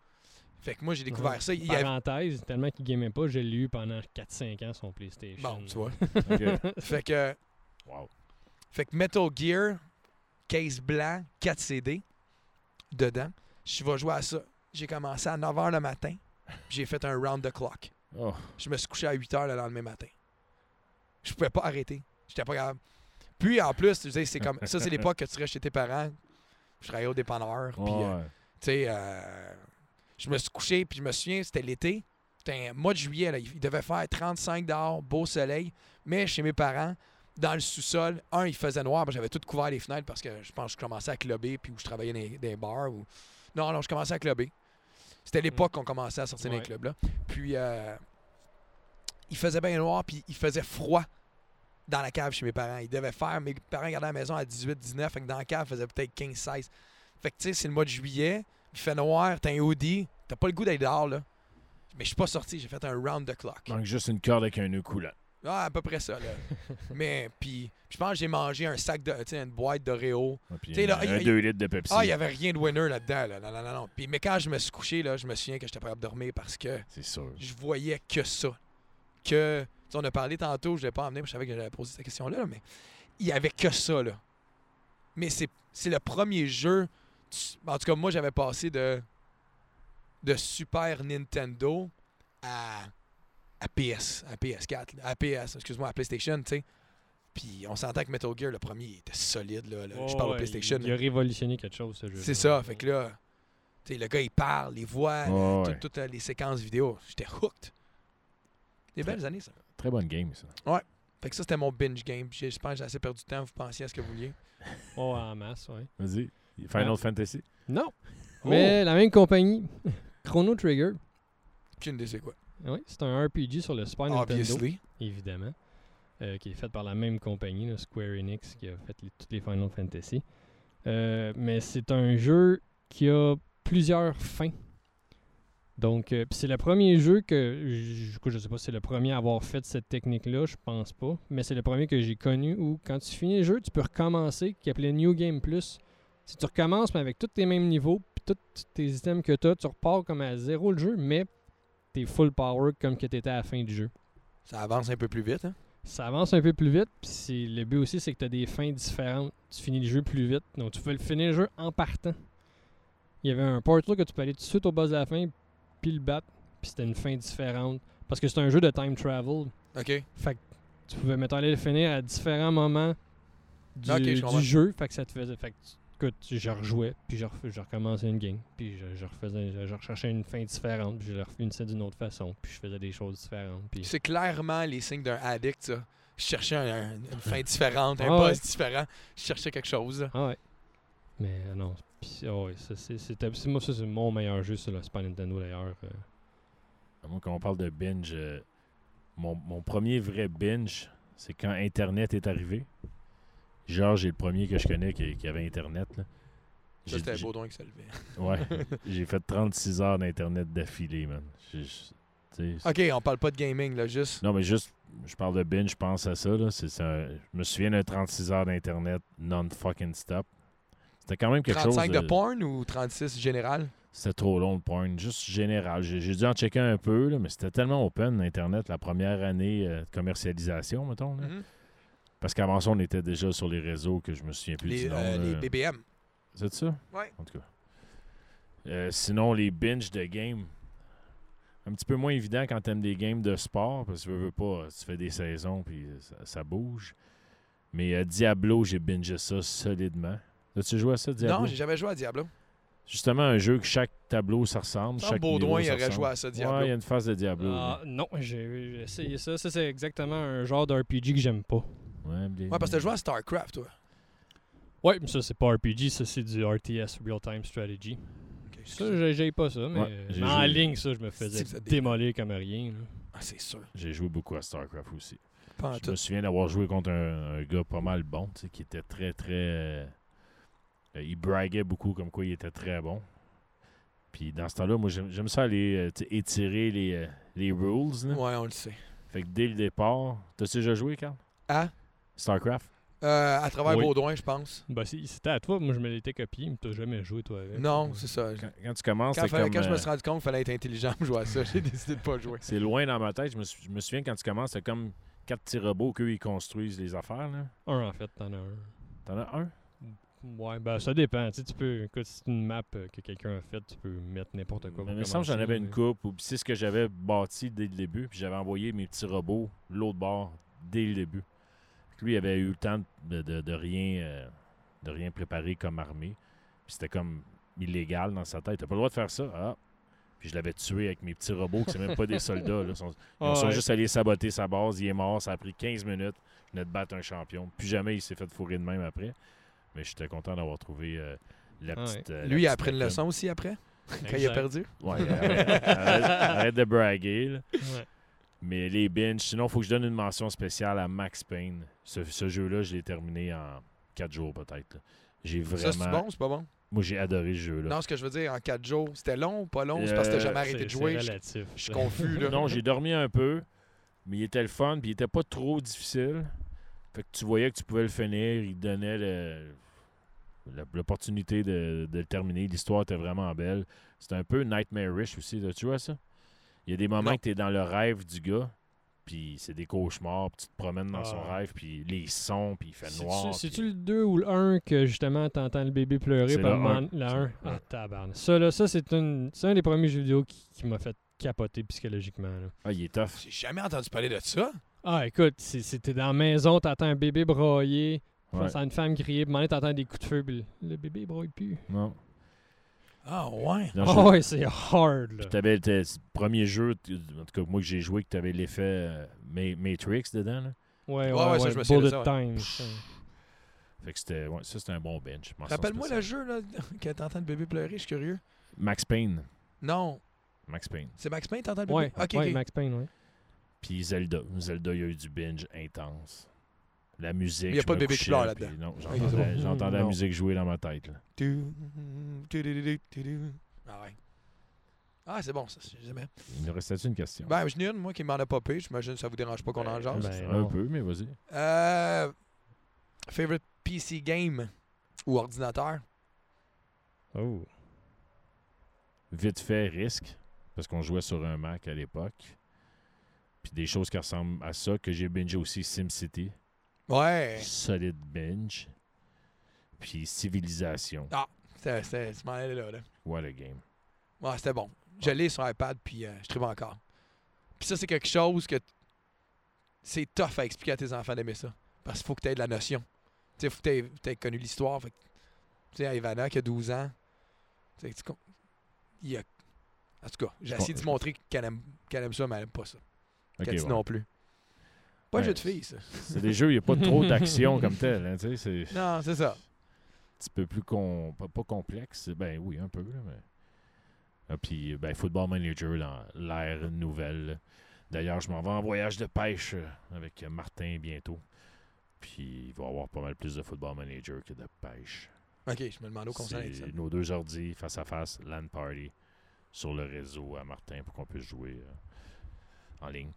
Speaker 1: Fait que moi, j'ai
Speaker 2: Uh-huh.
Speaker 1: découvert ça. Il y avait...
Speaker 3: Parenthèse, tellement qu'il gamait pas, je l'ai eu pendant 4-5 ans son PlayStation.
Speaker 1: Bon, tu vois.
Speaker 2: OK.
Speaker 1: fait que
Speaker 2: Wow.
Speaker 1: Fait que Metal Gear, case blanc, 4 CD dedans. Je vais jouer à ça. J'ai commencé à 9h le matin. puis J'ai fait un round the clock.
Speaker 2: Oh,
Speaker 1: Je me suis couché à 8h le lendemain matin. Je pouvais pas arrêter. J'étais pas capable. Puis en plus, tu sais, c'est comme ça, c'est l'époque que tu restes chez tes parents. Je travaillais au dépanneur. Puis, euh,
Speaker 2: ouais.
Speaker 1: tu sais, euh, je me suis couché, puis je me souviens, c'était l'été. C'était un mois de juillet, là, il il devait faire 35 dehors, beau soleil. Mais chez mes parents, dans le sous-sol, un, il faisait noir, moi, j'avais tout couvert les fenêtres parce que je pense que je commençais à clubber, puis où je travaillais dans les- dans les bars. Ou... Non, non, je commençais à clubber. C'était l'époque qu'on commençait à sortir dans
Speaker 3: Ouais.
Speaker 1: les clubs. Là. Puis, euh, il faisait bien noir, puis il faisait froid dans la cave chez mes parents. Ils devaient faire, mes parents gardaient la maison à 18, 19, fait que dans la cave, il faisait peut-être 15, 16. Fait que, tu sais, c'est le mois de juillet, il fait noir, t'as un hoodie, t'as pas le goût d'aller dehors, là. Mais je suis pas sorti, j'ai fait un round the clock.
Speaker 2: Manque juste une corde avec un nœud coulant.
Speaker 1: Ah, à peu près ça, là. Mais, puis, je pense que j'ai mangé un sac de, tu sais, une boîte d'Oreo.
Speaker 2: Ah, puis
Speaker 1: T'sais, là,
Speaker 2: un
Speaker 1: il- il-
Speaker 2: 2 litres de Pepsi.
Speaker 1: Ah, il y avait rien de winner là-dedans, là. Non, non, non, non. Puis, mais quand je me suis couché, là, je me souviens que j'étais pas capable de dormir parce que
Speaker 2: C'est sûr.
Speaker 1: je voyais que ça. Que, tu sais, on a parlé tantôt, je l'ai pas emmené, mais je savais que j'allais poser cette question-là, là, mais il y avait que ça, là. Mais c'est c'est le premier jeu. tu- En tout cas, moi, j'avais passé de, de Super Nintendo à, à PS, à PS4, là, à PS, excuse-moi, à PlayStation, tu sais. Puis on s'entend que Metal Gear, le premier, il était solide, là. là. je
Speaker 3: Oh,
Speaker 1: parle au
Speaker 3: ouais,
Speaker 1: PlayStation.
Speaker 3: Il, il a révolutionné quelque chose, ce jeu.
Speaker 1: C'est ça, fait que là, tu sais, le gars, il parle, il voit,
Speaker 2: Ouais,
Speaker 1: tout-
Speaker 2: ouais.
Speaker 1: toutes euh, les séquences vidéo. J'étais hooked. Des
Speaker 2: Très-
Speaker 1: belles années, ça.
Speaker 2: Très bonne game, ça.
Speaker 1: Fait que ça, c'était mon binge game. J'ai- Je pense que j'ai assez perdu de temps. Vous pensiez à ce que vous vouliez.
Speaker 3: Oh, en masse, ouais.
Speaker 2: Vas-y. Final
Speaker 3: Ouais.
Speaker 2: Fantasy.
Speaker 3: Non.
Speaker 1: Oh.
Speaker 3: Mais la même compagnie, Chrono Trigger.
Speaker 1: Aucune idée, c'est quoi.
Speaker 3: Oui, c'est un RPG sur le Super
Speaker 1: Ah,
Speaker 3: Nintendo,
Speaker 1: Obviously.
Speaker 3: évidemment, euh, qui est fait par la même compagnie, là, Square Enix, qui a fait les- toutes les Final Fantasy. Euh, mais c'est un jeu qui a plusieurs fins. Donc, euh, pis c'est le premier jeu que, je, je sais pas si c'est le premier à avoir fait cette technique-là, je pense pas, mais c'est le premier que j'ai connu où quand tu finis le jeu, tu peux recommencer, qui appelait New Game Plus. Si tu recommences, mais avec tous tes mêmes niveaux, puis tous tes items que tu as, tu repars comme à zéro le jeu, mais t'es full power comme que t'étais à la fin du jeu.
Speaker 1: Ça avance un peu plus vite. Hein?
Speaker 3: Ça avance un peu plus vite, puis c'est- le but aussi c'est que t'as des fins différentes. Tu finis le jeu plus vite, donc tu peux le finir le jeu en partant. Il y avait un portal que tu peux aller tout de suite au boss de la fin, puis le battre, puis c'était une fin différente. Parce que c'est un jeu de time travel,
Speaker 1: OK.
Speaker 3: fait que tu pouvais mettons aller le finir à différents moments du,
Speaker 1: Ok, je
Speaker 3: du
Speaker 1: comprends.
Speaker 3: jeu, fait que ça te faisait. Fait que tu- écoute, je rejouais, puis je, ref- je recommençais une game, puis je, je refaisais, je, je recherchais une fin différente, puis je la refinissais d'une autre façon, puis je faisais des choses différentes. Puis...
Speaker 1: C'est clairement les signes d'un addict, ça. Je cherchais un- un- une fin différente, un
Speaker 3: Ah ouais.
Speaker 1: boss différent. Je cherchais quelque chose. là.
Speaker 3: Ah ouais. Mais euh, non, pis, ah ouais, ça, c'est, c'était- c'est- moi, ça, c'est mon meilleur jeu sur le Super Nintendo d'ailleurs. euh.
Speaker 2: À moins qu'on parle de binge, euh, mon, mon premier vrai binge, c'est quand Internet est arrivé. Georges est le premier que je connais qui, qui avait Internet.
Speaker 1: Ça,
Speaker 2: là. J'ai-
Speaker 1: c'était un
Speaker 2: j'ai-
Speaker 1: beau don qui se levait.
Speaker 2: Ouais. J'ai fait 36 heures d'Internet d'affilée, man. J'ai- j'ai- tu sais,
Speaker 1: OK, on parle pas de gaming, là, juste.
Speaker 2: Non, mais juste, je parle de binge, je pense à ça. Là. C'est, c'est un- je me souviens d'un 36 heures d'Internet non-fucking-stop. C'était quand même quelque
Speaker 1: 35
Speaker 2: chose... euh,
Speaker 1: de porn ou 36 général?
Speaker 2: C'était trop long le porn, juste général. J'ai j'ai dû en checker un peu, là, mais c'était tellement open, Internet, la première année euh, de commercialisation, mettons. là.
Speaker 1: Mhm.
Speaker 2: Parce qu'avant ça, on était déjà sur les réseaux que je me souviens plus
Speaker 1: les,
Speaker 2: du nom.
Speaker 1: euh, les
Speaker 2: là.
Speaker 1: BBM.
Speaker 2: C'est ça?
Speaker 1: Ouais.
Speaker 2: En tout cas. Euh, sinon, les binges de game. Un petit peu moins évident quand t'aimes des games de sport, parce que tu veux, veux pas, tu fais des saisons, puis ça, ça bouge. Mais euh, Diablo, j'ai bingé ça solidement. As-tu joué à ça, Diablo?
Speaker 1: Non, j'ai jamais joué à Diablo.
Speaker 2: Justement, un jeu que chaque tableau, ça ressemble.
Speaker 1: Sans
Speaker 2: Chaque
Speaker 1: Baudouin,
Speaker 2: niveau,
Speaker 1: il
Speaker 2: ça
Speaker 1: aurait
Speaker 2: ressemble.
Speaker 1: joué à ça, Diablo.
Speaker 2: Ouais, il y a une phase de Diablo.
Speaker 3: Ah, non, j'ai, j'ai essayé ça. Ça, c'est exactement un genre d'RPG que j'aime pas.
Speaker 2: oui. Ouais, bien-
Speaker 1: Ouais, parce que t'as joué à StarCraft, toi.
Speaker 3: Ouais, mais ça, c'est pas RPG, ça, c'est du RTS Real Time Strategy.
Speaker 1: OK.
Speaker 3: Ça, j'ai- j'ai pas ça, mais,
Speaker 2: Ouais,
Speaker 3: euh,
Speaker 2: j'ai
Speaker 3: mais en
Speaker 2: joué.
Speaker 3: ligne, ça, je me faisais
Speaker 1: Si vous êtes des-
Speaker 3: démolir comme rien. là.
Speaker 1: Ah, c'est sûr.
Speaker 2: J'ai joué beaucoup à StarCraft aussi.
Speaker 1: Pas en
Speaker 2: Je me
Speaker 1: Ah, tout.
Speaker 2: souviens d'avoir joué contre un, un gars pas mal bon, tu sais, qui était très, très. euh, euh, il braguait beaucoup comme quoi il était très bon. Puis dans ce temps-là, moi, j'aime j'aime ça aller euh, tu sais, étirer les, euh, les rules. là.
Speaker 1: Ouais, on le sait.
Speaker 2: Fait que dès le départ, t'as-tu déjà joué, Carl
Speaker 1: Hein?
Speaker 2: StarCraft
Speaker 1: Euh, à travers
Speaker 3: Oui.
Speaker 1: Baudouin, je pense.
Speaker 3: Bah, si, c'était à toi, moi je me l'étais copié, mais t'as jamais joué toi avec.
Speaker 1: Non, c'est ça.
Speaker 2: Quand, quand tu commences,
Speaker 1: Quand,
Speaker 2: c'est
Speaker 1: fallait-
Speaker 2: comme.
Speaker 1: quand je me
Speaker 2: euh,
Speaker 1: suis rendu compte qu'il fallait être intelligent pour jouer à ça, j'ai décidé de pas jouer.
Speaker 2: C'est loin dans ma tête. Je me, sou- je me souviens quand tu commences, c'est comme quatre petits robots qu'eux, ils construisent les affaires. là.
Speaker 3: Un en fait, t'en as un.
Speaker 2: T'en as un
Speaker 3: Ouais, ben ça dépend. Tu, sais, tu peux. Écoute, si c'est une map euh, que quelqu'un a faite, tu peux mettre n'importe quoi.
Speaker 2: Mm, Mais
Speaker 3: pour
Speaker 2: il me semble que j'en
Speaker 3: commencer,
Speaker 2: avais une
Speaker 3: mais-
Speaker 2: coupe. ou- C'est ce que j'avais bâti dès le début. Puis j'avais envoyé mes petits robots l'autre bord dès le début. Fait que lui, il avait eu le temps de, de- de rien, euh, de rien préparer comme armée. Puis c'était comme illégal dans sa tête. T'as pas le droit de faire ça. Ah. Puis je l'avais tué avec mes petits robots, qui c'est même pas des soldats. là. Ils sont, ils
Speaker 3: Ah,
Speaker 2: sont
Speaker 3: ouais.
Speaker 2: juste allés saboter sa base. Il est mort. Ça a pris 15 minutes. Je venais de battre un champion. Plus jamais il s'est fait fourrer de même après. Mais j'étais content d'avoir trouvé euh, la
Speaker 3: Ah, ouais.
Speaker 2: petite. euh, la
Speaker 1: Lui, il a
Speaker 2: petite
Speaker 1: appris une
Speaker 2: mécanique.
Speaker 1: leçon aussi après, quand il a
Speaker 3: Exact.
Speaker 1: perdu.
Speaker 2: Ouais, arrête, arrête- arrête de braguer. là.
Speaker 3: Ouais.
Speaker 2: Mais les binges, sinon, il faut que je donne une mention spéciale à Max Payne. Ce, ce jeu-là, je l'ai terminé en 4 jours peut-être. là. J'ai
Speaker 1: Ça,
Speaker 2: vraiment.
Speaker 1: c'est bon, c'est pas bon.
Speaker 2: Moi, j'ai adoré ce jeu-là.
Speaker 1: Non, ce que je veux dire, en 4 jours, c'était long ou pas long? C'est parce que t'as
Speaker 2: Euh,
Speaker 1: jamais
Speaker 3: C'est-
Speaker 1: arrêté de
Speaker 3: c'est
Speaker 1: jouer. Je
Speaker 3: relatif.
Speaker 1: je suis confus, là.
Speaker 2: Non, j'ai dormi un peu, mais il était le fun, puis il était pas trop difficile. Fait que tu voyais que tu pouvais le finir, il te donnait le- la- l'opportunité de, de le terminer. L'histoire était vraiment belle. C'était un peu nightmarish aussi, là. tu vois ça? Il y a des moments
Speaker 1: Non.
Speaker 2: que tu es dans le rêve du gars, puis c'est des cauchemars, puis tu te promènes dans son
Speaker 3: Ah.
Speaker 2: rêve, puis les sons, puis il fait
Speaker 3: C'est-tu-
Speaker 2: noir.
Speaker 3: C'est-tu
Speaker 2: puis-
Speaker 3: le 2 ou le 1 que justement t'entends le bébé pleurer
Speaker 2: C'est
Speaker 3: par
Speaker 2: le
Speaker 3: moment-
Speaker 2: un.
Speaker 3: le
Speaker 2: C'est
Speaker 3: 1?
Speaker 2: le
Speaker 3: Ah,
Speaker 2: un.
Speaker 3: tabarne. Ça, là, ça, c'est une- c'est un des premiers jeux vidéo qui, qui m'a fait capoter psychologiquement. là.
Speaker 2: Ah, il est tough.
Speaker 1: J'ai jamais entendu parler de ça.
Speaker 3: Ah, écoute, c'est- c'est- t'es dans la maison, t'entends un bébé broyer,
Speaker 2: Ouais.
Speaker 3: face à une femme crier, puis à un moment donné, t'entends des coups de feu, puis le le bébé broye plus.
Speaker 2: Non.
Speaker 1: Ah, ouais.
Speaker 2: Non, je-
Speaker 3: Ah ouais, c'est hard, là.
Speaker 2: Puis t'avais le premier jeu, t- en tout cas moi que j'ai joué, que t'avais l'effet euh, Ma- Matrix dedans. là.
Speaker 1: Ouais,
Speaker 3: Ouais, ouais,
Speaker 1: ouais,
Speaker 3: ouais,
Speaker 1: ça, je me souviens de ça,
Speaker 3: Bullet Time. ça.
Speaker 2: Fait que c'était. Ouais, ça, c'était un bon bench. mention
Speaker 1: Rappelle-moi le
Speaker 2: spéciale.
Speaker 1: jeu, là, quand t'entends le bébé pleurer, je suis curieux.
Speaker 2: Max Payne.
Speaker 1: Non,
Speaker 2: Max Payne.
Speaker 1: c'est Max Payne, t'entends le bébé?
Speaker 3: Ouais,
Speaker 1: Ok,
Speaker 3: ouais,
Speaker 1: ok.
Speaker 3: Max Payne, ouais.
Speaker 2: Puis Zelda. Zelda, il y a eu du binge intense. La musique.
Speaker 1: Mais y a
Speaker 2: je
Speaker 1: pas de
Speaker 2: me
Speaker 1: bébé qui
Speaker 2: couchais,
Speaker 1: pleure là-dedans.
Speaker 2: puis Non,
Speaker 1: Ok, c'est
Speaker 2: j'entendais
Speaker 3: bon.
Speaker 2: j'entendais la
Speaker 3: Ah, Non.
Speaker 2: musique jouer dans ma tête. là.
Speaker 1: Tu- tu- tu- tu- tu- tu- Ah ouais. Ah, c'est bon, ça, j'aimais.
Speaker 2: Il nous restait une question?
Speaker 1: Ben, j'en ai une, moi, qui m'en a popé. J'imagine que ça vous dérange pas qu'on en
Speaker 2: Euh,
Speaker 1: jase.
Speaker 3: ben
Speaker 2: un
Speaker 3: non.
Speaker 2: peu, mais vas-y.
Speaker 1: Euh, favorite PC game ou ordinateur?
Speaker 3: Oh.
Speaker 2: Vite fait, risque. Parce qu'on jouait sur un Mac à l'époque. Puis des choses qui ressemblent à ça, que j'ai bingé aussi SimCity.
Speaker 1: Ouais.
Speaker 2: Solid binge. Puis Civilisation.
Speaker 1: C'était, c'était, je m'en allais là, là.
Speaker 2: What a game.
Speaker 1: Ouais, c'était bon. Je l'ai sur iPad, puis euh, je trouve encore. Puis ça, c'est quelque chose que t- c'est tough à expliquer à tes enfants d'aimer ça. Parce qu'il faut que tu aies de la notion. Tu sais, faut que tu aies connu l'histoire. Fait que- Tu sais, à Ivana, qui a 12 ans, tu sais, tu com- il a... En tout cas, j'ai
Speaker 2: Je com-
Speaker 1: essayé de
Speaker 2: je-
Speaker 1: montrer qu'elle aime, qu'elle aime ça, mais elle aime pas ça.
Speaker 2: Ok,
Speaker 1: qu'elle dit
Speaker 2: ouais.
Speaker 1: non plus. Pas un
Speaker 2: Ouais,
Speaker 1: jeu de filles, ça.
Speaker 2: C'est des jeux, il n'y a pas trop d'action comme tel. hein, tu sais, c'est un
Speaker 1: Non, c'est ça.
Speaker 2: petit peu plus com- pas, pas complexe. Ben oui, un peu. là, mais... Ah, puis, ben, Football Manager dans l'ère nouvelle. là. D'ailleurs, je m'en vais en voyage de pêche euh, avec euh, Martin bientôt. Puis, il va y avoir pas mal plus de Football Manager que de pêche.
Speaker 1: OK, je me demande au conseil avec ça.
Speaker 2: C'est nos deux ordi face à face, LAN Party, sur le réseau à Martin pour qu'on puisse jouer euh, en ligne.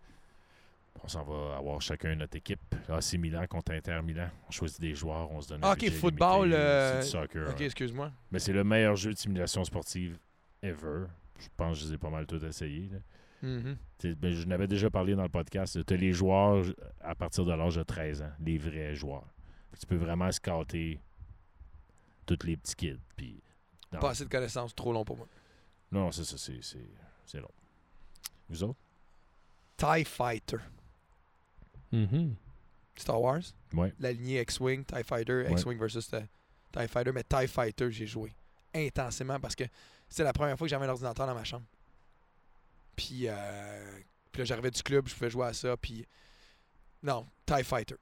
Speaker 2: On s'en va avoir chacun notre équipe. AC Milan contre Inter Milan. On choisit des joueurs, on se donne un
Speaker 1: Ah, ok,
Speaker 2: budget
Speaker 1: football,
Speaker 2: limité,
Speaker 1: euh,
Speaker 2: c'est du soccer.
Speaker 1: OK,
Speaker 2: hein.
Speaker 1: excuse-moi.
Speaker 2: Mais c'est le meilleur jeu de simulation sportive ever. Je pense que je les ai pas mal tous essayés. là.
Speaker 1: Mhm.
Speaker 2: T'sais, ben, je n'avais déjà parlé dans le podcast. Tu les joueurs j- à partir de l'âge de 13 ans, les vrais joueurs. Fait que tu peux vraiment scouter tous les petits kids. Puis dans-
Speaker 1: Pas assez de connaissances, trop long pour moi.
Speaker 2: non, c'est ça, c'est, c'est, c'est long. Vous autres?
Speaker 1: TIE Fighter.
Speaker 3: Mhm.
Speaker 1: Star Wars.
Speaker 2: Ouais.
Speaker 1: la lignée X-Wing, TIE Fighter,
Speaker 2: Ouais.
Speaker 1: X-Wing versus euh, TIE Fighter, mais TIE Fighter, j'ai joué intensément parce que c'était la première fois que j'avais un ordinateur dans ma chambre. Puis, euh, puis là, j'arrivais du club, je pouvais jouer à ça, puis... Non, TIE Fighter.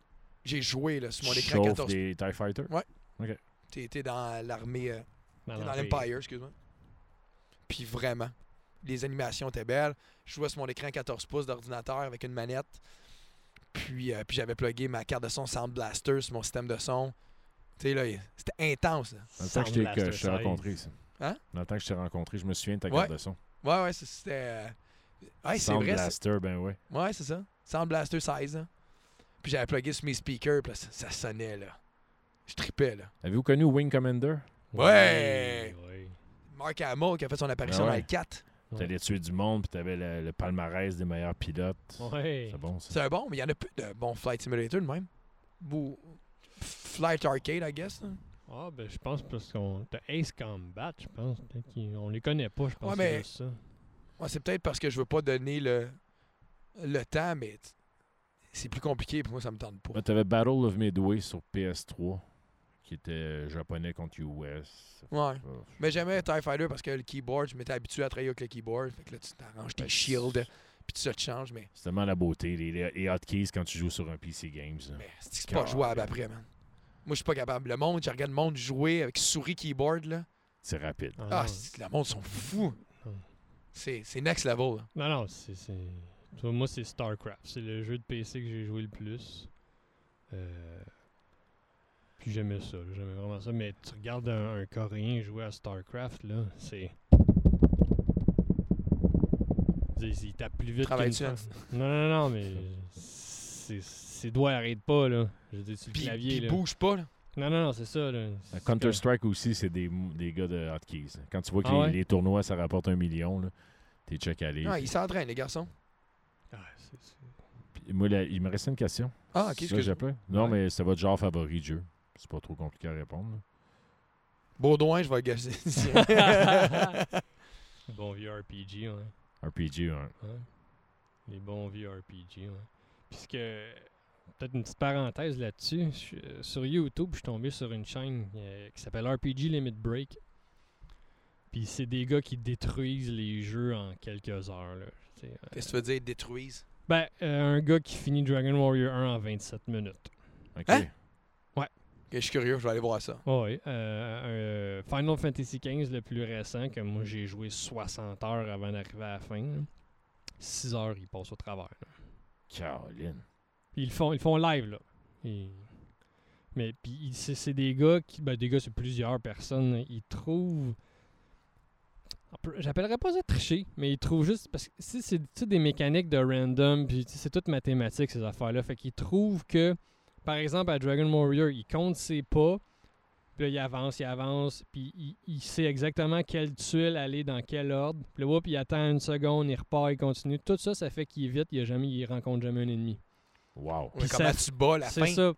Speaker 1: J'ai joué là, sur mon écran
Speaker 2: Sauf
Speaker 1: 14.
Speaker 2: des TIE Fighters?
Speaker 1: T'es t'es dans l'armée... euh, t'es dans l'Empire, excuse-moi. Puis vraiment, les animations étaient belles. Je jouais sur mon écran 14 pouces d'ordinateur avec une manette. Puis, euh, puis j'avais plugué ma carte de son Sound Blaster sur mon système de son. Tu sais, là, il- c'était intense. hein. là.
Speaker 2: Dans le temps que je t'ai- que je t'ai rencontré, ça.
Speaker 1: Hein?
Speaker 2: Dans le temps que je t'ai rencontré, je me souviens de ta
Speaker 1: Ouais.
Speaker 2: carte de son.
Speaker 1: Ouais, ouais, c'est- c'était. euh, Ouais, c'est
Speaker 2: Sound
Speaker 1: vrai. c'est-
Speaker 2: Blaster, ben ouais.
Speaker 1: Ouais, c'est ça. Sound Blaster 16. hein. Puis j'avais plugué sur mes speakers, puis là, ça, ça sonnait, là. Je tripais, là.
Speaker 2: Avez-vous connu Wing Commander?
Speaker 1: Ouais!
Speaker 3: ouais.
Speaker 1: Mark Hamill qui a fait son apparition
Speaker 2: Ah ouais.
Speaker 1: dans le 4.
Speaker 2: T'allais tuer du monde, puis t'avais le, le palmarès des meilleurs pilotes.
Speaker 3: Ouais.
Speaker 2: C'est bon, ça.
Speaker 1: C'est un bon, mais il y en a plus de bons Flight Simulator de même. Ou Flight Arcade, I guess. là.
Speaker 3: Ah, ben, je pense parce qu'on. T'as Ace Combat, je pense. Peut-être qu'ils- On les connaît pas, je pense.
Speaker 1: Ouais,
Speaker 3: que c'est
Speaker 1: mais-
Speaker 3: juste ça.
Speaker 1: Ouais, c'est peut-être parce que je veux pas donner le, le temps, mais t- c'est plus compliqué, pour moi, ça me tente pas.
Speaker 2: Là, t'avais Battle of Midway sur PS3, qui était japonais contre US.
Speaker 1: Ouais.
Speaker 2: Ben,
Speaker 1: Mais j'aimais TIE Fighter parce que le keyboard, je m'étais habitué à travailler avec le keyboard. Fait que là, tu t'arranges
Speaker 3: Ben,
Speaker 1: tes shields, puis ça te change, mais,
Speaker 2: C'est tellement la beauté, les, les- les hotkeys quand tu joues sur un PC Games. là.
Speaker 1: mais c'est c'est pas jouable après, man. Moi, je suis pas capable. Le monde, je regarde le monde jouer avec souris keyboard, là.
Speaker 2: C'est rapide.
Speaker 3: Ah,
Speaker 1: Ah,
Speaker 3: non.
Speaker 1: c'est- le monde sont fous.
Speaker 3: Ah.
Speaker 1: C'est c'est next level, là.
Speaker 3: Non, non, c'est. c'est- tu vois, Moi, c'est StarCraft. C'est le jeu de PC que j'ai joué le plus. Euh, Puis j'aimais ça. là, J'aimais vraiment ça. Mais tu regardes un, un Coréen jouer à StarCraft, là, c'est. Il, il tape plus vite
Speaker 1: Travaille dessus,
Speaker 3: qu'une
Speaker 1: hein.
Speaker 3: fois. Non, non, non, mais. c'est- Ses doigts n'arrêtent pas, là. Je veux dire, sur le
Speaker 1: Puis,
Speaker 3: clavier,
Speaker 1: puis
Speaker 3: là.
Speaker 1: bouge pas, là.
Speaker 3: Non, non, non, c'est ça, là. C'est comme-
Speaker 2: Counter-Strike aussi, c'est des, mou- des gars de hotkeys. Quand tu vois que
Speaker 3: Ah
Speaker 2: les,
Speaker 3: ouais?
Speaker 2: les tournois, ça rapporte un million, là, t'es check à
Speaker 1: Non, ils s'entraînent, les garçons.
Speaker 3: Ah, c'est- c'est-
Speaker 2: Moi, là, il me restait une question.
Speaker 1: Ah, ok,
Speaker 2: C'est ça que
Speaker 1: excuse.
Speaker 2: j'appelais? Non,
Speaker 1: Ouais.
Speaker 2: mais c'est votre genre favori de jeu. C'est pas trop compliqué à répondre. là.
Speaker 1: Baudouin, je vais le gâcher.
Speaker 3: Bon vieux RPG, ouais.
Speaker 2: RPG, hein.
Speaker 3: Ouais. Les bons vieux RPG, ouais. Puisque, peut-être une petite parenthèse là-dessus, je suis, euh, sur YouTube, je suis tombé sur une chaîne euh, qui s'appelle RPG Limit Break. Puis c'est des gars qui détruisent les jeux en quelques heures, là. Tu sais, euh,
Speaker 1: Qu'est-ce que tu veux dire, détruisent?
Speaker 3: ben, euh, un gars qui finit Dragon Warrior 1 en 27 minutes.
Speaker 2: OK.
Speaker 1: Hein? Ok, je suis curieux, je vais aller voir ça.
Speaker 3: Oui, euh, un Final Fantasy XV, le plus récent, que moi j'ai joué 60 heures avant d'arriver à la fin. 6 heures, il passe au travers. là.
Speaker 2: Caroline.
Speaker 3: Puis ils le font, ils le font live, là. Et- Mais puis ils- c'est c'est des gars qui. Ben, des gars, c'est plusieurs personnes. hein, Ils trouvent. on peut- J'appellerais pas ça tricher, mais ils trouvent juste. Parce que si c'est tu sais, des mécaniques de random, puis tu sais, c'est toute mathématique, ces affaires-là. Fait qu'ils trouvent que, par exemple, à Dragon Warrior, il compte ses pas, puis là, il avance, il avance, puis il, il sait exactement quelle tuile aller dans quel ordre. Puis là, whoop, il attend une seconde, il repart, il continue. Tout ça, ça fait qu'il est vite, il, a jamais, il rencontre jamais un ennemi.
Speaker 2: Wow.
Speaker 1: Ouais,
Speaker 3: Puis
Speaker 1: comment tu
Speaker 3: ça-
Speaker 1: bats la
Speaker 3: C'est
Speaker 1: fin?
Speaker 3: ça.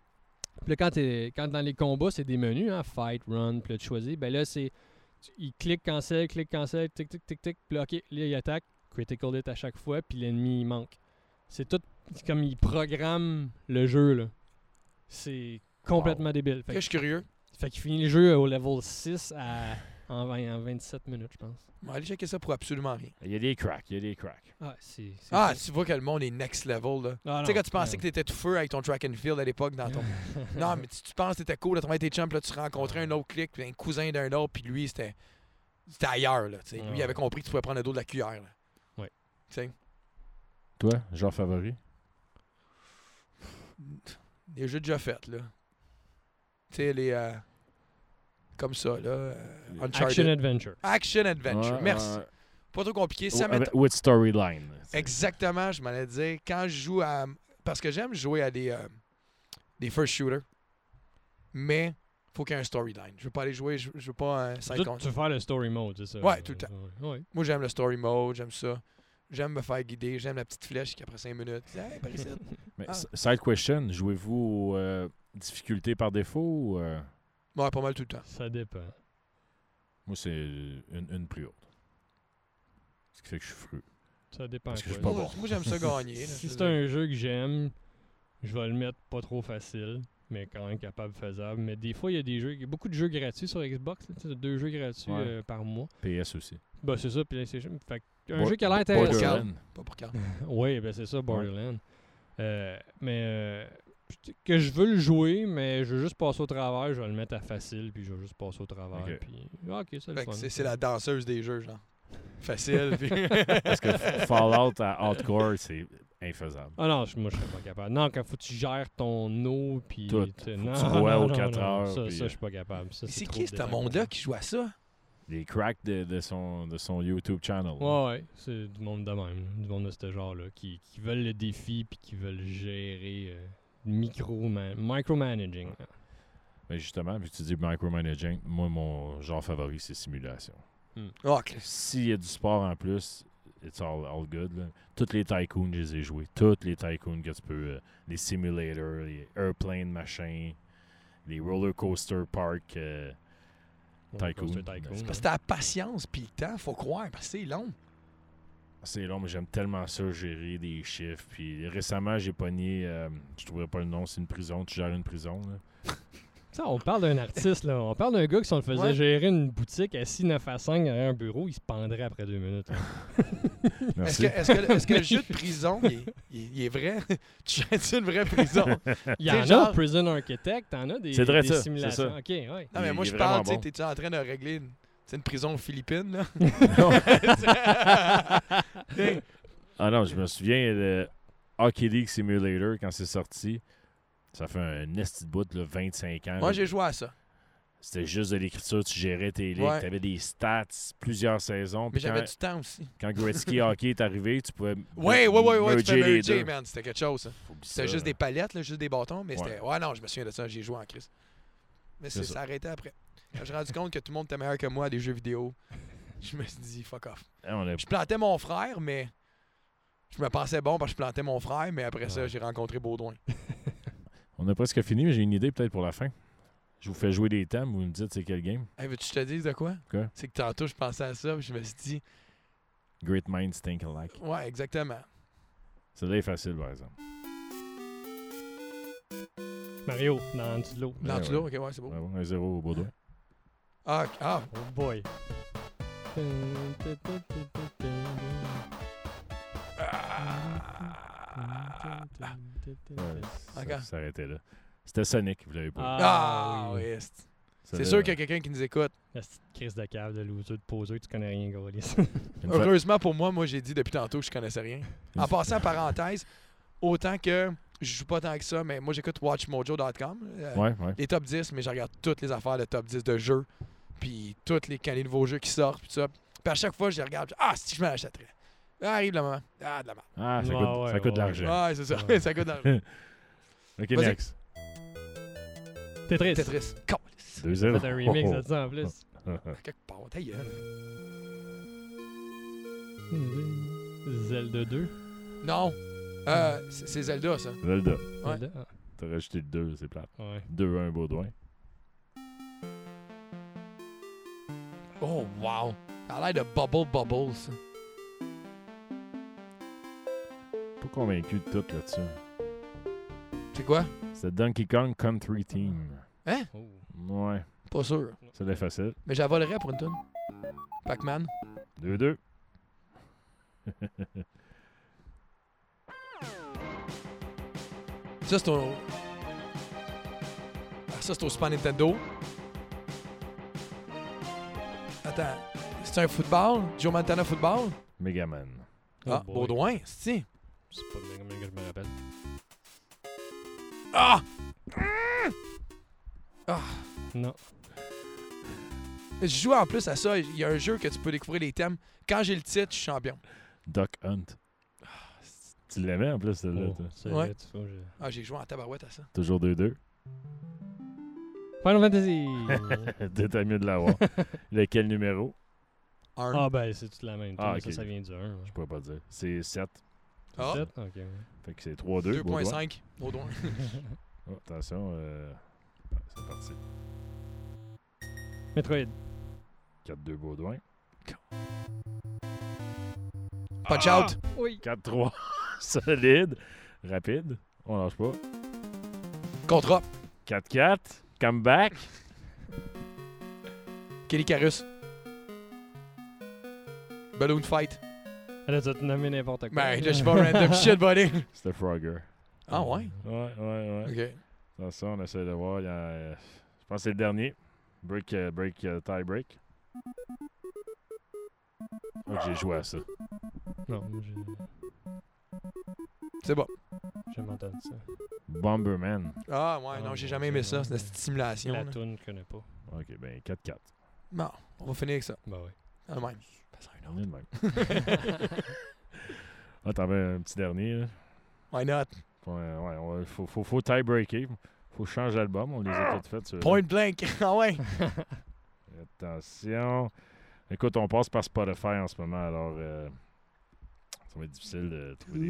Speaker 3: Puis là, quand, t'es- quand dans les combats, c'est des menus, hein, fight, run, puis là, tu choisis. Ben là, c'est. tu- Il clique, cancel, clique, cancel, tic, tic, tic, tic. Puis là, OK, là, il attaque. Critical hit à chaque fois, puis l'ennemi, il manque. C'est tout. C'est comme il programme le jeu, là. C'est complètement débile.
Speaker 1: Ok,
Speaker 3: Fait,
Speaker 1: je
Speaker 3: que-
Speaker 1: suis curieux.
Speaker 3: fait qu'il finit le jeu au level 6 à, en, vingt- en 27 minutes, je pense.
Speaker 1: On va aller checker ça pour absolument rien.
Speaker 2: Il y a des cracks, il y a des cracks.
Speaker 3: Ah, c'est. c'est
Speaker 1: Ah,
Speaker 3: fou.
Speaker 1: tu vois que le monde est next level, là.
Speaker 3: Ah,
Speaker 1: Tu sais,
Speaker 3: non,
Speaker 1: quand tu pensais
Speaker 3: non.
Speaker 1: que t'étais tout feu avec ton track and field à l'époque dans ton. non, mais tu, tu penses que t'étais cool, t'as trouvé tes chums, puis là, tu rencontrais un autre clic, puis un cousin d'un autre, puis lui, c'était. C'était ailleurs, là. tu sais. Lui, il
Speaker 3: Ouais.
Speaker 1: avait compris que tu pouvais prendre le dos de la cuillère, là.
Speaker 3: Ouais.
Speaker 1: Tu sais,
Speaker 2: Toi, genre favori?
Speaker 1: les jeux déjà faits, là. Tu sais, les. euh, comme ça, là. euh,
Speaker 3: Action
Speaker 1: Uncharted. Ah,
Speaker 3: Adventure.
Speaker 1: Action Adventure.
Speaker 2: Ouais,
Speaker 1: Merci.
Speaker 2: ouais.
Speaker 1: Pas trop compliqué.
Speaker 2: Ou-
Speaker 1: Ça m'étonne-
Speaker 2: avec- With storyline.
Speaker 1: Exactement, je m'en ai dit. Quand je joue à. Parce que j'aime jouer à des, euh, des first shooters. Mais faut qu'il y ait un storyline. Je veux pas aller jouer, je, je veux pas un 50.
Speaker 3: Tu tu veux faire le story mode, c'est ça?
Speaker 1: Ouais, tout le temps.
Speaker 3: Ouais. ouais.
Speaker 1: Moi j'aime le story mode, j'aime ça. J'aime me faire guider, j'aime la petite flèche qui après 5 minutes. dit, Hey, par ici.
Speaker 2: Mais
Speaker 1: Ah.
Speaker 2: s- side question, jouez-vous aux euh, difficultés par défaut ou... euh,
Speaker 1: Ouais, pas mal tout le temps.
Speaker 3: Ça dépend.
Speaker 2: Moi, c'est une, une plus haute. Ce qui fait que je suis fru.
Speaker 3: Ça dépend.
Speaker 2: Parce que
Speaker 3: quoi.
Speaker 2: je suis pas
Speaker 1: Moi,
Speaker 2: bon.
Speaker 1: moi, j'aime ça gagner. là.
Speaker 3: Si c'est un jeu que j'aime, je vais le mettre pas trop facile, mais quand même capable, faisable. Mais des fois, il y a des jeux, il y a beaucoup de jeux gratuits sur Xbox. là, tu sais, t'as deux jeux gratuits
Speaker 2: Ouais.
Speaker 3: euh, par mois.
Speaker 2: PS aussi.
Speaker 3: Bah, c'est ça, puis PlayStation. Fait que un
Speaker 2: Bo-
Speaker 3: jeu qui a l'air intéressant.
Speaker 2: Borderlands.
Speaker 1: Pas pour quand.
Speaker 3: Oui, ben c'est ça, Borderlands. Euh, mais euh, je- que je veux le jouer, mais je veux juste passer au travers, je vais le mettre à facile, puis je vais juste passer au travers.
Speaker 2: Ok.
Speaker 3: Puis, ah, ok, c'est le
Speaker 1: Fait que
Speaker 3: fun.
Speaker 1: C'est c'est la danseuse des jeux, genre. Facile. puis-
Speaker 2: Parce que Fallout à hardcore, c'est infaisable.
Speaker 3: Ah non, je- moi je suis pas capable. Non, quand faut que tu gères ton eau puis
Speaker 2: Tout.
Speaker 3: tu-
Speaker 2: Faut
Speaker 3: non,
Speaker 2: que tu bois
Speaker 3: non,
Speaker 2: aux
Speaker 3: non,
Speaker 2: quatre
Speaker 3: non.
Speaker 2: heures,
Speaker 3: Ça,
Speaker 2: puis,
Speaker 3: ça,
Speaker 2: euh,
Speaker 3: je suis pas capable. Ça,
Speaker 1: Mais C'est
Speaker 3: trop
Speaker 1: qui ce
Speaker 3: dérangeant.
Speaker 1: monde-là qui joue à ça?
Speaker 2: Les cracks de, de son, de son YouTube channel.
Speaker 3: Ouais, ouais, c'est du monde de même, du monde de ce genre-là, qui, qui veulent le défi puis qui veulent gérer euh, micro micromanaging.
Speaker 2: Mais justement, vu que tu dis micromanaging, moi, mon genre favori, c'est simulation.
Speaker 1: Oh, Chris.
Speaker 2: S'il y a du sport en plus, it's all, all good. là. Toutes les tycoons, je les ai joués. Toutes les tycoons que tu peux. euh, les simulators, les airplane machin, les roller coaster park. euh, Tycoon.
Speaker 3: C'est
Speaker 2: C'est
Speaker 3: tycoon, hein.
Speaker 1: Parce que t'as la patience puis le temps, faut croire, parce que c'est long.
Speaker 2: C'est long, mais j'aime tellement ça, gérer des chiffres. Puis récemment, j'ai pogné, euh, je trouverais pas le nom, c'est une prison, tu gères une prison. là.
Speaker 3: Ça, on parle d'un artiste, là. On parle d'un gars qui, si on le faisait
Speaker 1: Ouais.
Speaker 3: gérer une boutique assis 9 à 5 derrière un bureau, il se pendrait après deux minutes.
Speaker 1: Est-ce
Speaker 2: Merci.
Speaker 1: que, est-ce que- est-ce que le jeu de prison, il est, il- il est vrai? tu gères une vraie prison?
Speaker 3: Il y
Speaker 1: T'sais,
Speaker 3: en a,
Speaker 1: genre-
Speaker 3: Prison Architect, t'en as des,
Speaker 2: C'est vrai,
Speaker 3: des
Speaker 2: ça, c'est
Speaker 3: simulations.
Speaker 2: ça.
Speaker 3: Ok, ouais.
Speaker 1: Non, mais
Speaker 2: Il-
Speaker 1: moi,
Speaker 2: il est
Speaker 1: je parle,
Speaker 2: vraiment
Speaker 1: tu sais,
Speaker 2: bon.
Speaker 1: t'es-tu en train de régler une, c'est une prison aux Philippines, là?
Speaker 2: Ah non, je me souviens, le Hockey League Simulator, quand c'est sorti, ça fait un esti de bout, là, 25 ans.
Speaker 1: Moi,
Speaker 2: là.
Speaker 1: j'ai joué à ça.
Speaker 2: C'était juste de l'écriture, tu gérais tes ligues,
Speaker 1: Ouais.
Speaker 2: t'avais des stats, plusieurs saisons.
Speaker 1: Mais
Speaker 2: Puis
Speaker 1: j'avais
Speaker 2: quand,
Speaker 1: du temps aussi.
Speaker 2: quand Gretzky Hockey est arrivé, tu pouvais.
Speaker 1: Ouais, ouais, ouais, ouais, tu fais
Speaker 2: merger les
Speaker 1: merger,
Speaker 2: deux.
Speaker 1: man. C'était quelque chose, ça.
Speaker 2: Faut oublier
Speaker 1: C'était
Speaker 2: ça,
Speaker 1: juste
Speaker 2: là.
Speaker 1: des palettes, là, juste des bâtons, mais
Speaker 2: Ouais.
Speaker 1: c'était. Ouais, non, je me souviens de ça, j'ai joué en crise. Mais
Speaker 2: C'est
Speaker 1: c'est,
Speaker 2: ça.
Speaker 1: ça arrêtait après. Quand j'ai rendu compte que tout le monde était meilleur que moi à des jeux vidéo, je me suis dit, fuck off.
Speaker 2: Eh, on a-
Speaker 1: Je plantais mon frère, mais. Je me pensais bon parce que je plantais mon frère, mais après ça,
Speaker 3: Ouais.
Speaker 1: j'ai rencontré Baudouin.
Speaker 2: on a presque fini, mais j'ai une idée peut-être pour la fin. Je vous fais jouer des thèmes, vous me dites c'est quel game.
Speaker 1: Hey, veux-tu que je te dise de quoi?
Speaker 2: Quoi?
Speaker 1: C'est que tantôt, je pensais à ça, puis je me suis dit,
Speaker 2: Great Minds Think Alike.
Speaker 1: ouais, exactement.
Speaker 2: Celui-là est facile, par exemple.
Speaker 3: Mario, dans du lot.
Speaker 2: Ouais,
Speaker 1: Dans
Speaker 2: ouais.
Speaker 1: tout ok, Ben ouais, c'est beau.
Speaker 2: Bravo, un zéro au Baudouin.
Speaker 1: Ah, ah,
Speaker 3: Oh boy.
Speaker 1: Ah
Speaker 2: Ouais, ça-
Speaker 1: Ok.
Speaker 2: ça s'arrêtait là. C'était Sonic, vous l'avez pas.
Speaker 3: Ah,
Speaker 1: ah,
Speaker 3: oui.
Speaker 1: oui. c'est-
Speaker 2: Celle-là,
Speaker 1: C'est sûr qu'il y a quelqu'un qui nous écoute.
Speaker 3: La petite crise de cave de loser, de poseur, tu connais rien, Gaulis.
Speaker 2: une fois-
Speaker 1: Heureusement pour moi, moi j'ai dit depuis tantôt que je connaissais rien.
Speaker 2: une
Speaker 1: En
Speaker 2: fois-
Speaker 1: passant, parenthèse, autant que je joue pas tant que ça, mais moi j'écoute WatchMojo.com. euh,
Speaker 2: Ouais, ouais.
Speaker 1: Les top 10, mais je regarde toutes les affaires de top 10 de jeux. Puis toutes les, quand les nouveaux jeux qui sortent, puis tout ça. Puis à chaque fois, je les regarde. puis, ah, si je me l'achèterais. Ah, arrive le moment. Ah, de la merde.
Speaker 2: Ah, ça
Speaker 3: Ouais,
Speaker 2: coûte,
Speaker 3: ouais,
Speaker 2: ça coûte de
Speaker 3: ouais.
Speaker 2: l'argent.
Speaker 1: Ah, c'est ça.
Speaker 3: Ouais.
Speaker 1: ça coûte dans
Speaker 2: Ok,
Speaker 1: Vas-y.
Speaker 2: next.
Speaker 3: Tetris. Tetris.
Speaker 1: Tetris. Calice.
Speaker 2: 2-0.
Speaker 3: Fait un
Speaker 2: oh,
Speaker 3: remix de ça en plus.
Speaker 1: Quelque part. Ta gueule.
Speaker 3: Zelda 2.
Speaker 1: Non. Euh, c'est c'est Zelda, ça.
Speaker 2: Zelda.
Speaker 1: Ouais.
Speaker 3: Zelda, ah,
Speaker 2: T'as rajouté le 2, c'est plate.
Speaker 3: ouais.
Speaker 2: 2-1 Baudouin.
Speaker 1: Oh, wow. Ça a l'air de Bubble Bubble, ça.
Speaker 2: Pas convaincu de tout là-dessus.
Speaker 1: C'est quoi?
Speaker 2: C'était Donkey Kong Country Team.
Speaker 3: Oh.
Speaker 2: Ouais,
Speaker 1: Pas sûr.
Speaker 2: ça l'est facile.
Speaker 1: Mais j'avolerais pour une toune. Pac-Man.
Speaker 2: 2-2.
Speaker 1: Ça, c'est au. Ah, ça, c'est au Super Nintendo. Attends. C'est un football? Joe Montana football?
Speaker 2: Megaman.
Speaker 3: Oh
Speaker 1: ah,
Speaker 3: boy.
Speaker 1: Baudouin, c'est
Speaker 3: C'est pas bien comme que je me rappelle.
Speaker 1: Ah!
Speaker 3: Non.
Speaker 1: Je joue en plus à ça. Il y a un jeu que tu peux découvrir les thèmes. Quand j'ai le titre, je suis champion.
Speaker 2: Duck Hunt. Ah, Tu l'aimais en plus, celle-là.
Speaker 3: Oh,
Speaker 2: toi.
Speaker 3: ça,
Speaker 1: Ouais.
Speaker 3: là, tu vois, je-
Speaker 1: Ah, j'ai joué en tabarouette à ça.
Speaker 2: Toujours 2-2.
Speaker 3: Final Fantasy!
Speaker 2: T'étais mieux de l'avoir. Lequel numéro
Speaker 1: Un.
Speaker 3: ah ben, c'est toute la même.
Speaker 2: Ah,
Speaker 3: mais
Speaker 2: ok.
Speaker 3: Ça, ça vient du 1.
Speaker 2: Je pourrais pas dire. C'est 7.
Speaker 1: Ah.
Speaker 3: Ok, ouais.
Speaker 2: Fait que c'est 3-2. Baudouin.
Speaker 1: 2.5. Baudouin.
Speaker 2: Oh, attention. euh, C'est parti.
Speaker 3: Metroid.
Speaker 2: 4-2 Baudouin.
Speaker 1: Punch
Speaker 2: Ah!
Speaker 1: out.
Speaker 3: Oui.
Speaker 2: 4-3. Solide. Rapide. On lâche pas.
Speaker 1: Contra.
Speaker 2: 4-4. Comeback.
Speaker 1: Kelly Carus. Balloon Fight.
Speaker 3: Là, tu as nommé n'importe quoi.
Speaker 1: Ben, là, je suis pas random shit, buddy.
Speaker 2: C'était Frogger.
Speaker 1: Ah ouais?
Speaker 2: Ouais, ouais, ouais.
Speaker 1: OK.
Speaker 2: Attention, on essaie de voir. il y a, euh, je pense que c'est le dernier. Break, euh, break, euh, tie break. Moi, J'ai joué à ça.
Speaker 3: Non, moi, je-
Speaker 1: C'est bon.
Speaker 3: j'aime entendre ça.
Speaker 2: Bomberman.
Speaker 1: Ah, ouais,
Speaker 3: Ah,
Speaker 1: non, j'ai
Speaker 3: mon
Speaker 1: jamais
Speaker 3: Dieu,
Speaker 1: aimé ça,
Speaker 3: ouais.
Speaker 1: cette petite simulation.
Speaker 3: La
Speaker 1: là.
Speaker 3: toune, je connais pas.
Speaker 2: Ok, ben 4-4.
Speaker 1: Bon, on va finir avec ça.
Speaker 3: Bah oui.
Speaker 1: Ah, même.
Speaker 2: On est de même. Ah, t'en veux un petit dernier, là?
Speaker 1: Why not?
Speaker 2: Ouais, ouais, on va- faut, faut, faut tie-breaker. Faut changer d'album. On les a toutes faites. ceux-là.
Speaker 1: Point blank. ah, ouais.
Speaker 2: Attention. Écoute, on passe par Spotify en ce moment, alors euh, ça va être difficile de trouver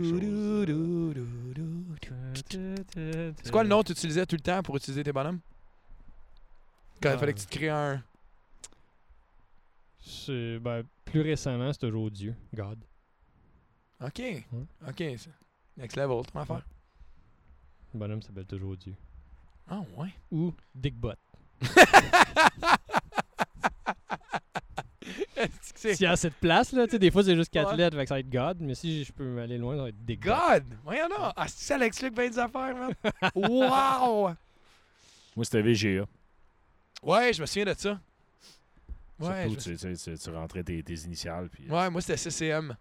Speaker 2: des choses.
Speaker 1: C'est quoi le nom que tu utilisais tout le temps pour utiliser tes bonhommes? Quand il
Speaker 3: Ah.
Speaker 1: fallait que tu te crées un.
Speaker 3: C'est- ben, plus récemment, c'est toujours Dieu, God. Hein?
Speaker 1: OK. OK. c'est- Next level, ton affaire.
Speaker 3: Le bonhomme s'appelle toujours Dieu.
Speaker 1: Ah, ouais.
Speaker 3: Ou Dick Butt.
Speaker 1: Est-ce que
Speaker 3: S'il
Speaker 1: c'est.
Speaker 3: y a assez de place, là, tu sais, des fois, c'est juste 4
Speaker 1: Ouais.
Speaker 3: lettres, fait que ça va être God, mais si je peux aller loin, ça va être Dick Butt.
Speaker 1: God! Voyons là! Ah, c'est ça l'explique bien des affaires, man! wow!
Speaker 2: Moi, c'était VGA.
Speaker 1: Ouais, je me souviens de ça. Ouais,
Speaker 2: Surtout,
Speaker 1: je-
Speaker 2: tu, tu, tu- tu rentrais tes, tes initiales. Puis, euh,
Speaker 1: ouais moi c'était CCM.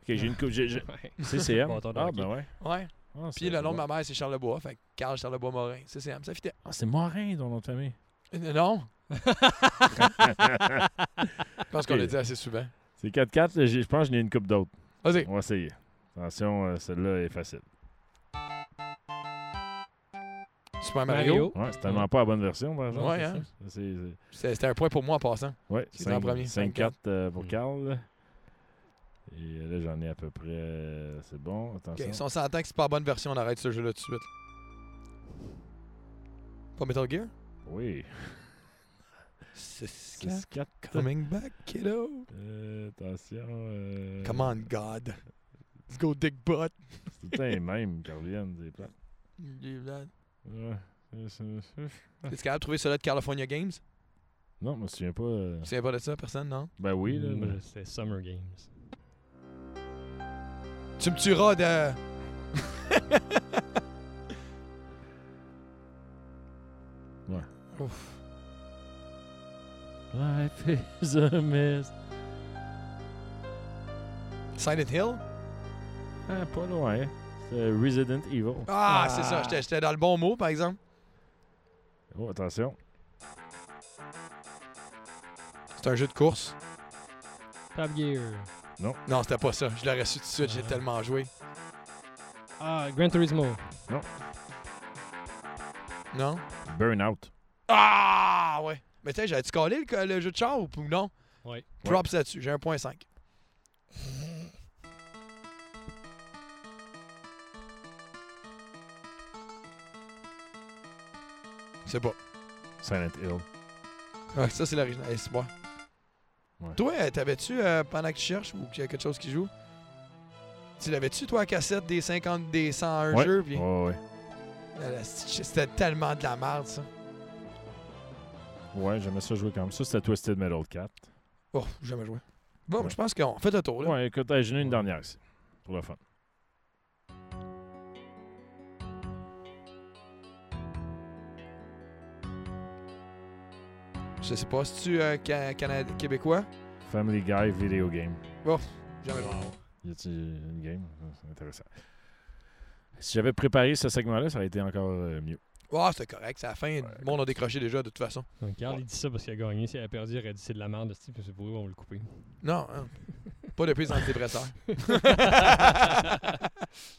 Speaker 2: Ok, j'ai une coupe. j'ai- j'ai-
Speaker 3: Ouais.
Speaker 2: CCM.
Speaker 3: Bâton de
Speaker 2: ah,
Speaker 3: hockey.
Speaker 2: ben ouais.
Speaker 1: Ouais.
Speaker 2: Ah, c'est-
Speaker 1: Puis le nom de ma mère, c'est Charles Lebois. Fait que Carl Charles Lebois Morin. CCM, ça fitait.
Speaker 2: Ah, c'est Morin, ton nom de famille.
Speaker 1: Euh, Non? Je pense qu'on
Speaker 2: Ok.
Speaker 1: l'a dit assez souvent.
Speaker 2: C'est 4-4. là, j'ai- Je pense que j'en ai une coupe d'autres.
Speaker 1: Vas-y.
Speaker 2: On va essayer. Attention, euh, celle-là est facile.
Speaker 1: Super Mario.
Speaker 3: Mario.
Speaker 2: Ouais, c'est tellement pas la bonne version, par exemple.
Speaker 1: Ouais,
Speaker 2: c'est
Speaker 1: hein?
Speaker 2: ça? C'est- c'est-
Speaker 1: C'est- C'était un point pour moi en passant.
Speaker 2: Ouais,
Speaker 1: C'est dans le premier,
Speaker 2: 5-4
Speaker 1: 5-4.
Speaker 2: euh, pour
Speaker 3: Mm.
Speaker 2: Carl. là. Et là, j'en ai à peu près. euh, C'est bon, attention.
Speaker 1: Ok, Si on s'entend que c'est pas la bonne version, on arrête ce jeu-là tout de suite. Pas Metal Gear?
Speaker 2: Oui.
Speaker 1: C'est ce
Speaker 2: 6-4.
Speaker 1: Coming back, kiddo.
Speaker 2: Euh, attention. euh,
Speaker 1: Come on, God. Let's go, dick butt.
Speaker 2: C'est tout le temps les mêmes qui reviennent, c'est plate.
Speaker 1: Est-ce
Speaker 2: Ouais. Euh, c'est- c'est-
Speaker 1: capable de trouver celui de California Games?
Speaker 2: Non, je me souviens pas. euh,
Speaker 1: Tu sais pas de ça, personne, non?
Speaker 2: Ben oui, là.
Speaker 3: Moi,
Speaker 2: mais-
Speaker 3: C'était Summer Games.
Speaker 1: Tu me tueras de.
Speaker 2: Ouais.
Speaker 1: Ouf.
Speaker 2: Life is a mess.
Speaker 1: Silent Hill?
Speaker 2: Ah, pas loin. C'est Resident Evil.
Speaker 1: Ah, c'est
Speaker 3: Ah.
Speaker 1: ça. J'étais- J'étais dans le bon mot, par exemple.
Speaker 2: Oh, attention.
Speaker 1: C'est un jeu de course.
Speaker 3: Top Gear.
Speaker 1: Non, c'était pas ça. Je l'aurais su tout de suite. J'ai
Speaker 3: Ah.
Speaker 1: tellement joué.
Speaker 3: Ah, Gran Turismo.
Speaker 1: Non?
Speaker 2: Burnout.
Speaker 1: Ah, ouais. Mais tu sais, j'avais-tu collé le, le jeu de char ou ou non?
Speaker 3: Ouais.
Speaker 1: Props là-dessus. J'ai un point 5. C'est pas.
Speaker 2: Silent Hill.
Speaker 1: Ah, ça, c'est l'original. Hey, c'est moi.
Speaker 2: Ouais.
Speaker 1: Toi, euh, t'avais-tu, euh, pendant que tu cherches ou qu'il y a quelque chose qui joue, tu l'avais-tu, toi, à cassette des 50, des 101
Speaker 2: Ouais.
Speaker 1: jeux? Puis...
Speaker 2: Ouais, ouais.
Speaker 1: Ah, là, c'est- C'était tellement de la merde, ça.
Speaker 2: Ouais, j'aimais ça jouer comme ça. C'était Twisted Metal 4.
Speaker 1: Oh, j'ai jamais joué. Bon,
Speaker 2: Ouais.
Speaker 1: je pense qu'on fait le tour, là.
Speaker 2: Ouais, écoute, hey, j'en ai une dernière ici. Pour le fun.
Speaker 1: Je sais pas, si tu euh, ca- Cana- québécois?
Speaker 2: Family Guy Video Game.
Speaker 1: Jamais joué.
Speaker 2: Y a-t-il une game? C'est intéressant. Si j'avais préparé ce segment-là, ça aurait été encore euh, mieux.
Speaker 1: Ah, c'est correct, c'est la fin. Le monde a décroché déjà, de toute façon.
Speaker 3: Donc, Carl, il dit ça parce qu'il a gagné. S'il a perdu, il aurait dit c'est de la merde, ce type, c'est pour on va le couper.
Speaker 1: Non, hein. pas depuis les antidépresseurs.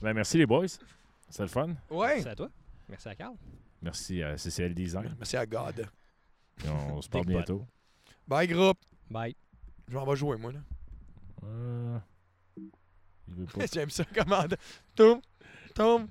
Speaker 2: Ben, merci les boys. C'était le fun.
Speaker 1: ouais.
Speaker 3: Merci à toi. Merci à Carl.
Speaker 2: Merci à CCL Design.
Speaker 1: Merci à God.
Speaker 2: Et on se parle
Speaker 3: Big
Speaker 2: bientôt.
Speaker 1: Bye, groupe.
Speaker 3: Bye.
Speaker 1: Je m'en vais jouer, moi, là.
Speaker 2: Euh, il veut pas.
Speaker 1: J'aime ça, commande. Toum, toum.